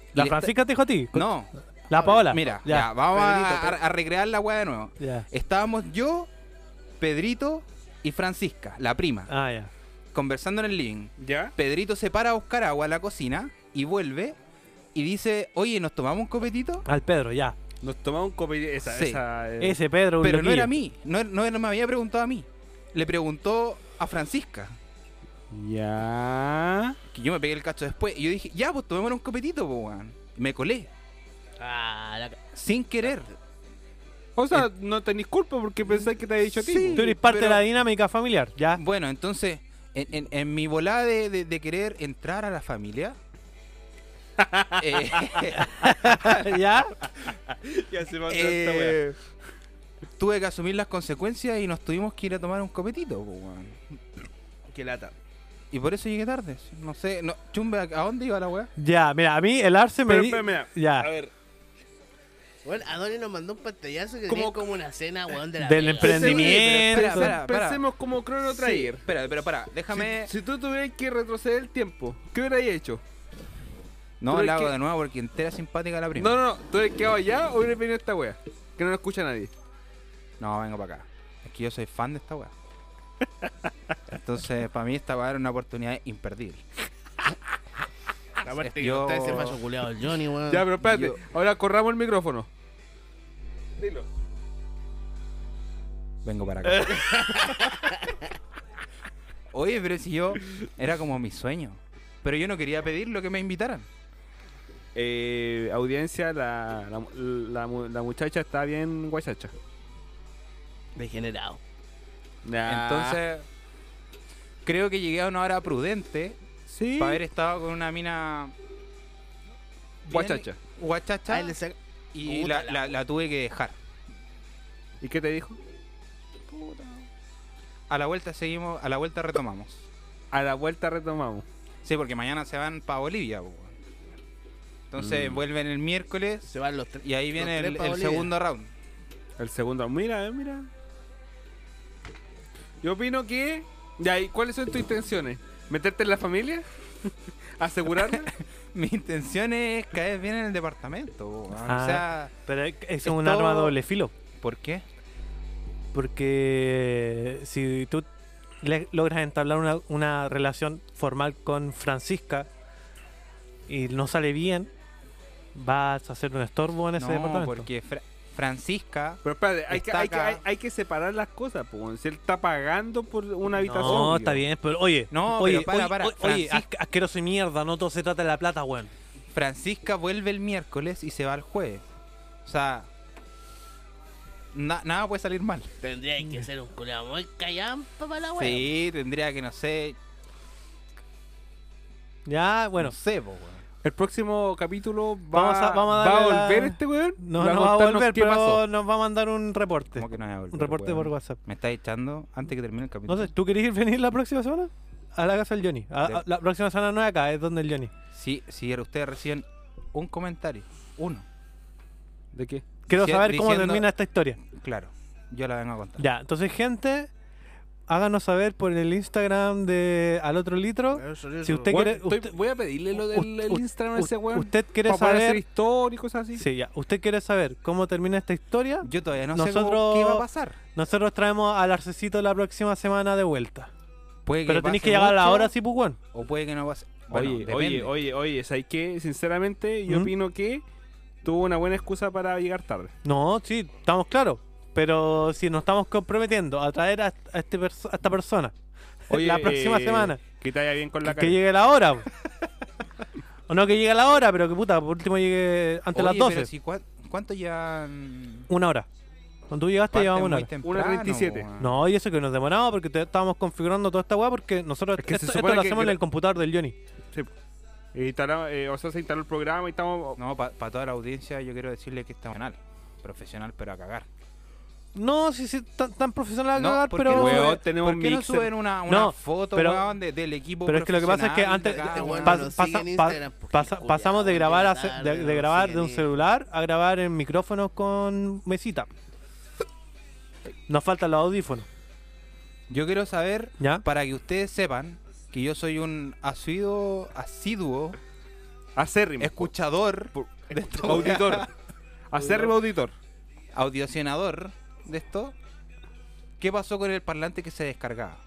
D: Y
A: la
D: le
A: Francisca te dijo a ti.
D: está- No,
A: con- La Paola.
D: mira, ya,
A: ya.
D: vamos a-
C: Pedrito,
D: a, a recrear la weá de nuevo.
A: Ya.
D: Estábamos yo, Pedrito y Francisca, la prima,
A: Ah, ya.
D: conversando en el living.
B: ¿Ya?
D: Pedrito se para a buscar agua a la cocina y vuelve y dice, oye, ¿nos tomamos un copetito?
A: Al Pedro, ya.
B: Nos tomamos un copete. Esa,
D: Sí.
B: esa, eh,
A: Ese Pedro. un
D: Pero no
A: loquillo.
D: era a mí, no, no, no me había preguntado a mí. Le preguntó a Francisca.
B: Ya.
D: Que yo me pegué el cacho después. Y yo dije, ya, pues tomémonos un copetito, po, weón. Y me colé,
C: Ah, la ca-
D: sin querer.
B: O sea, no tenéis culpa porque pensáis que te había dicho a ti.
D: Sí.
A: Tú eres parte
D: pero-
A: de la dinámica familiar, ya.
D: Bueno, entonces, en, en- en mi volada de, de- de querer entrar a la familia. eh,
A: ya.
B: Ya se
D: eh, tuve que asumir las consecuencias y nos tuvimos que ir a tomar un copetito, po, weón.
C: Qué lata.
D: Y por eso llegué tarde. No sé, no, chumbe, ¿a dónde iba la weá?
A: Ya, mira, a mí el Arce me.
B: Pero,
A: di-
B: pero mira,
A: ya.
B: a ver.
C: Bueno, Adonis nos mandó un pantallazo que
B: Como-
C: tenía como una cena, weón, de la
A: Del
C: vida.
A: emprendimiento.
D: Espera, espera, espera.
B: Pensemos como Chrono Trigger.
D: Espera, pero para, déjame.
B: Si, si tú tuvieras que retroceder el tiempo, ¿qué hubierais hecho?
D: No
B: pero
D: la
B: es
D: hago
B: que-
D: de nuevo porque entera simpática la prima.
B: No, no, no. ¿Tú hubieras quedado allá o hubieras venido a esta wea? Que no lo escucha nadie.
D: No, vengo para acá. Es que yo soy fan de esta weá. Entonces, para mí esta weá era una oportunidad imperdible.
C: Aparte que
D: Yo-
C: usted se pasó culeado el Johnny, weón.
B: Ya, pero espérate.
D: Ah, yo-
B: Ahora corramos el micrófono.
D: Vengo para acá. Oye, pero si yo. Era como mi sueño. Pero yo no quería pedir lo que me invitaran.
B: Eh, audiencia, la, la, la mu- la muchacha está bien guachacha.
C: Degenerado.
B: Nah.
C: Ah.
D: Entonces, creo que llegué a una hora prudente
B: sí.
D: para haber estado con una mina. bien-
B: Guachacha.
D: Guachacha.
C: Ahí le saca-
D: Y
C: Puta
D: la, la- la tuve que dejar.
B: ¿Y qué te dijo?
D: A la vuelta seguimos, a la vuelta retomamos.
B: A la vuelta retomamos.
D: Sí, porque mañana se van para Bolivia. po. Entonces vuelven el miércoles
C: Mm. Se van los tres.
D: y ahí
C: los
D: viene
C: tres
D: el,
C: pa'
D: el
C: Bolivia.
D: segundo round.
B: El segundo. Mira, eh, mira. Yo opino que. Ya, ¿y cuáles son tus intenciones? ¿Meterte en la familia? ¿Asegurarla?
D: Mi intención es caer bien en el departamento. po, weón.
A: Ah.
D: O sea,
A: Pero es- es
D: Es
A: un
D: todo-
A: arma a doble filo.
D: ¿por qué?
A: Porque si tú le- logras entablar una, una relación formal con Francisca y no sale bien, vas a hacer un estorbo en ese
D: No,
A: departamento.
D: porque Fra- Francisca
B: Pero espérate, hay que,
D: Está
B: hay, que,
D: acá.
B: hay, hay que separar las cosas, po, weón. Si él está pagando por una habitación.
A: No, está
B: digo.
A: bien, pero oye,
D: No,
A: oye,
D: pero para,
A: oye,
D: para,
A: oye, oye,
D: Francisca-
A: as- asqueroso y mierda, no todo se trata de la plata, weón.
D: Francisca vuelve el miércoles y se va el jueves. O sea, na- nada puede salir mal.
C: Tendría que ser un culeado muy callampa para la weón.
D: Sí, tendría que, no sé,
A: Ya, bueno,
D: no sé, po, weón.
B: El próximo capítulo va,
A: Vamos a- vamos a
B: ¿va
A: darle la-
B: volver este weón.
A: no,
B: va
A: no va a
B: contarnos
A: volver,
B: qué
A: pero
B: pasó.
A: nos va a mandar un reporte.
D: ¿Cómo que no voy a volver,
A: Un reporte
D: weón?
A: por WhatsApp.
D: Me está echando antes que termine el capítulo.
A: No sé, ¿tú querés ir venir la próxima semana? A la casa del Johnny. A- a- la próxima semana no es acá, es donde el Johnny.
D: Si, si ustedes reciben un comentario, uno,
B: ¿De qué?
A: Quiero
D: Dici-
A: saber cómo
D: diciendo-
A: termina esta historia.
D: claro, yo la vengo a contar.
A: Ya, entonces, gente, háganos saber por el Instagram de Al Otro Litro. Si usted
B: Weón,
A: quiere.
B: estoy-
A: usted-
B: voy a pedirle lo del
A: usted-
B: el Instagram a ese weón.
A: usted quiere
B: para poder hacer
A: saber.
B: historia y cosas así.
A: Sí, ya. Usted quiere saber cómo termina esta historia.
D: Yo todavía no sé
A: Nosotros-
D: cómo- qué va a pasar.
A: Nosotros traemos al Arcecito la próxima semana de vuelta.
D: Puede que
A: Pero tenéis
D: pase
A: que llegar a la
D: mucho,
A: hora, sí, pues, weón.
D: O puede que no pase. Bueno,
B: Oye,
D: depende.
B: oye, oye, oye, ¿sabes qué? Sinceramente, yo
A: ¿Mm?
B: opino que tuvo una buena excusa para llegar tarde.
A: No, sí, estamos claros. Pero si nos estamos comprometiendo a traer a, a este perso- a esta persona
B: Oye,
A: la próxima
B: eh,
A: semana,
B: Que te vaya bien con la
A: que
B: cara.
A: llegue la hora. o no que llegue la hora, pero que puta, por último llegue antes de las
D: Oye,
A: 12.
D: pero si cua- ¿Cuánto llevan?
A: Una hora. Cuando tú llegaste
D: Parten
A: llevamos una
D: muy
A: hora.
D: temprano,
B: Una 37.
D: weón.
A: No, y eso que nos demoramos porque te- estábamos configurando toda esta weá porque nosotros
B: Es que se
A: esto, esto
B: supone
A: lo
B: que-
A: hacemos
B: que
A: en
B: la-
A: el computador del Johnny.
B: Eh, instala- eh, o sea, se instaló el programa y estamos...
D: No, para toda la audiencia yo quiero decirle que está profesional. Profesional, pero a cagar.
A: No, sí, sí, tan, tan profesional a
D: No,
A: cagar,
D: ¿por qué
A: pero...
D: no?
B: Weón,
D: sube-
B: tenemos
D: ¿Por qué no
B: mixer.
D: suben una, una
A: No,
D: foto,
A: pero-
D: weón, de- del equipo
A: pero es que lo que pasa es que
D: profesional de
A: antes-
D: acá,
A: de-
D: weón?
A: pas-
C: Bueno, nos
A: pasa-
C: siguen en
A: pa-
C: Instagram, porque
A: pasa-
C: culiao,
A: pasamos de
C: llega
A: grabar, a
C: tarde,
A: ce- de, de
C: nos
A: grabar
C: siguen
A: de un
C: en-
A: celular a grabar en micrófono con mesita. Nos faltan los audífonos,
D: Yo quiero saber
A: ¿ya?
D: para que ustedes sepan que yo soy un asiduo, asiduo
B: Acérrimo.
D: escuchador, de esto,
B: Auditor. Acérrimo auditor.
D: audicionador de esto. ¿Qué pasó con el parlante que se descargaba?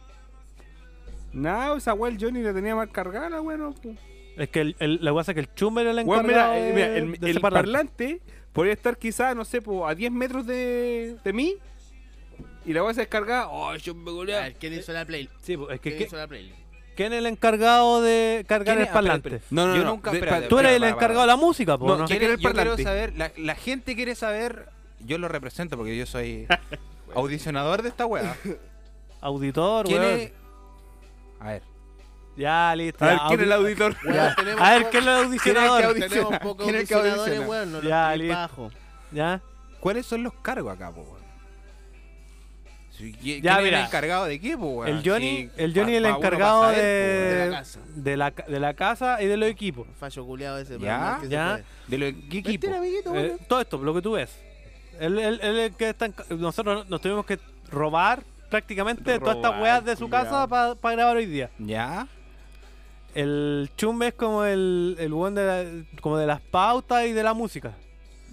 B: No, esa weá el Johnny la tenía mal cargada, la weá, no, po.
A: Es que el, el- la cosa es que el chumber era el
B: Weón,
A: encargado
B: mira,
A: de-
B: eh, mira, el,
A: de
B: el
A: ese parlante.
B: parlante podría estar quizás, no sé, po, a 10 metros de, de mí. Y la weá se descargaba. Oh, yo me
C: A
B: golea.
C: ver, ¿quién hizo la play?
A: Sí, pues, es que
C: ¿Quién
A: ¿qué-
C: hizo la play?
A: ¿quién es el encargado de cargar
D: ¿Quién
A: el
D: es-
A: parlante?
D: espera, espera.
B: No, no,
D: Yo
B: no,
D: nunca-
B: de-
D: espérate,
B: pa-
A: Tú eres el
D: Para, para,
A: encargado de la música, po,
B: No,
A: ¿no?
B: ¿quién-
D: Quiere-
B: era el
D: yo quiero
B: parlante?
D: saber, la, la gente quiere saber, yo lo represento porque yo soy audicionador de esta wea.
A: Auditor,
D: ¿Quién
A: weón.
D: es? A ver,
A: Ya, listo.
B: A ver,
A: ya,
B: ¿quién es el
A: audi-
B: auditor?
A: ya.
C: tenemos
A: A ver,
C: poco-
A: ¿quién es el audicionador?
B: audi-
C: Tenemos pocos
B: ¿Quién es el que audiciona?
C: audicionadores, weón, no los
A: Ya,
C: tenéis
A: listo.
C: bajo.
A: Ya.
D: ¿cuáles son los cargos acá, po, weón? Sí, ¿qui- ¿Quién
A: Ya,
D: es
A: mira.
D: el encargado de qué, po, weón?
A: El Johnny,
D: Sí,
A: el Johnny
D: pa-
A: el
D: pa' uno
A: encargado
D: pa'
C: po,
D: saber,
C: de
A: de,
C: la casa.
A: de la, ca- de la casa y de los equipos.
C: Fallo culiado ese,
D: Ya,
C: pero no, que se
A: ya.
C: puede.
D: po, weón. De lo- ¿Qué equipo?
C: Mentira, amiguito,
A: Eh,
C: bueno.
A: todo esto, lo que tú ves. Él- él- él es el que está enca- nosotros nos tuvimos que robar prácticamente todas estas
B: Robar,
A: weas de su
B: culiao.
A: casa para grabar hoy día.
D: Ya.
A: El chumbe es como el, el weón de, la- como de las pautas y de la música.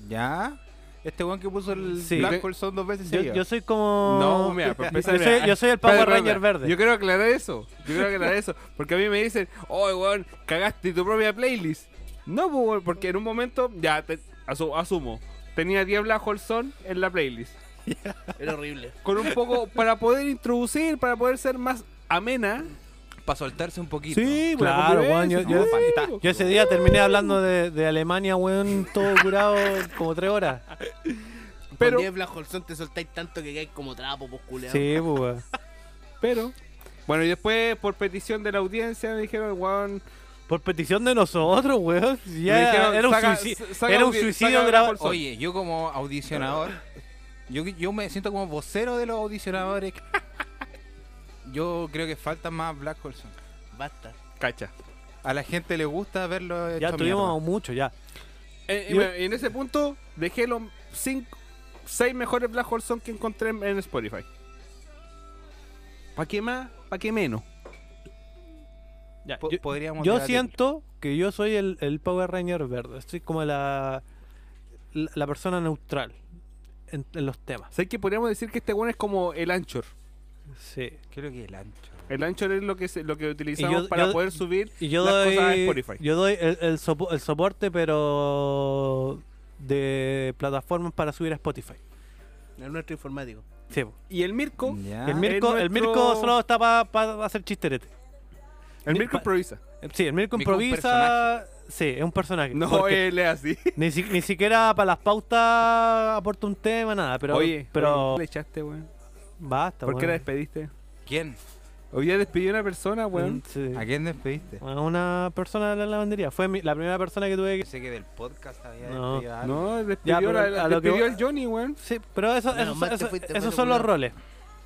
D: Ya. Este weón que puso el
A: Sí.
D: Black
B: Yo te-
D: Hole Sound dos veces
A: Yo,
D: seguidas.
A: yo soy como.
B: No, mira, pues, para
A: yo,
B: empezar,
A: soy,
B: mira,
A: yo soy el
B: espera,
A: Power
B: espera,
A: Ranger
B: espera.
A: verde.
B: Yo quiero aclarar eso. Yo quiero aclarar eso. Porque a mí me dicen, oh, weón, cagaste tu propia playlist. No, po, weón, porque en un momento, ya, te- asu- asumo, tenía 10 Black Hole Sun en la playlist.
C: Era horrible.
B: Con un poco, para poder introducir, para poder ser más amena.
D: Para soltarse un poquito.
A: Sí,
B: la
A: claro, weón. Yo,
B: convivencia,
A: yo-
B: sí,
D: fantástico.
B: po.
A: yo ese día terminé hablando de, de Alemania, weón, todo curado como tres horas.
B: Pero-
C: Pero. Con 10 Black Holson te soltáis tanto que caes como trapo, pues culiado.
A: Sí, pues, weón.
B: Pero. Bueno, y después, por petición de la audiencia, me dijeron, weón.
A: Por petición de nosotros, weón. si
B: me
A: Ya
B: dijeron,
A: era un
B: "Saca-
A: suicidio.
B: saca
A: era un
B: audi-
A: suicidio
B: saca
A: grave.
B: Black Hole Sun".
D: Oye, yo como audicionador, yo, yo me siento como vocero de los audicionadores. Yo creo que falta más Black Hole Sound.
C: Basta.
B: Cacha.
D: A la gente le gusta verlo hecho
A: Ya tuvimos mucho, ya.
B: Eh,
A: Y-
B: y me- en ese punto dejé los 6 mejores Black Hole Songs que encontré en, en Spotify. ¿Para qué más? ¿Para qué menos?
A: Ya,
D: Po-
A: yo,
D: podríamos
A: yo
D: debatir.
A: siento que yo soy el, el Power Ranger verde. Soy como la, la, la persona neutral en, en los temas.
B: Sé que podríamos decir que este weón es como el Anchor.
A: Sí.
D: Creo que el ancho.
B: El Anchor es lo que, se- lo que utilizamos
A: yo-
B: para
A: yo-
B: poder subir
A: Y yo
B: las
A: doy,
B: cosas a Spotify.
A: yo doy el, el sopo- el soporte, pero de plataformas para subir a Spotify.
C: Es nuestro informático.
A: Sí, po.
B: Y el Mirko.
D: Ya.
B: Ah,
A: el
B: es
A: Mirko, el Mirko
B: nuestro-
A: solo está para hacer chisterete.
B: El
A: Mi-
B: Mirko
A: pa-
B: improvisa.
A: Sí, el Mirko
D: Mirko es un
A: improvisa. Sí, es un personaje.
B: No,
A: Eh,
B: eh.
A: porque-
B: él es así.
A: Ni, si- ni siquiera para las pautas aporta un tema, nada, pero,
B: Oye,
A: pero
B: ¿por qué le echaste, weón?
A: basta.
B: ¿Por qué la
A: weón.
B: despediste? Mm,
D: ¿Quién?
B: Hoy día despidí a una persona, weón.
A: Sí.
D: ¿A quién despediste?
A: A una persona de la lavandería. Fue mi- la primera persona que tuve que...
D: Pensé que del podcast había
A: No.
D: despedido a alguien.
B: No,
A: Ya,
B: despidió,
A: pero
B: la-
A: a lo que
B: despidió
A: voy-
B: al Johnny, weón.
A: Sí, pero eso,
C: Menos
A: eso-
C: mal te
A: eso-
C: fuiste,
A: esos
C: bueno,
A: son los
C: culiao.
A: roles.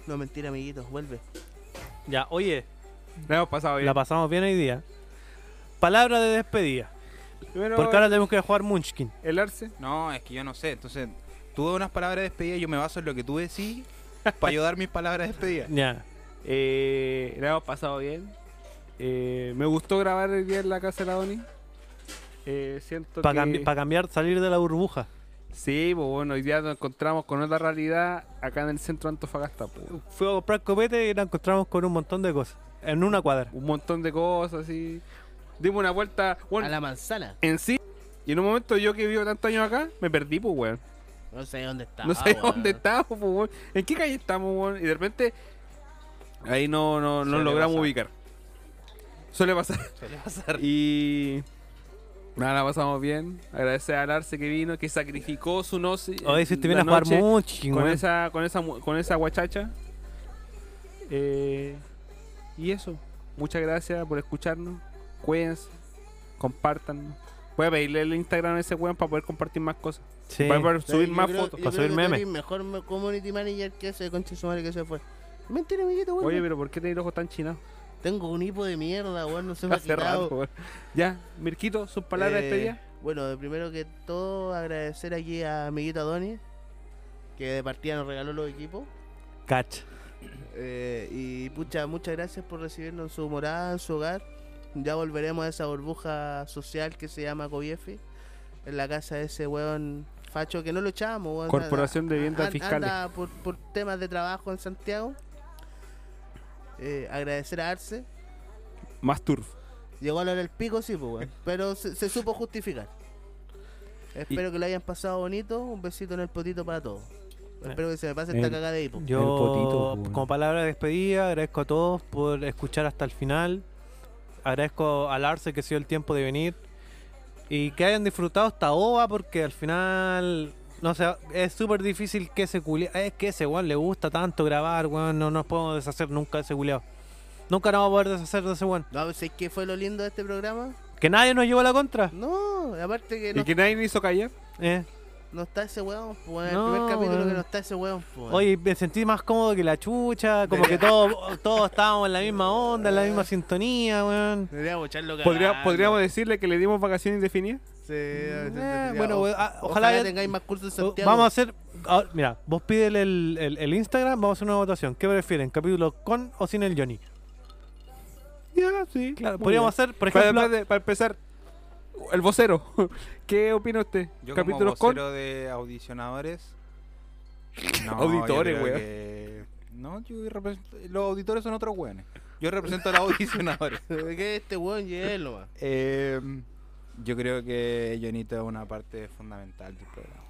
C: No, mentira, amiguitos, vuelve.
A: Ya, oye,
B: La hemos pasado bien.
A: la pasamos bien hoy día. Palabra de despedida.
B: Primero,
A: Porque ahora tenemos que jugar Munchkin.
B: el Arce.
D: No, es que yo no sé. Entonces, tú das unas palabras de despedida, yo me baso en lo que tú decís para ayudar mis palabras de despedida.
A: Ya.
B: Eh, la hemos pasado bien. Eh, me gustó grabar el día en la casa de la Doni. Eh, siento
A: Para
B: que...
A: cambiar, salir de la burbuja.
B: Sí, pues bueno, hoy día nos encontramos con otra realidad acá en el centro de Antofagasta. pues, bueno.
A: Fui a comprar copete y nos encontramos con un montón de cosas. En una cuadra.
B: Un montón de cosas así. Dimos una vuelta bueno,
C: A la manzana.
B: en sí. Y en un momento yo que vivo tantos años acá, me perdí, pues, weón.
C: No sé dónde está. Ah,
B: No sé
C: weón.
B: dónde estamos, pues, weón. ¿En qué calle estamos, weón? Y de repente ahí no, no, no
D: Suele
B: logramos
D: pasar.
B: ubicar. Suele pasar.
D: Suele pasar.
B: Y nada, la pasamos bien. Agradecer al Arce que vino, que sacrificó su noche.
A: Oye, si te
B: Uh, la
A: viene a jugar
B: noche
A: Munchkin,
B: con
A: weón.
B: esa, con esa mu- con esa guachacha. Eh, y eso. Muchas gracias por escucharnos. Cuídense. Compartan. Voy a pedirle el Instagram a ese weón para poder compartir más cosas.
A: Sí.
B: Para poder
C: Sí,
B: subir
C: yo
B: más
C: creo-
B: fotos.
C: yo
A: Para
C: creo
A: subir
C: que tú
A: memes.
C: eres mejor me- community manager que ese conche su madre que se fue. Mentira, amiguito, weón.
B: Oye, pero ¿por qué tenés los ojos tan chinados?
C: Tengo un hipo de mierda, weón. No se me ha
B: Hace
C: quitado.
B: rato, weón. Ya, Mirquito, sus palabras de
C: Eh,
B: despedida.
C: Bueno, de primero que todo, agradecer aquí a amiguito Adoni, que de partida nos regaló los equipos.
A: Cacha.
C: Eh, y pucha, muchas gracias por recibirnos en su morada, en su hogar. Ya volveremos a esa burbuja social que se llama Coviefi, en la casa de ese weón facho que no lo echamos. weón.
B: Corporación
C: Anda-
B: de Viviendas
C: an-
B: Fiscales.
C: anda por, por temas de trabajo en Santiago. Eh, agradecer a Arce.
B: Más turf.
C: Llegó a la hora del pico, sí, pues, weón. Pero se, se supo justificar. Espero que lo hayan pasado bonito. Un besito en el potito para todos.
B: Eh.
C: Espero que se me pase esta
B: El-
C: cagada de hipo.
A: Yo,
B: El potito, pues,
A: como
B: weón.
A: palabra de despedida, agradezco a todos por escuchar hasta el final. Agradezco al Arce que se dio el tiempo de venir. Y que hayan disfrutado esta ova porque al final, no sé, es súper difícil que ese culiao... Es que ese weón le gusta tanto grabar, weón. No nos podemos deshacer nunca de ese culiao. Nunca nos vamos a poder deshacer de ese weón.
C: No, pues, ¿sabes qué fue lo lindo de este programa?
A: Que nadie nos llevó a la contra.
C: No, aparte que
B: Y
C: no,
B: que nadie me hizo callar.
A: eh.
C: No está ese weón, pues, weón.
A: No,
C: el primer capítulo
A: weón.
C: que no está ese weón, pues, weón.
A: Oye, me sentí más cómodo que la chucha, como que todos todos estábamos en la misma onda, en la misma sintonía, weón.
C: Deberíamos echarlo
B: ¿Podría-
C: cagando.
B: ¿Podríamos decirle que le dimos vacaciones indefinidas?
C: Sí, eh,
A: Eh,
C: ya,
A: bueno,
C: o-
A: weón, ah,
C: ojalá,
A: ojalá ya-
C: tengáis más cursos en
A: o-
C: Santiago.
A: Vamos a hacer. ah, mira, vos pídele el, el- el Instagram, vamos a hacer una votación. ¿Qué prefieren? ¿Capítulo con o sin el Johnny?
B: Ya, sí.
A: Claro, podríamos hacer, por
B: Para,
A: ejemplo.
B: para- para empezar, el vocero. ¿Qué opina usted?
D: Yo
B: ¿Capítulos
D: como
B: con?
D: vocero de audicionadores. No,
B: Auditores,
D: yo creo
B: weón.
D: que- No, yo represento- los auditores son otros weones. Yo represento a los audicionadores.
C: Que este weón hielo, weón.
D: Eh, yo creo que Jonito es una parte fundamental del programa.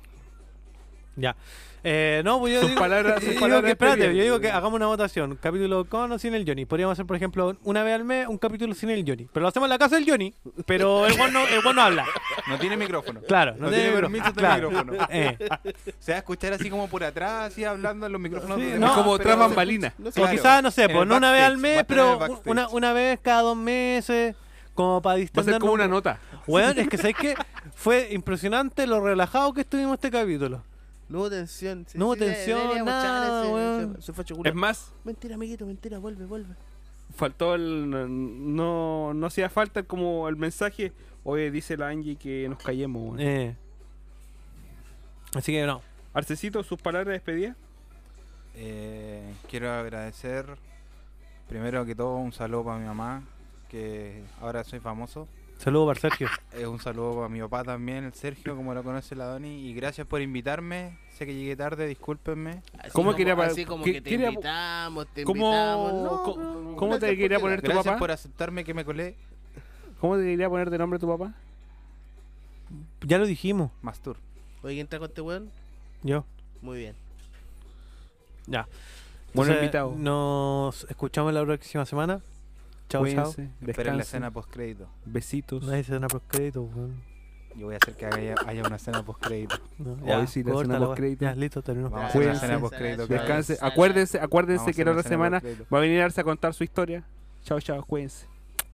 A: Ya. Eh, no, pues yo
B: Sus
A: digo.
B: palabras- sus
A: yo digo
B: palabras
A: que, espérate,
B: previas.
A: yo digo que hagamos una votación. Capítulo con o sin el Johnny. Podríamos hacer, por ejemplo, una vez al mes un capítulo sin el Johnny. Pero lo hacemos en la casa del Johnny. Pero el Juan no, el Juan no habla.
D: No tiene micrófono.
A: Claro,
D: No tiene permiso
A: micrófono.
D: de
A: Claro.
D: micrófono.
A: Eh,
D: Se va a escuchar así como por atrás, así hablando en los micrófonos.
A: Sí,
D: de
B: Es
A: no,
B: como
D: pero-
B: tras bambalina.
C: No sé.
A: o
D: Claro,
A: quizás, no sé,
D: en
A: pues
D: el
A: no una vez al
D: backstage,
A: mes,
D: va a
A: pero
D: estar en el
A: una,
D: backstage.
A: una vez cada dos meses. Como para
B: Va a
A: distender.
B: ser como una nota.
A: Weón, es que sabéis que fue impresionante lo relajado que estuvimos este capítulo.
C: No hubo tensión. sí,
A: No hubo
C: sí, de-
A: tensión,
C: deberíamos echar
A: nada,
C: ese-
A: weón.
C: ese- ese facho culo.
B: Es más,
C: Mentira, amiguito, mentira, vuelve, vuelve.
B: faltó el. No, no hacía falta como el mensaje. Oye, dice la Angie que nos callemos. weón.
A: Eh. Así que no.
B: Arcecito, sus palabras de despedida.
D: Eh, quiero agradecer primero que todo un saludo para mi mamá, que ahora soy famoso.
A: Saludos para Sergio.
D: Eh, un saludo para mi papá también, el Sergio, como lo conoce la Doni. Y gracias por invitarme. Sé que llegué tarde, discúlpenme.
C: Así
B: ¿Cómo
C: como-
B: quería pa-
C: Así como
B: qué-
C: que te
B: quería-
C: invitamos, te
B: ¿Cómo,
C: invitamos. No,
B: co-
C: no,
B: cómo,
C: gracias
B: te quería
C: por
B: poner tu
D: Gracias
B: papá?
D: por aceptarme que me colé.
B: ¿Cómo te quería poner de nombre tu papá?
A: Ya lo dijimos.
D: Mastur.
C: Oye, ¿quién trajo este weón?
A: Yo.
C: Muy bien.
A: Ya.
B: Bueno,
A: Entonces,
B: invitado.
A: Nos escuchamos la próxima semana. Chao, chao.
B: Cuídense,
D: Esperen la
B: descansen.
D: escena postcrédito.
B: Besitos.
A: No hay escena post crédito, weón.
D: Yo voy a hacer que haya, haya una escena postcrédito.
A: No,
B: Hoy sí, la escena
A: corta la
B: post
A: weá.
B: crédito.
A: Ya, listo, terminamos.
D: Vamos a hacer una
B: Cuídense.
D: escena postcrédito.
C: Descansa.
B: Descanse.
C: Sala.
B: Acuérdense,
D: Vamos
B: acuérdense
D: a
B: que
D: hacer
B: la
D: una
B: otra
D: escena
B: semana
D: post-crédito.
B: va a venir Arce a contar su historia. Chao, chao, cuídense.